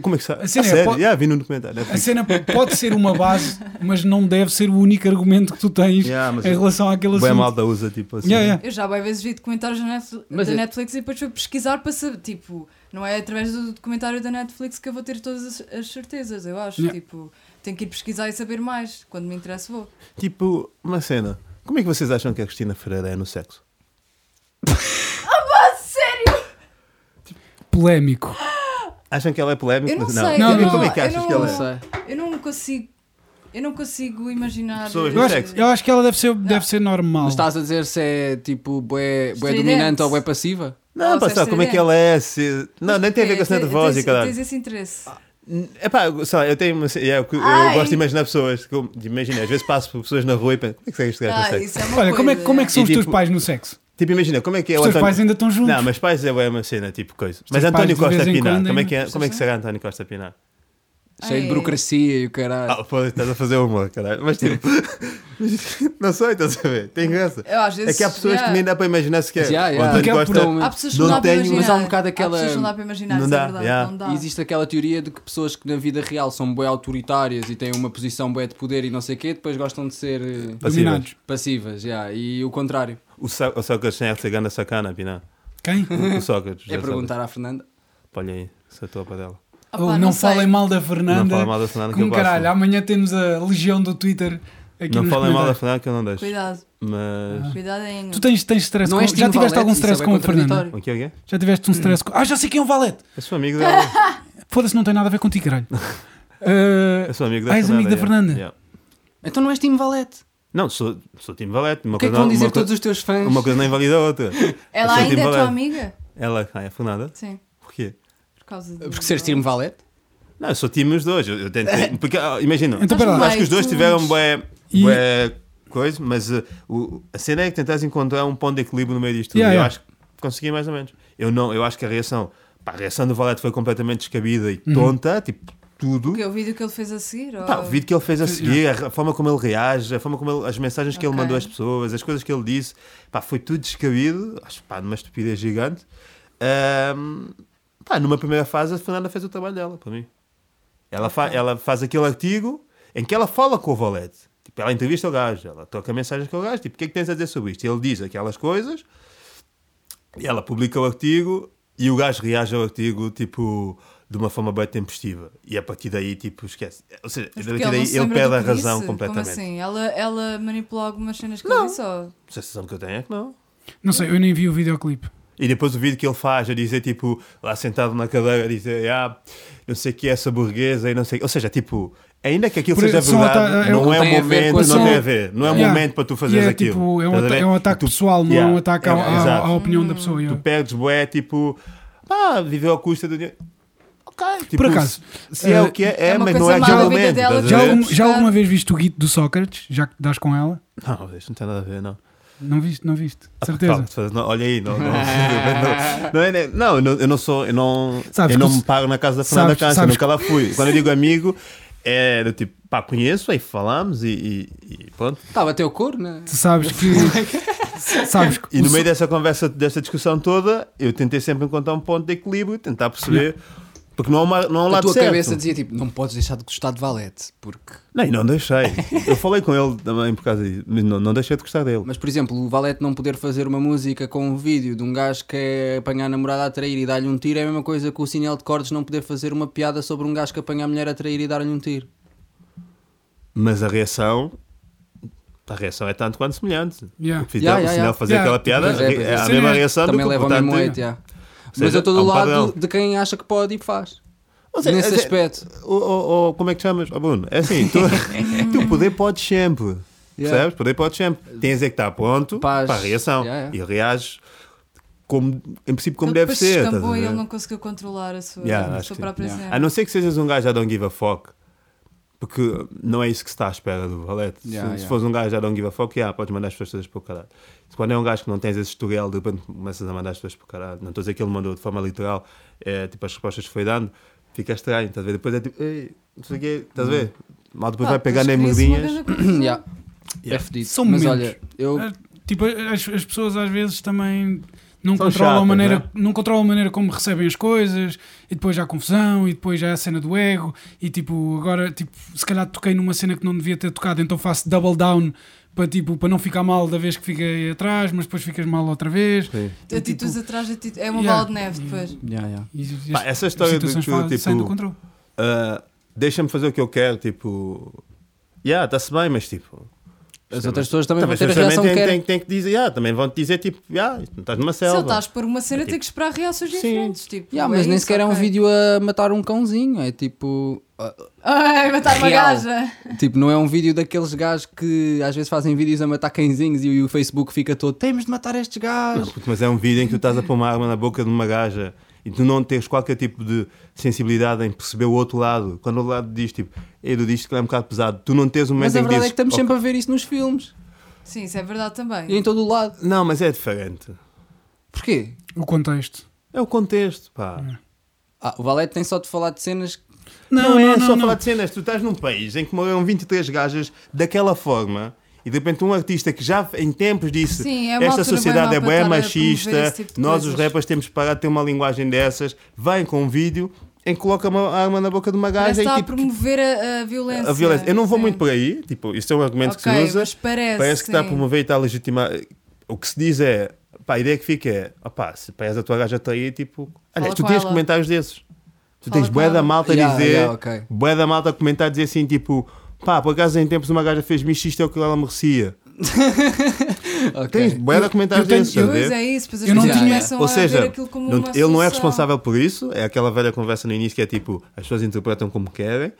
S3: Como é que sabe?
S4: a cena é,
S3: Sério?
S4: pode-
S3: Yeah, vi num documentário da
S4: A
S3: Netflix.
S4: cena pode ser uma base, mas não deve ser o único argumento que tu tens
S3: Yeah, mas
S4: em relação àquele
S3: bué
S4: assunto.
S3: malta usa tipo assim.
S4: é Yeah, yeah.
S2: Eu já bem vezes vi documentários da, Netflix,
S1: Mas
S2: da
S1: é-
S2: Netflix e depois fui pesquisar para saber. Tipo, não é através do documentário da Netflix que eu vou ter todas as, as certezas, eu acho.
S4: Yeah.
S2: Tipo, tenho que ir pesquisar e saber mais. Quando me interessa, vou.
S3: Tipo, uma cena. Como é que vocês acham que a Cristina Ferreira é no sexo?
S2: Sério?
S4: Polémico.
S3: Acham que ela é polémica?
S2: Eu não
S3: Mas
S2: sei,
S3: Não,
S4: eu não-
S3: como é que
S2: eu
S3: achas
S2: não-
S3: que ela é?
S1: sei.
S2: Eu não consigo. Eu não consigo imaginar. eh,
S3: Pessoas
S4: Eu
S3: do
S4: acho,
S3: sexo.
S4: eu acho que ela deve ser, deve ser normal.
S1: Mas estás a dizer se é tipo bué, bué
S2: Estridente.
S1: dominante ou bué passiva?
S3: Não,
S2: Ou
S3: pá,
S2: se é
S3: sabe como é que ela é? Se... Não, nem tem a ver com a cena de voz e
S2: Tens-
S3: caralho.
S2: Tens esse interesse.
S3: É pá, sei lá, eu tenho uma. é, eu, eu
S2: Ai.
S3: gosto de imaginar pessoas. como- de Imagina, às vezes passo por pessoas na rua e penso, como é que segue este gajo? no
S2: Ah,
S3: sexo?
S2: isso é uma
S4: Olha, como é,
S2: coisa.
S4: como é que são
S3: E
S4: os
S3: tipo-
S4: teus pais no sexo?
S3: Tipo, imagina, como é que é
S4: Os
S3: o
S4: teus
S3: António.
S4: pais ainda estão juntos.
S3: Não, mas pais é bué uma cena, tipo coisa. Mas
S4: teus
S3: António
S4: pais de
S3: Costa
S4: vez em
S3: Pinar,
S4: quando
S3: como é que, é,
S4: ainda-
S3: como é que será António Costa Pinar?
S1: Cheio
S4: Ah,
S2: Ai.
S4: é.
S1: de burocracia e o
S3: Ah,
S1: caralho.
S3: pô, estás a fazer humor, caralho. Mas tipo, não sei, estás a ver? Tem graça.
S2: Eu às vezes.
S3: É que há pessoas
S2: yeah.
S3: que nem dá para imaginar sequer.
S1: Yeah, yeah.
S3: O
S1: Porque
S3: António
S4: é
S3: Costa.
S4: por
S1: um-
S2: Há pessoas que
S3: Não
S2: não dá para
S3: tenho-
S2: imaginar.
S1: Mas há um bocado aquela-
S2: Há pessoas que não dá para imaginar,
S3: Não
S2: isso
S3: dá,
S2: é verdade.
S3: yeah.
S2: Não dá.
S1: Existe aquela teoria de que pessoas que na vida real são bué autoritárias e têm uma posição bué de poder e não sei o quê, depois gostam de ser eh,
S3: Passivas.
S4: Dominados.
S1: passivas, yeah, e o contrário.
S3: O Só- o Sócrates tem a cegana sacana, Pinar.
S4: Quem?
S3: O Sócrates. já
S1: É
S3: sabes.
S1: perguntar à Fernanda.
S3: Olha aí, essa topa dela.
S2: Ah, pá,
S4: Oh, não
S2: sei.
S4: falem mal da Fernanda.
S3: Não falem mal da Fernanda que eu
S4: Como
S3: gosto.
S4: caralho, amanhã temos a legião do Twitter aqui
S3: Não
S4: nos
S3: falem mal da
S4: comentários.
S3: Fernanda que eu não deixo.
S2: Cuidado,
S3: Mas.
S2: cuidado em.
S4: Tu tens, tens stress
S1: Não
S4: com...
S1: és
S4: Já
S1: Tim
S4: tiveste
S1: Valete,
S4: algum
S1: isso
S4: stress
S1: é
S4: com
S1: bem
S4: a Fernanda?
S1: contraditório.
S3: O que é o quê?
S4: Já tiveste um stress com... Ah, já sei quem é o Valete!
S3: Eu sou amigo dela.
S4: Foda-se, não tem nada a ver contigo, caralho. Ah,
S3: Eu sou É amigo da
S4: Ah, és
S3: Fernanda.
S4: amigo da
S3: yeah.
S4: Fernanda?
S3: Yeah.
S1: Então não és time Valete.
S3: Não, sou, sou time Valete. Uma
S1: O que é que
S3: coisa
S1: vão
S3: não-
S1: dizer
S3: uma coisa-
S1: todos os teus fãs?
S3: Uma coisa não invalida a outra.
S2: Ela
S3: Eu sou
S2: ainda é
S3: Tim
S2: tua
S3: Valente.
S2: amiga?
S3: Ela, ah, é a Fernanda.
S2: Sim,
S3: Porquê?
S2: por causa de.
S1: Porque seres time Valete?
S3: Não, eu sou time os dois. Eu, eu tento. Porque, ah, imagina.
S4: Então, pera lá.
S3: acho que os dois tiveram bué.
S4: E-
S3: bué coisa, mas ah, o- a cena é que tentas encontrar um ponto de equilíbrio no meio disto tudo.
S4: Yeah,
S3: eu
S4: yeah.
S3: acho que consegui mais ou menos. Eu não, eu acho que a reação. Pá, a reação do Valete foi completamente descabida e
S4: Uhum.
S3: tonta, tipo, tudo.
S2: Porque o vídeo que ele fez a seguir?
S3: Pá,
S2: ou-
S3: o vídeo que ele fez a seguir, a forma como ele reage, a forma como ele- as mensagens que ele
S2: Ok.
S3: mandou às pessoas, as coisas que ele disse, pá, foi tudo descabido, acho pá, numa estupidez gigante. Ahm, pá, numa primeira fase a Fernanda fez o trabalho dela, para mim. Ela, fa- ela faz aquele artigo em que ela fala com o Valete. Tipo, ela entrevista o gajo, ela toca mensagens com o gajo, tipo, o que é que tens a dizer sobre isto? E ele diz aquelas coisas, e ela publica o artigo e o gajo reage ao artigo tipo de uma forma bem tempestiva. E a partir daí, tipo, esquece. Ou seja, a
S2: Mas
S3: partir
S2: porque ela
S3: daí
S2: não se
S3: ele
S2: lembra
S3: perde
S2: do
S3: a
S2: que
S3: razão
S2: disse?
S3: completamente.
S2: Como assim? Ela, ela manipulou algumas cenas que
S3: Não.
S2: ele disse? Ou...
S3: A sensação que eu tenho é que não.
S4: Não sei, eu nem vi o videoclipe.
S3: E depois o vídeo que ele faz a dizer, tipo, lá sentado na cadeira, a dizer, ah, não sei o que é essa burguesa e não sei. Ou seja, tipo, ainda que aquilo
S4: Por-
S3: seja
S4: são
S3: verdade,
S4: ata- é-
S3: não é o
S1: Não tem a ver
S3: momento,
S1: com a
S3: não
S4: sua-
S3: tem a ver. Não é o
S4: Yeah.
S3: momento para tu
S4: E
S3: fazeres
S4: é,
S3: aquilo.
S4: tipo, é um,
S3: Estás a
S4: ata-
S3: ver?
S4: é um ataque
S3: Tu-
S4: pessoal, não é
S3: Yeah,
S4: um ataque
S3: é-
S4: à- à-
S3: exato.
S4: à opinião da pessoa.
S3: Tu
S4: yeah.
S3: perdes, bué, tipo, ah, viveu à custa do dinheiro. Ok, tipo,
S4: Por acaso,
S3: se- Se é,
S4: eh,
S3: o que é, é,
S2: é uma
S3: mas
S2: coisa
S3: não é
S2: má
S3: aquele
S2: da vida
S3: momento.
S2: dela,
S3: estás
S4: Já,
S3: a
S2: Deve
S3: ver?
S4: algum- já
S2: estar-
S4: alguma vez viste o guito do Sócrates? Já que dás com ela?
S3: Não, isso não tem nada a ver, não.
S4: Não viste, não viste.
S3: Ah,
S4: Certeza.
S3: pá, não, olha aí, não. Não, não, não, é- não, não, eu não- eu não sou. Eu não,
S4: Sabes
S3: eu não
S4: que-
S3: me pago na casa da Fernanda
S4: sabes-
S3: Câncer,
S4: sabes-
S3: nunca lá fui. Quando eu digo amigo, é do tipo, pá, conheço, aí falamos e, e, e pronto.
S1: Estava até o couro, né?
S4: Tu sabes que. sabes que.
S3: E no
S4: o
S3: meio dessa conversa, dessa discussão toda, eu tentei sempre encontrar um ponto de equilíbrio, tentar perceber. Porque não há, uma, não há um
S1: A
S3: lado
S1: tua
S3: certo.
S1: cabeça dizia tipo, não podes deixar de gostar de Valete, porque...
S3: Não, e não deixei. Eu falei com ele também por causa disso, mas não, não deixei de gostar dele.
S1: Mas, por exemplo, o Valete não poder fazer uma música com um vídeo de um gajo que é apanhar a namorada a trair e dar-lhe um tiro é a mesma coisa que o Sinel de Cordes não poder fazer uma piada sobre um gajo que apanha a mulher a trair e dar-lhe um tiro.
S3: Mas a reação. A reação é tanto quanto semelhante.
S4: Yeah.
S3: O que fizer-
S1: Yeah,
S3: o
S1: yeah,
S3: sinal
S1: yeah.
S3: fazer
S4: Yeah.
S3: aquela piada
S1: Pois é, pois
S3: é,
S1: é.
S3: a
S4: Sim,
S3: mesma
S4: é.
S3: reação
S1: Também
S3: do que
S1: leva ao mesmo
S3: portanto,
S1: hate, já.
S3: seja,
S1: Mas eu estou
S3: há
S1: do
S3: um
S1: lado
S3: padrão.
S1: de quem acha que pode e faz.
S3: Ou seja,
S1: Nesse
S3: é-
S1: aspecto.
S3: o- o- o- como é que te chamas? Oh, Bruno, é assim, tu, tu poder podes sempre.
S1: Yeah.
S3: Percebes? Poder podes sempre. Tens é que estar pronto
S1: Paz.
S3: para a reação.
S1: Yeah, yeah.
S3: E reages como, em princípio como
S2: ele
S3: deve
S2: Então, depois se
S3: ser. estás a
S2: escambou e
S3: ver?
S2: ele não conseguiu controlar a sua,
S3: Yeah,
S2: a
S3: acho
S2: sua
S3: que-
S2: própria
S1: yeah.
S2: cena.
S3: A não ser que sejas um gajo I don't give a fuck. Porque não é isso que se está à espera do valete. Se-
S1: Yeah,
S3: se
S1: yeah.
S3: fores um gajo já don't give a fuck, yeah, podes mandar as pessoas todas para o caralho. Se quando é um gajo que não tens esse historial, de repente começas a mandar as pessoas para o caralho. Não estou a dizer que ele mandou de forma literal, é, tipo as respostas que foi dando, fica estranho, estás a ver? Depois é tipo, ei, não sei o quê, estás a ver?
S2: Uhum.
S3: Mal depois
S2: Ah,
S3: vai pegar nem merdinhas.
S1: Yeah.
S3: Yeah. É.
S1: É fedido.
S4: São
S1: Mas
S4: momentos.
S1: olha, eu.
S4: Ah, Tipo, as, as pessoas às vezes também não
S3: São
S4: controlam, a
S3: chatas,
S4: maneira,
S3: né?
S4: não controlam a maneira como recebem as coisas e depois já há confusão e depois já há a cena do ego e tipo, agora tipo, se calhar toquei numa cena que não devia ter tocado, então faço double down para tipo, para não ficar mal da vez que fiquei atrás, mas depois ficas mal outra vez.
S3: Sim.
S4: É
S2: Atitudes
S4: tipo-
S2: atrás de atitudes. É uma
S4: Yeah.
S2: bola de neve depois.
S1: Yeah,
S3: é
S1: yeah.
S4: E, as-
S3: Pá, essa história do
S4: situações
S3: que,
S4: fa- saem do
S3: tipo,
S4: controle.
S3: Ah, deixa-me fazer o que eu quero, tipo, yeah, está-se bem, mas tipo.
S1: As
S3: Sim,
S1: outras
S3: mas-
S1: pessoas também vão ter a
S3: também
S1: reação que
S3: tem,
S1: querem.
S3: tem, tem que dizer, yeah, também vão te dizer, tipo, yeah, não estás numa
S2: Se
S3: selva.
S2: ele estás por uma cena,
S3: É
S2: tem que esperar reações
S3: Sim.
S2: diferentes. Tipo,
S1: Yeah,
S2: é
S1: mas nem
S2: isso,
S1: sequer é um
S2: ok.
S1: vídeo a matar um cãozinho. É tipo. ah,
S2: Ai, matar uma
S1: Real.
S2: gaja.
S1: Tipo, não é um vídeo daqueles gajos que às vezes fazem vídeos a matar cãezinhos e, o- e o Facebook fica todo. Temos de matar estes
S3: Não,
S1: gajos.
S3: puto, mas é um vídeo em que tu estás a pôr uma arma na boca de uma gaja e tu não tens qualquer tipo de sensibilidade em perceber o outro lado. Quando o outro lado diz, tipo, ei, tu dizes que ele é um bocado pesado, tu não tens o momento
S1: Mas a
S3: em que
S1: verdade
S3: dizes.
S1: é que estamos
S3: "Ok,
S1: sempre a ver isso nos filmes
S2: Sim, isso é verdade também.
S1: e um em todo o lado.
S3: Não, mas é diferente.
S1: Porquê?
S4: O contexto.
S3: É o contexto, pá.
S1: Ah, o Valete tem só de falar de cenas. que-
S3: Não, é só falar de cenas. Tu estás num país em que morreram 23 gajas daquela forma e de repente um artista que já em tempos disse
S2: Sim, é uma
S3: esta
S2: altura bem
S3: sociedade
S2: má para
S3: é bem
S2: estar a promover
S3: machista,
S2: esse tipo de
S3: nós os
S2: coisas."
S3: rappers temos que parar de ter uma linguagem dessas, vem com um vídeo em que coloca uma arma na boca de uma
S2: Parece
S3: gaja
S2: que está
S3: e
S2: a
S3: tipo...
S2: promover a, a violência.
S3: A violência. Eu não vou
S2: Sim.
S3: muito por aí, tipo, isso é um argumento que
S2: Ok,
S3: se usa.
S2: mas parece,
S3: que está a
S2: sim.
S3: promover e está a legitimar. O que se diz é, pá, a ideia que fica é, opá, se pés a tua gaja está aí, tipo, olha,
S2: Fala
S3: tu
S2: com
S3: tens
S2: ela.
S3: comentários desses. Tu
S2: Fala
S3: tens
S2: com
S3: bué da
S2: ela.
S3: malta a
S1: Yeah,
S3: dizer,
S1: yeah, ok.
S3: bué da malta a comentar a dizer assim, tipo, pá, por acaso em tempos uma gaja fez-me isto, isto é o que ela merecia.
S1: Ok.
S3: Tens bué da comentários
S4: eu tenho-
S3: desses,
S4: eu-
S3: a
S2: Pois
S3: ver?
S2: é isso, pois as
S4: Eu não
S2: pessoas
S1: tinha-
S2: começam
S3: Ou
S2: a ver
S3: seja,
S2: aquilo como
S3: não-
S2: uma
S3: ele não é
S2: solução.
S3: responsável por isso, é aquela velha conversa no início que é tipo, as pessoas interpretam como querem,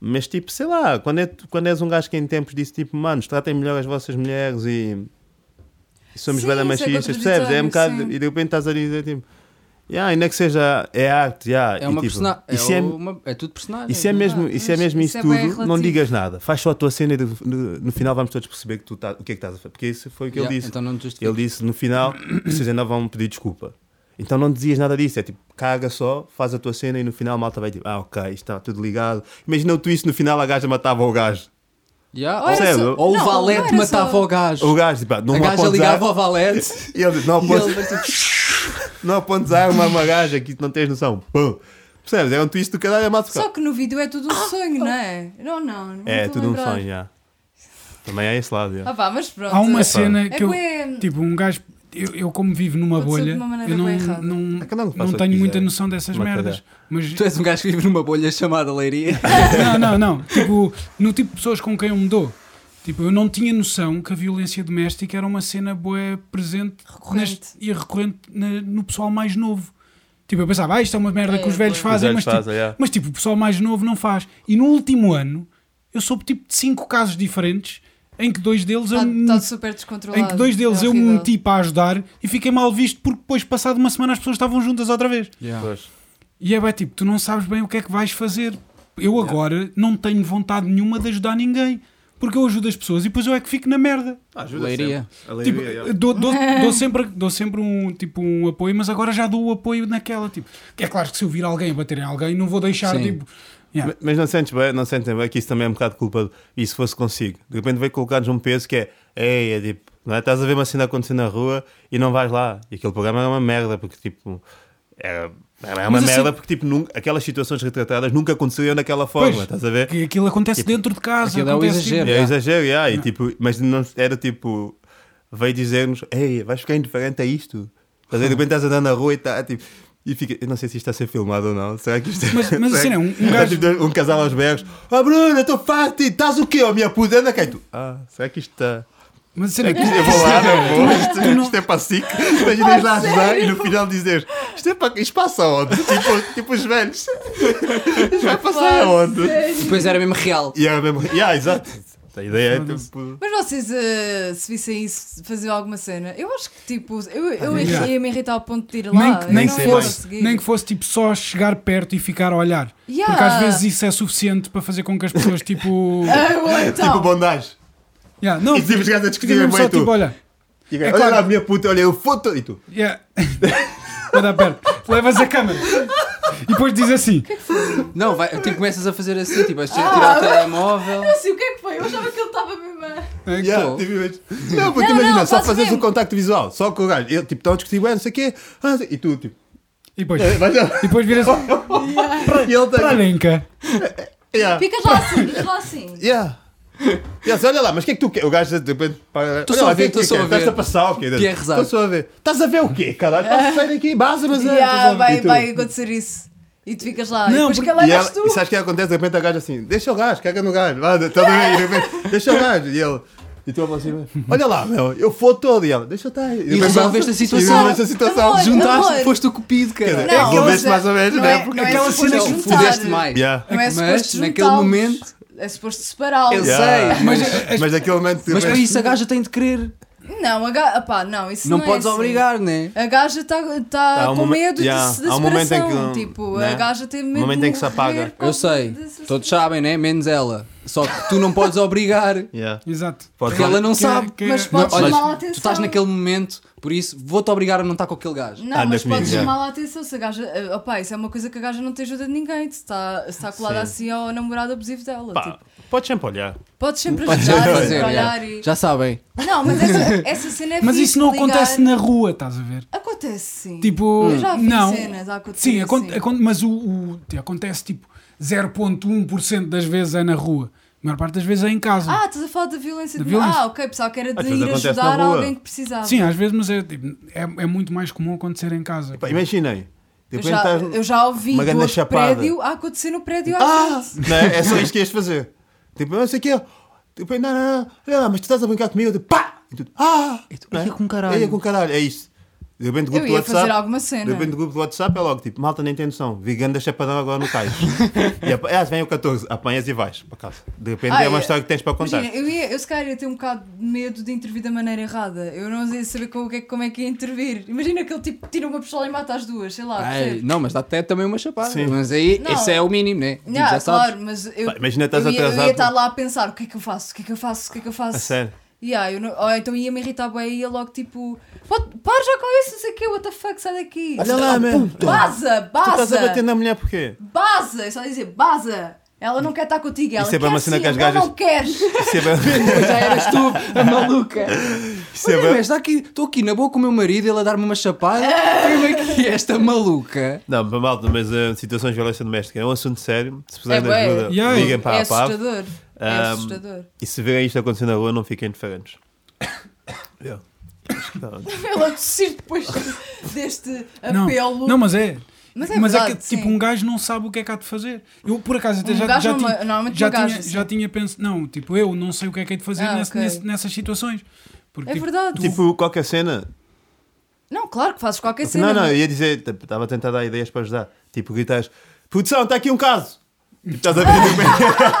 S3: mas tipo, sei lá, quando, é, quando és um gajo que em tempos disse tipo, manos, tratem melhor as vossas mulheres e, e somos
S2: Sim,
S3: bela
S2: isso é
S3: machistas, percebes? É um
S2: contraditório,
S3: bocado,
S2: sim.
S3: e de repente estás a dizer tipo, yeah, ainda que seja, é arte, yeah,
S1: É
S3: e,
S1: uma
S3: tipo,
S1: persona- é
S3: isso é,
S1: uma- é tudo personagem.
S3: isso é mesmo,
S2: verdade,
S3: isso, é
S2: mas
S3: mesmo
S2: isso
S3: isso,
S2: é
S3: tudo,
S2: bem
S3: não
S2: relativo.
S3: digas nada, faz só a tua cena e do- no, no final vamos todos perceber que tu tá- o que é que estás a fazer, porque isso foi o que
S1: Yeah,
S3: ele disse.
S1: Então não te justifica.
S3: Ele disse no final: vocês ainda vão pedir desculpa. Então não dizias nada disso, é tipo, caga só, faz a tua cena e no final a malta vai tipo, ah ok, isto está tudo ligado. Imagina o twist no final a gaja matava o gajo.
S1: Yeah,
S2: Ou era
S3: Percebe?
S2: só-
S1: Ou
S2: não,
S1: o
S2: não
S1: Valete
S2: era só-
S1: matava o gajo.
S3: O gajo tipo, ah, não
S1: a
S3: me
S1: gaja
S3: apontes
S1: ligava
S3: ar-
S1: ao Valete.
S3: E ele diz, não
S1: e ele
S3: apontes, não apontes arma a uma gaja que tu não tens noção. Pum. Percebes? É um twist do caralho, a malta fica,
S2: Só que no vídeo é tudo um sonho, não é? Não, não. não
S3: É,
S2: estou a
S3: tudo um
S2: lembrar.
S3: sonho, já. Também é esse lado, já.
S2: Ah pá, mas pronto.
S4: Há uma
S2: É
S4: cena que
S2: que
S4: eu.
S2: é-
S4: Tipo, um gajo. Eu, eu como vivo numa
S2: Pode ser de
S4: bolha,
S2: uma maneira
S4: eu não,
S2: bem errada.
S4: não,
S3: É que eu não
S4: não,
S3: faço o que
S4: tenho
S3: quiser.
S4: muita noção dessas
S3: Uma
S4: merdas. Mas,
S1: Tu és um gajo que vive numa bolha chamada Leiria.
S4: não, não, não. Tipo, no tipo de pessoas com quem eu me dou. Tipo, eu não tinha noção que a violência doméstica era uma cena boa presente
S2: Recorrente.
S4: neste- e recorrente na- no pessoal mais novo. Tipo, eu pensava, ah, isto é uma
S2: É,
S4: merda que os velhos
S2: pois.
S4: fazem,
S3: Os velhos
S4: mas, tipo-
S3: fazem, é.
S4: mas tipo, o pessoal mais novo não faz. E no último ano, eu soube tipo de cinco casos diferentes em que dois deles eu
S2: Está
S4: me
S2: está tá, super descontrolado.
S4: um- em que dois deles um
S2: É
S4: eu me
S2: horrível.
S4: meti para ajudar e fiquei mal visto porque depois, passado uma semana, as pessoas estavam juntas outra vez.
S3: Pois.
S4: E é bem tipo, tu não sabes bem o que é que vais fazer. Eu agora não tenho vontade nenhuma de ajudar ninguém. Porque eu ajudo as pessoas e depois eu é que fico na merda.
S3: Ah, ajuda
S1: Leiria.
S3: sempre. A leiria,
S4: Tipo,
S3: já.
S4: dou, dou- dou sempre, dou sempre um, tipo, um apoio, mas agora já dou o apoio naquela. Tipo, é claro que se eu vir alguém bater em alguém, não vou deixar.
S1: Sim.
S4: Tipo, yeah.
S3: Mas- Mas não sentes bem, não sentem bem que isso também é um bocado culpa. do- E se fosse consigo, de repente veio colocar-nos um peso que é, ei, é tipo, não é? estás a ver uma cena acontecer na rua e não vais lá. E aquele programa era uma merda, porque tipo, era, era uma
S4: Mas assim-
S3: merda, porque tipo, nunca, aquelas situações retratadas nunca aconteceriam daquela forma,
S4: Pois.
S3: estás a ver?
S4: que aquilo acontece dentro de casa.
S1: aquilo é o
S4: acontece, tipo,
S1: exagero.
S3: É
S1: Yeah.
S3: exagero, yeah, e, tipo, mas não era tipo, veio dizer-nos, ei, vais ficar indiferente a isto. Estás a ver? de repente estás andando na rua e está tipo. E fica, eu não sei se isto está a ser filmado ou não. Será que isto é
S4: Mas- mas assim,
S3: será
S4: não, um
S3: que-
S4: gajo-
S3: Está, tipo, um casal aos berros. Ah, Bruno, eu estou farto. e Estás o quê, ó minha puta? Anda cá. E tu, ah, será que isto está.
S4: Mas a cena é que-
S3: Eu vou lá, não vou. Isto, isto é para SIC. Imaginas lá ajudar e no final dizer isto é para. Isto passa aonde? Tipo, tipo os velhos. Isto vai passar
S2: Pá,
S3: aonde?
S2: sério.
S1: Depois era mesmo real.
S3: E é mesmo. Yeah, exato. A ideia é
S4: Foda-se.
S3: tipo.
S2: Mas vocês, eh, se vissem isso, faziam alguma cena? Eu acho que, tipo, eu, eu
S4: Ah, yeah.
S2: ia me irritar ao ponto de ir
S4: Nem
S2: lá.
S4: que-
S2: eu
S4: nem
S2: não
S3: que
S2: ia
S3: fosse-
S2: conseguir.
S4: Nem que fosse tipo só chegar perto e ficar a olhar.
S2: Yeah.
S4: Porque às vezes isso é suficiente para fazer com que as pessoas tipo.
S2: Ah, eu, então.
S3: Tipo bondage.
S4: yeah, não,
S3: E tipo, os gajos a discutir,
S4: fizemos
S3: bem
S4: só
S3: tu.
S4: tipo, olha.
S3: E o gajo,
S4: É
S3: olha
S4: claro.
S3: lá a minha puta, olha, eu foto. E tu.
S4: Yeah. Vai dar perto. Levas a câmera. E depois diz assim.
S1: Não, vai, tipo, começas a fazer assim, tipo, a tirar o telemóvel.
S2: Assim, o que é que foi? Ah, Eu achava que ele estava mesmo. a-
S3: Yeah,
S1: Pô.
S3: tipo, imagina- Não, porque
S2: Não,
S3: imagina,
S2: não,
S3: só
S2: fazes
S3: fazes
S2: mesmo.
S3: o contacto visual, só com o gajo. Ele, tipo, estão a discutir, "Ué, não sei o quê. Ah, e tu, tipo.
S4: E depois.
S3: eh,
S4: E
S3: Mas,
S4: depois vira-se.
S3: e ele
S4: Para a
S3: tem.
S4: Lenca.
S3: Yeah,
S2: Ficas lá assim, ficas lá assim.
S3: yeah. Yeah, se olha lá, mas o que é que tu queres? O gajo de repente. para-
S1: Tô
S3: olha
S1: só
S3: lá,
S1: a ver,
S3: o que é
S1: tô
S3: que
S1: só é a
S3: queres?
S1: ver.
S3: Estás a passar o quê?
S1: Pierre Zard.
S3: Estás só a ver. Estás a ver o quê, caralho? Estás a sair aqui, base, mas é. estás
S2: Yeah,
S3: a ver.
S2: ah, vai,
S3: E tu-
S2: vai acontecer isso. E tu ficas lá.
S4: Não,
S2: e depois
S4: porque-
S2: calhar
S3: E, ela,
S2: és tu.
S3: e sabes o que acontece? De repente a gajo assim, deixa o gajo, caga no gajo, vá, tá bem, e de repente, deixa o gajo. E ele, e tu a falar assim, olha lá, meu, eu fui todo. E ela, deixa eu estar.
S1: E resolveste a situação.
S3: E resolveste a situação.
S2: Amor.
S1: Juntaste,
S2: Amor.
S1: foste o cupido,
S3: Quer
S1: cara.
S3: dizer, é que
S2: não
S3: resolveste
S2: é-
S3: mais ou menos,
S2: não
S3: né?
S2: é-
S3: Porque
S2: não é
S4: aquela
S2: suposto
S4: cena que
S2: juntar.
S1: Fudeste mais.
S3: Yeah.
S2: Não é
S1: Mas,
S2: suposto
S1: naquele
S2: juntá-los.
S1: momento-
S2: É suposto separá-los.
S1: Eu
S3: Yeah.
S1: sei,
S4: Mas
S1: mas,
S4: é-
S3: Mas naquele momento, de
S1: mas para
S3: repente,
S1: isso a gaja tem de querer.
S2: Não, a ga... Epá, não, isso não,
S1: Não,
S2: é
S1: podes
S2: assim.
S1: obrigar, né?
S2: A gaja está tá
S3: Há um
S2: com
S3: momen-
S2: medo de-
S3: Yeah,
S2: da
S3: há um momento em
S2: separação.
S3: que,
S2: tipo,
S3: né?
S2: a gaja tem medo
S3: momento
S2: de
S3: em que se
S2: morrer
S3: apaga.
S2: por
S1: Eu
S2: causa
S1: sei,
S2: dessa-
S1: todos sabem, né? Menos ela. Só que tu não podes obrigar.
S3: Yeah.
S4: Exato.
S3: Pode
S1: Porque
S3: ser.
S1: ela não sabe.
S4: que-
S2: Mas
S4: Não,
S2: podes
S3: olha,
S2: chamar a
S1: Tu
S2: atenção. Hum.
S1: estás naquele momento, por isso vou-te obrigar a não estar com aquele gajo.
S2: Não,
S3: Anda
S2: mas
S3: comigo,
S2: podes
S3: já.
S2: chamar lá a atenção se a gaja. eh, Opá, isso é uma coisa que a gaja não tem ajuda de ninguém. Se está, se está colada
S3: Sim.
S2: assim ao namorado abusivo dela.
S3: Pá,
S2: Tipo,
S3: podes sempre olhar.
S2: podes sempre
S1: Podes
S2: ajudar,
S1: sempre
S2: sempre
S1: fazer,
S2: olhar
S1: já.
S2: e.
S1: Já sabem.
S2: Não, mas essa, essa cena é
S4: Mas
S2: fixe
S4: isso não
S2: de ligar.
S4: acontece na rua, estás a ver?
S2: Acontece sim.
S4: Tipo,
S2: Eu já vi
S4: não.
S2: cenas a acontecer
S4: Sim, acon-
S2: assim.
S4: acon- mas o, o- te- acontece tipo 0.1% das vezes é na rua. A maior parte das vezes é em casa.
S2: Ah, estás a falar da violência
S4: Da
S2: de
S4: violência.
S2: Ah, ok, pessoal, que era de
S3: Às vezes
S2: ir
S3: acontece
S2: ajudar
S3: na rua.
S2: alguém que precisava.
S4: Sim, às vezes, mas é, tipo, é, é muito mais comum acontecer em casa.
S3: Pá, Imaginem, de
S2: Eu
S3: repente
S2: já,
S3: estás.
S2: eu já ouvi
S3: Tipo, então uma
S2: do
S3: grande
S2: outro
S3: chapada.
S2: prédio a acontecer no prédio à
S3: Ah!
S2: frente.
S3: Não é? É só isto que ias fazer. Tipo, não sei o quê. De repente, não, não, não, olha lá, mas tu estás a brincar comigo. Tipo, pá! E tu, ah!
S1: E tu,
S3: Não é?
S1: ia com caralho.
S3: Ia com caralho, é isto. De repente, o
S2: Eu
S3: grupo do
S2: ia
S3: WhatsApp.
S2: fazer alguma
S3: De
S2: cena.
S3: repente o grupo do WhatsApp é logo tipo, malta nem tem noção, vegano da chapadão agora no cais. e apa- ah, vem o 14, apanhas e vais para casa. De repente
S2: Ah,
S3: é uma
S2: é-
S3: história que tens para contar.
S2: Imagina, eu, ia, eu se calhar ia ter um bocado de medo de intervir da maneira errada. Eu não ia saber como, o que é- como é que ia intervir. Imagina aquele tipo que tira uma pistola e mata as duas, sei lá.
S1: Ai,
S2: percebe?
S1: não, mas dá até também uma chapada.
S3: Sim.
S1: Mas aí,
S2: Não.
S1: esse é o mínimo, né? Tipo,
S2: Ah,
S1: já sabes.
S2: claro, mas eu,
S3: Pá, imagina, estás
S2: eu, ia, eu
S3: atrasado.
S2: ia estar lá a pensar o que é que eu faço, o que é que eu faço, o que é que eu faço.
S3: A sério.
S2: Yeah, eu não- ou então ia-me irritar bem e ia logo tipo "Pode- Para já com isso, não sei o quê, what the fuck, sai daqui
S3: Olha lá,
S2: Baza,
S3: man. Tu estás a bater
S2: baza,
S3: na mulher porquê?
S2: baza Eu só ia dizer, baza Ela não quer estar contigo, ela
S3: Isso
S2: quer
S3: é bem uma cena
S2: sim,
S3: que as
S2: ela
S3: gajas-
S2: não queres
S3: Isso é bem-
S1: Já eras tu, a Tá maluca.
S3: isso é
S1: Olha,
S3: bem-
S1: mas está aqui, estou aqui na boa com o meu marido, ele a dar-me uma chapada. Como é que é esta maluca?
S3: Não, mas malta, mas eh, situações de violência doméstica é um assunto sério. Se precisarem de
S2: É bué.
S3: ajuda,
S4: Yeah.
S3: liguem para
S2: É
S3: a PAP.
S2: assustador, é
S3: Ahm,
S2: assustador
S3: E se virem isto acontecer na rua, não fiquem indiferentes. Yeah. Acho que tá.
S2: Ela tossir depois deste
S4: Não,
S2: apelo
S4: não, mas é.
S2: Mas é
S4: que
S2: verdade,
S4: tipo,
S2: sim.
S4: um gajo não sabe o que é que há de fazer. Eu, por acaso, até
S2: Um
S4: já,
S2: gajo
S4: já,
S2: não-
S4: tinha,
S2: normalmente
S4: já,
S2: um gajo,
S4: tinha,
S2: assim.
S4: já tinha pensado. Não, tipo, eu não sei o que é que é de fazer
S2: Ah,
S4: nesse-
S2: ok.
S4: nesse- nessas situações. Porque,
S2: É
S4: tipo,
S2: verdade
S3: tipo, qualquer cena.
S2: Não, claro que fazes qualquer cena é?
S3: não, não, eu ia dizer, t- estava a tentar dar ideias para ajudar. Tipo, gritas: produção, está aqui um caso. Tipo, Estás a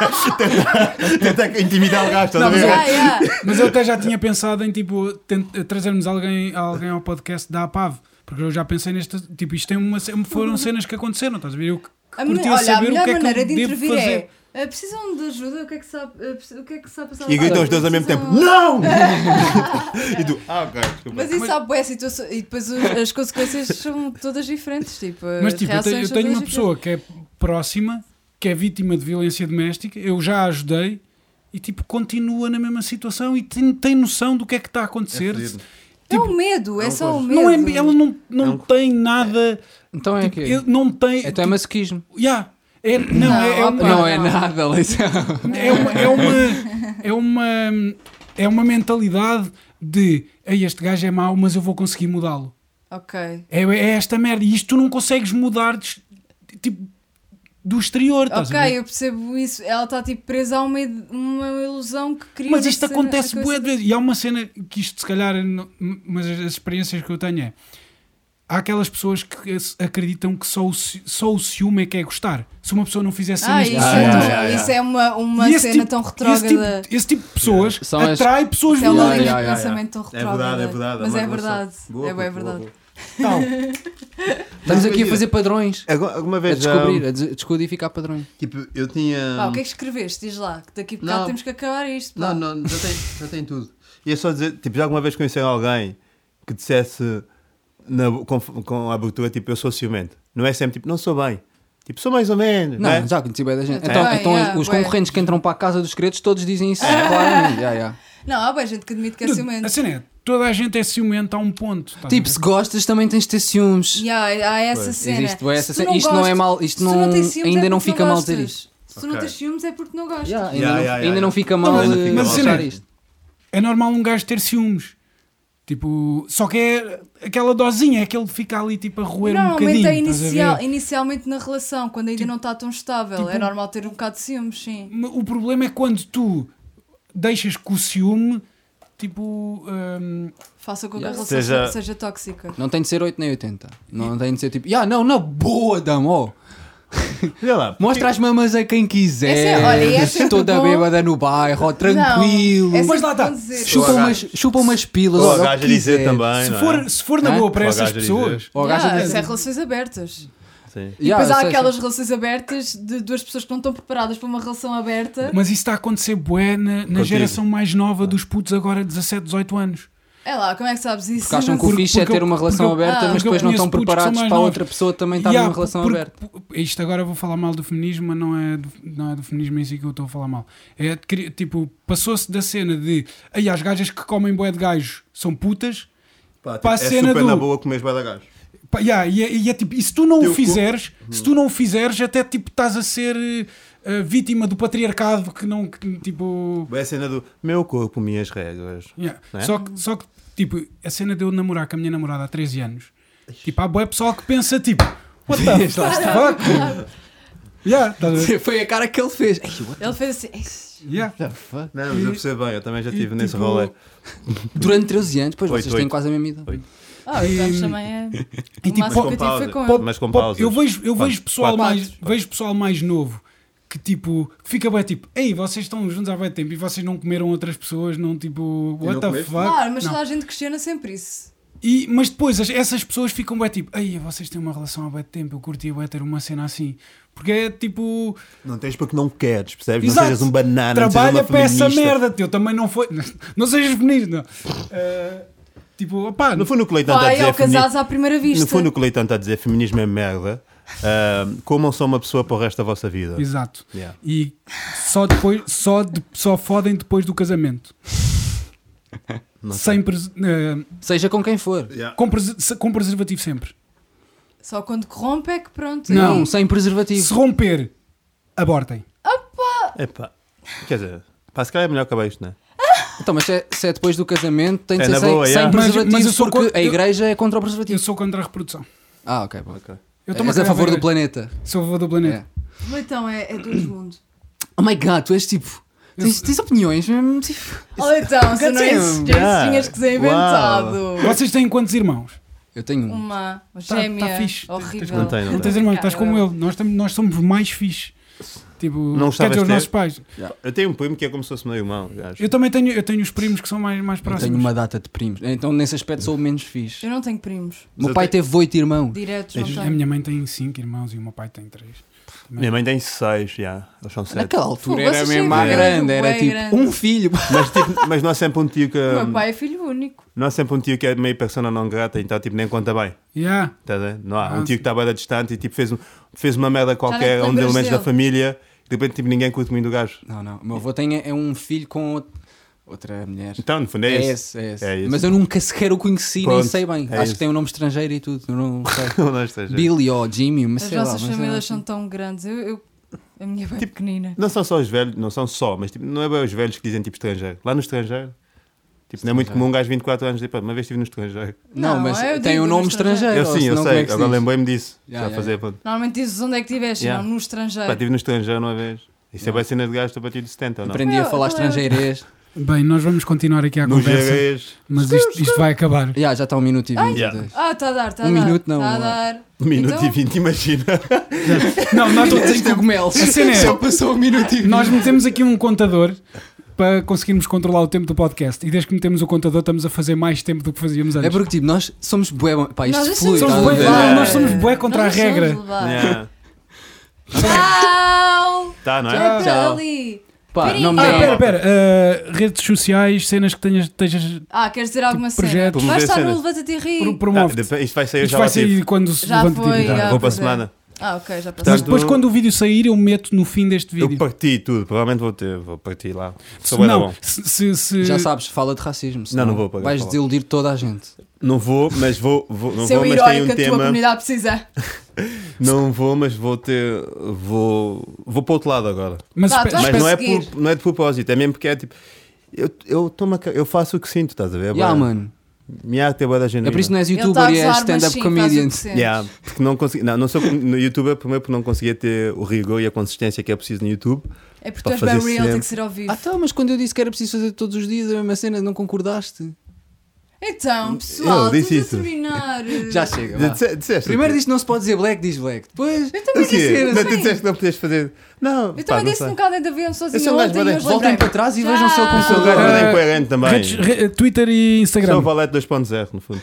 S3: ver? Tentar tentar intimidar o gajo, estás a
S4: Não, mas
S3: ver?
S2: Ah, Yeah, yeah.
S4: Mas eu até já tinha pensado em tipo tent- trazermos alguém, alguém ao podcast da APAV, porque eu já pensei neste tipo, isto tem uma, ce- foram cenas que aconteceram, estás a ver? Eu que-
S2: Uhum. A
S4: curtia
S2: melhor- olha, a
S4: saber o
S2: melhor
S4: que é que
S2: maneira
S4: eu
S2: de
S4: devo
S2: intervir
S4: fazer.
S2: é. eh, precisam de ajuda? O que é que sabe, eh, preci- o que é que sabe passar
S3: E gritam os dois ao mesmo tempo: Não! E tu, ah, ok, desculpa.
S2: Mas isso há boas situações e depois os- as consequências são todas diferentes. Tipo,
S4: Mas
S2: as
S4: tipo, eu, te- eu
S2: reações são
S4: tenho uma
S2: todas
S4: pessoa que é próxima, que é vítima de violência doméstica, eu já a ajudei e tipo continua na mesma situação e tem, tem noção do que é que está a acontecer.
S3: fodido.
S2: diferentes. É o medo, é,
S3: uma
S2: só o medo.
S4: tipo, não é, ela não, não tem nada,
S1: Então é
S4: tipo,
S1: que.
S4: ele não tem.
S1: Então é masoquismo.
S4: tipo, yeah, é- não,
S2: Não,
S4: é, é
S2: opa,
S4: uma-
S1: Não é
S2: não.
S1: nada, Leitão.
S4: É uma, é uma, é uma, é uma mentalidade de "Ei, este gajo é mau, mas eu vou conseguir mudá-lo.
S2: Ok.
S4: É, é esta merda. E isto tu não consegues mudar de- tipo, do exterior. estás a ver?
S2: Ok, eu percebo isso. Ela está tipo presa a uma, id- uma ilusão que cria.
S4: Mas isto
S2: na cena- assim.
S4: acontece
S2: na
S4: bué
S2: cabeça
S4: de vezes. E há uma cena que isto, se calhar, não- mas as experiências que eu tenho é. há aquelas pessoas que ac- acreditam que só o, ci- só o ciúme é que é gostar. Se uma pessoa não fizer
S2: Ah,
S4: cenas
S2: isso,
S4: que
S2: é-
S3: Ah, yeah, yeah, yeah.
S2: isso é uma, uma
S4: E esse
S2: cena
S4: tipo-
S2: tão
S4: esse tipo,
S2: retrógrada.
S4: esse tipo de pessoas
S1: São as-
S4: atrai pessoas
S2: Isso é uma
S1: Yeah,
S2: linha
S4: violentas.
S1: yeah,
S2: de
S1: yeah,
S2: pensamento tão
S3: É
S2: retrógrada.
S3: verdade, é verdade.
S2: Mas
S3: uma
S2: é
S3: relação.
S2: verdade.
S3: Boa,
S2: é,
S3: puto,
S2: bem
S3: boa,
S2: verdade.
S3: boa.
S4: Tal.
S2: É
S1: Estamos aqui a
S3: Imagina.
S1: fazer padrões.
S3: Agora, Alguma
S1: A
S3: vez já.
S1: descobrir, a des- descodificar padrões.
S3: Tipo, eu tinha.
S2: Pá, o que é que escreveste? Diz lá, que daqui a bocado
S3: Não.
S2: temos que acabar isto. pá.
S3: Não, não, já tem, já tem tudo. E é só dizer, tipo, já alguma vez conheceram alguém que dissesse na, com, com a abertura, tipo, eu sou ciumento. Não é sempre tipo, não sou bem. Tipo, sou mais ou menos.
S1: Não,
S3: Não, é?
S1: já conheci bem da gente.
S2: É.
S1: Então,
S2: É.
S1: então
S2: Yeah,
S1: os
S2: bué.
S1: concorrentes que entram para a casa dos credos todos dizem isso. claramente. Yeah, yeah.
S2: Não, há bem gente que admite que é ciumento.
S4: A cena é, toda a gente é ciumenta a um ponto. estás a
S1: Tipo,
S4: ver?
S1: se gostas, também tens de ter
S2: é
S1: ciúmes.
S2: Yeah, há essa
S3: Pois.
S2: cena.
S1: Existe bué essa
S2: Se tu
S1: cena. Isto não é mal- isto
S2: se tu
S1: não-
S2: tens ciúmes,
S1: ainda
S2: é
S1: não
S2: porque
S1: fica mal dizer
S2: gostas. Se tu não
S3: Ok.
S2: tens ciúmes é porque não gostas.
S1: Yeah, ainda
S3: Yeah,
S1: não,
S3: yeah,
S1: ainda
S3: yeah,
S1: não
S3: yeah.
S1: fica mal
S4: Mas,
S1: eh,
S3: mas,
S1: achar
S4: sim.
S1: isto.
S4: É normal um gajo ter ciúmes. Tipo, só que é aquela dosinha, é que ele fica ali tipo a roer um
S2: Normalmente
S4: bocadinho.
S2: é
S4: estás a ver?
S2: inicial, inicialmente na relação, quando ainda não está tão estável. é
S4: tipo-
S2: normal ter um bocado de ciúmes, sim.
S4: Mas O problema é quando tu deixas que o ciúme, tipo, hum,
S2: Faça com que a
S1: Yeah.
S2: relação
S3: Seja-
S2: seja, tóxica.
S1: Não tem de ser 8 nem 80. Não tem de ser tipo, yeah, não, na boa, damo.
S3: Olha lá.
S1: Mostra as mamas a quem quiser.
S2: Essa é- olha, e é sempre
S1: Toda
S2: bom.
S1: bêbada no bairro, ó, tranquilo.
S2: Não, é
S4: Mas lá tá. está.
S2: sempre bom dizer.
S1: Chupa,
S3: O
S1: umas, chupa umas pilas.
S3: Ou a
S1: olha, o
S3: gaja
S1: que
S3: dizer
S1: quiser.
S3: também.
S4: se,
S3: não é?
S4: for, se for na
S1: Hã?
S4: boa para
S3: Ou
S4: essas
S3: gajo a
S4: pessoas,
S1: Ou a gaja
S2: Yeah,
S1: dizer-
S2: isso é relações abertas. E
S3: Sim.
S1: Yeah, é
S2: depois há
S3: é
S1: sei, sei.
S2: aquelas relações abertas de duas pessoas que não estão preparadas para uma relação aberta.
S4: mas isso está a acontecer bué na, na
S3: Contigo.
S4: geração mais nova dos putos agora 17, 18 anos.
S2: É lá, como é que sabes isso?
S1: Porque acham que o
S4: Porque-
S1: fixe é
S4: porque
S1: ter uma
S4: eu-
S1: relação
S4: porque eu-
S1: aberta,
S2: ah,
S1: mas
S4: porque eu
S1: depois não
S4: conheço
S1: estão
S4: putos que são
S1: preparados
S4: mais
S1: para a
S4: novos.
S1: outra pessoa também estar
S4: Yeah,
S1: numa relação
S4: porque-
S1: aberta.
S4: porque- Isto agora eu vou falar mal do feminismo, mas não é do, não é do feminismo em si que eu estou a falar mal. É de cri- tipo, passou-se da cena de aí as gajas que comem bué de gajos são putas.
S3: Pá, tipo,
S4: Para a
S3: é
S4: cena
S3: super
S4: do-
S3: na boa comer bué da gajo.
S4: Pá, yeah, e, é, e é tipo, e se tu não
S3: Teu
S4: o
S3: cu- Uhum.
S4: fizeres, se tu não o fizeres, até tipo estás a ser eh, eh, vítima do patriarcado que não que, tipo.
S3: É a cena do meu corpo, minhas regras.
S4: Yeah.
S3: Não é?
S4: Só, que, só que, tipo, a cena de eu namorar com a minha namorada há 13 anos, tipo, há boé pessoal que pensa, tipo, what the fuck? yeah, estás a ver?
S1: Foi a cara que ele fez. Ei, what?
S2: Ele fez assim. "Ei,
S4: Yeah.
S3: Não, mas eu percebo bem, eu também já
S4: E,
S3: estive nesse
S4: tipo,
S3: rolê.
S1: Durante 13 anos, pois
S3: Oito,
S1: vocês têm
S3: oito.
S1: quase a mesma idade.
S3: Oito.
S2: Ah,
S4: E-
S2: então também é.
S4: E
S2: o
S4: tipo,
S2: máximo
S4: pop-
S2: que eu tive foi com ele.
S4: pop-
S3: Mas com
S4: pop-
S3: pausas.
S4: eu vejo, eu
S3: Quatro,
S4: vejo, pessoal,
S3: quatro.
S4: mais, vejo pessoal mais novo que tipo, que fica bem tipo, ei, vocês estão juntos há bem tempo e vocês não comeram outras pessoas, não tipo,
S3: E
S4: what
S3: não
S4: the
S3: comeste?
S4: fuck?
S2: Claro, mas
S4: Não.
S2: toda a gente questiona sempre isso.
S4: E- mas depois as- essas pessoas ficam bem tipo, ei, vocês têm uma relação há bem tempo, eu curti bem ter uma cena assim. Porque é tipo,
S3: Não tens porque não queres, percebes?
S4: Exato.
S3: Não sejas um banana,
S4: trabalha
S3: não sejas uma
S4: para essa
S3: feminista.
S4: merda, eu também não foi. Não sejas feminista. não. Eh, tipo, opá,
S3: No fundo, o que o Leitão está a
S2: Vai
S3: dizer é
S2: ao
S3: femini-
S2: casados à primeira vista.
S3: No fundo, o que o Leitão está a dizer feminismo é merda. Ahm, comam só uma pessoa para o resto da vossa vida.
S4: Exato.
S3: Yeah.
S4: E só depois, só, de- só fodem depois do casamento. Sem pres- eh,
S1: Seja com quem for.
S3: Yeah.
S4: com, prese- se- com preservativo sempre.
S2: Só quando corrompe é que pronto.
S4: Não.
S1: Não, sem
S4: Se
S1: preservativo.
S4: romper, abortem.
S3: Epá. Quer dizer, pá, se calhar é melhor acabar isto, não é?
S1: Então, mas se é, se é depois do casamento, tem de
S3: É
S1: ser
S3: na
S1: sem,
S3: boa,
S1: sem
S3: yeah.
S4: Mas- mas eu
S1: preservativo,
S4: sou
S1: porque
S4: contra-
S1: a
S4: eu-
S1: igreja é contra o preservativo.
S4: Eu sou contra a reprodução.
S1: Ah, ok. bom.
S4: Eu estou-me
S1: És a
S4: cagar
S1: favor
S4: da
S1: do
S4: igreja.
S1: planeta.
S4: Sou a favor do planeta.
S1: É.
S2: Mas Então é, é dois mundos.
S1: Oh my god, tu és tipo. Tens, tens opiniões mesmo. tipo-
S2: Olha então, se não
S1: Gattinho.
S2: existisse, tinhas que ser
S3: Uau.
S2: inventado.
S4: Vocês têm quantos irmãos?
S1: Eu tenho um.
S2: Uma
S4: Tá-
S2: gêmea
S4: tá fixe. Tens-
S2: horrível.
S3: Não tem, não
S4: Não
S3: tem.
S4: tens irmãos, estás
S2: Ah,
S4: como
S2: eu-
S4: eu. Nós, tam- nós somos mais fixe. Tipo,
S3: Não
S4: quer
S3: gostavas
S4: dizer, os
S3: de
S4: nossos
S3: ter?
S4: pais.
S3: Eu tenho um primo que é como se fosse meu irmão, gajo.
S4: Eu também tenho, eu tenho os primos que são mais, mais
S1: Eu tenho
S4: próximos.
S1: uma data de primos. Então, nesse aspecto, sou o menos fixe.
S2: Eu não tenho primos
S1: O meu
S3: eu
S1: pai
S3: tenho-
S1: teve oito irmãos.
S2: diretos,
S3: É
S2: não
S4: A
S2: tenho.
S4: minha mãe tem cinco irmãos e o meu pai tem três.
S3: Minha mãe tem seis, já. Eles são sete.
S1: Naquela altura
S2: Fogo,
S1: era
S2: vocês
S1: mesmo
S2: são
S1: à
S3: bem
S1: grande,
S2: grande,
S1: era
S2: bem
S1: tipo
S2: grande.
S1: um filho.
S3: Mas, tipo, mas não há sempre um tio que.
S2: O meu pai é filho único.
S3: Não há sempre um tio que é meio persona não grata, então tipo, nem conta bem.
S4: Yeah.
S3: Tá a ver? Não há.
S4: Ah,
S3: um tio que estava distante e tipo, fez, um- fez uma merda qualquer a um
S2: lembras
S3: dos elementos da
S2: dele.
S3: família e de repente tipo, ninguém curte muito do gajo.
S1: Não, não. O meu avô tem é é um filho com out- outra mulher.
S3: Então, no fundo,
S1: É
S3: é, isso.
S1: esse, é esse.
S3: É esse.
S1: Mas eu nunca sequer o conheci, nem
S3: Pronto,
S1: sei bem.
S3: é
S1: Acho
S3: esse.
S1: que tem um nome estrangeiro e tudo. eu Não sei.
S3: Não esteja.
S1: Billy ou Jimmy, mas
S2: As
S1: sei lá.
S2: nossas
S1: mas é
S2: famílias
S1: assim.
S2: são tão grandes. Eu, eu- a minha é bem
S3: Tipo-
S2: pequenina.
S3: Não são só os velhos, não são só, mas tipo, não é bem os velhos que dizem tipo estrangeiro. Lá no estrangeiro, tipo, não é muito
S1: Estrangeiro.
S3: comum um gajo de 24 anos dizer, pá, uma vez estive no estrangeiro.
S1: Não,
S2: Não,
S1: mas
S2: eu
S1: tem
S2: digo
S1: um nome
S2: no estrangeiro.
S1: estrangeiro.
S3: Eu
S1: ou
S3: sim, eu
S1: senão como é
S3: sei,
S1: que se
S3: agora
S1: diz?
S3: lembrei-me disso.
S1: Yeah,
S3: já
S1: yeah,
S3: fazer, pá,
S2: Normalmente dizes onde é que estiveste,
S3: Yeah.
S2: não no
S3: pá, tipo-
S2: estrangeiro.
S3: é estive no estrangeiro uma vez. Isso é bem cena de gajo, estou batido de 70 ou não?
S1: Aprendi
S2: Eu-
S1: a falar
S2: eu-
S1: estrangeirês.
S4: Bem, nós vamos continuar aqui à
S3: No
S4: conversa,
S3: Jerez.
S4: mas isto, isto vai acabar.
S1: Yeah, já está um minuto e
S2: Ai.
S1: vinte.
S3: Yeah.
S2: Ah, está a dar, está a
S1: Um
S2: dar.
S1: minuto não,
S2: Está a
S1: não é?
S2: dar.
S3: Um minuto
S2: Então-
S3: e vinte, imagina.
S4: Não, nós,
S1: Todos em cogumelos.
S4: A cena é-
S1: Só passou um minuto e
S4: nós metemos aqui um contador para conseguirmos controlar o tempo do podcast. E desde que metemos o contador, estamos a fazer mais tempo do que fazíamos antes.
S1: É porque tipo, nós somos bué. Pá, isto
S2: Nós
S1: nós
S2: deixamos
S1: flui.
S4: Somos
S1: estás
S4: bué-
S1: a ver?
S3: Yeah.
S4: Ah, nós somos bué contra
S2: Nós
S4: a regra.
S2: somos levar.
S3: Yeah.
S2: Tchau!
S3: Tá, não é?
S2: Vai para
S1: Tchau.
S2: ali.
S1: Pá, não me
S4: Ah,
S2: Não.
S4: pera,
S1: deram.
S4: pera. ah, redes sociais, cenas que tenhas, estejas.
S2: Ah, queres dizer alguma
S4: Tipo, projeto.
S2: cena? Vai
S3: Promover
S2: estar no
S3: cenas.
S2: Levanta-te e
S4: pro-
S2: ri.
S3: Ah,
S4: Promove.
S3: depois- isto vai sair, eu
S4: Isto
S3: já
S4: vai
S3: lá tive.
S4: sair quando se
S2: Já
S4: levanta
S2: foi,
S4: e
S3: Já,
S2: já.
S4: tira.
S2: Ah,
S3: vou para
S2: pois
S3: a
S2: é.
S3: semana.
S2: Ah, ok, já passou.
S4: Mas
S3: Portanto,
S4: depois, quando o vídeo sair, eu meto no fim deste
S3: Eu
S4: vídeo.
S3: parti tudo, provavelmente vou ter, vou partir lá.
S4: Se,
S3: Sou bué da
S4: não,
S3: bom.
S4: se, se, se-
S1: Já sabes, fala de racismo. senão
S3: não vou apagar,
S1: Vais
S3: fala.
S1: desiludir toda a gente.
S3: Não vou, mas vou, vou não
S2: Seu
S3: vou, mas
S2: herói
S3: tenho
S2: que
S3: um
S2: a tua
S3: tema.
S2: comunidade precisa.
S3: Não vou, mas vou ter, vou, vou para o outro lado agora.
S4: mas,
S2: Tá,
S4: espe-
S2: tu és
S4: espe-
S3: Mas não é,
S2: seguir.
S3: por, não é de propósito, é mesmo porque é tipo. Eu, eu, tomo a ca- eu faço o que sinto, estás a ver?
S1: Yeah, mano.
S3: Minha arte é boa da gente.
S1: É por isso que não és
S2: Ele tá a
S1: youtuber e és
S2: gozar, mas
S1: stand-up
S2: sim,
S1: comedian.
S2: faz o que sente.
S3: Yeah, porque não consegui, não, não sou no YouTube, é primeiro porque não conseguia ter o rigor e a consistência que é preciso no YouTube.
S2: É porque tu
S3: Para
S2: és bem
S3: fazer
S2: real, tem
S3: sempre.
S2: que ser ao vivo.
S1: Ah, tá, mas quando eu disse que era preciso fazer todos os dias a mesma cena, não concordaste?
S2: Então, pessoal,
S3: Eu disse
S2: estamos a
S3: isso.
S2: terminar.
S1: Já chega. vá.
S3: Disse- Disseste.
S1: Primeiro diz que não se pode dizer black, diz black. Depois.
S2: Eu também
S3: Sim,
S2: disse isso.
S3: não,
S2: sim.
S3: tu disseste que não podias fazer. Não,
S2: assim. Eu
S3: pá,
S2: também
S3: não
S2: disse
S3: sei.
S2: um bocado de avião
S3: Eu
S2: sozinho
S3: sou um gajo
S2: ontem e
S3: bem-
S2: hoje
S1: voltem
S2: lembrei-me.
S1: para trás e
S2: Tchau.
S1: vejam se ele
S3: Sou um
S1: conseguiu.
S3: gajo
S4: Ah,
S3: é bem coerente também.
S4: redes- re- Twitter e
S3: Sou o
S4: Instagram.
S3: Valete 2.0, no fundo.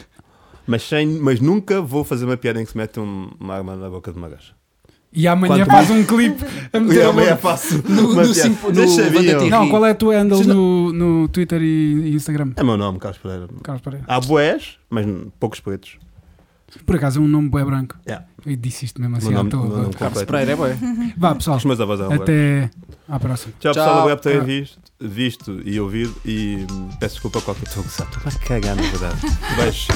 S3: Mas, sem, mas nunca vou fazer uma piada em que se mete um- uma arma na boca de uma gaja.
S4: E amanhã
S3: Quanto
S4: faz um clipe a meter
S3: Eu
S4: a
S3: amanhã
S4: boca.
S3: faço
S1: No-
S3: uma
S1: no
S3: piada.
S1: simpo-
S3: Vocês
S1: no
S3: sabiam?
S1: Vandatinho.
S4: Não, qual é a tua handle
S3: Vocês
S4: no, no Twitter e e Instagram?
S3: É meu nome, Carlos Pereira.
S4: Carlos Pereira.
S3: Há boés, mas n- poucos pretos.
S4: Por acaso é um nome bué branco.
S3: Yeah.
S4: Eu disse isto mesmo
S3: Meu
S4: assim à
S3: nome, meu
S4: toa.
S3: nome
S1: Carlos
S3: completo.
S1: Pereira é bué.
S4: Vá pessoal,
S3: Os meus avós eram bué.
S4: até à próxima.
S3: Tchau,
S1: Tchau.
S3: pessoal. Obrigado por terem
S4: Ah.
S3: visto, visto e ouvido. E hum, peço desculpa a qualquer pessoa que sabe. Estou a cagar, na verdade. Beijo.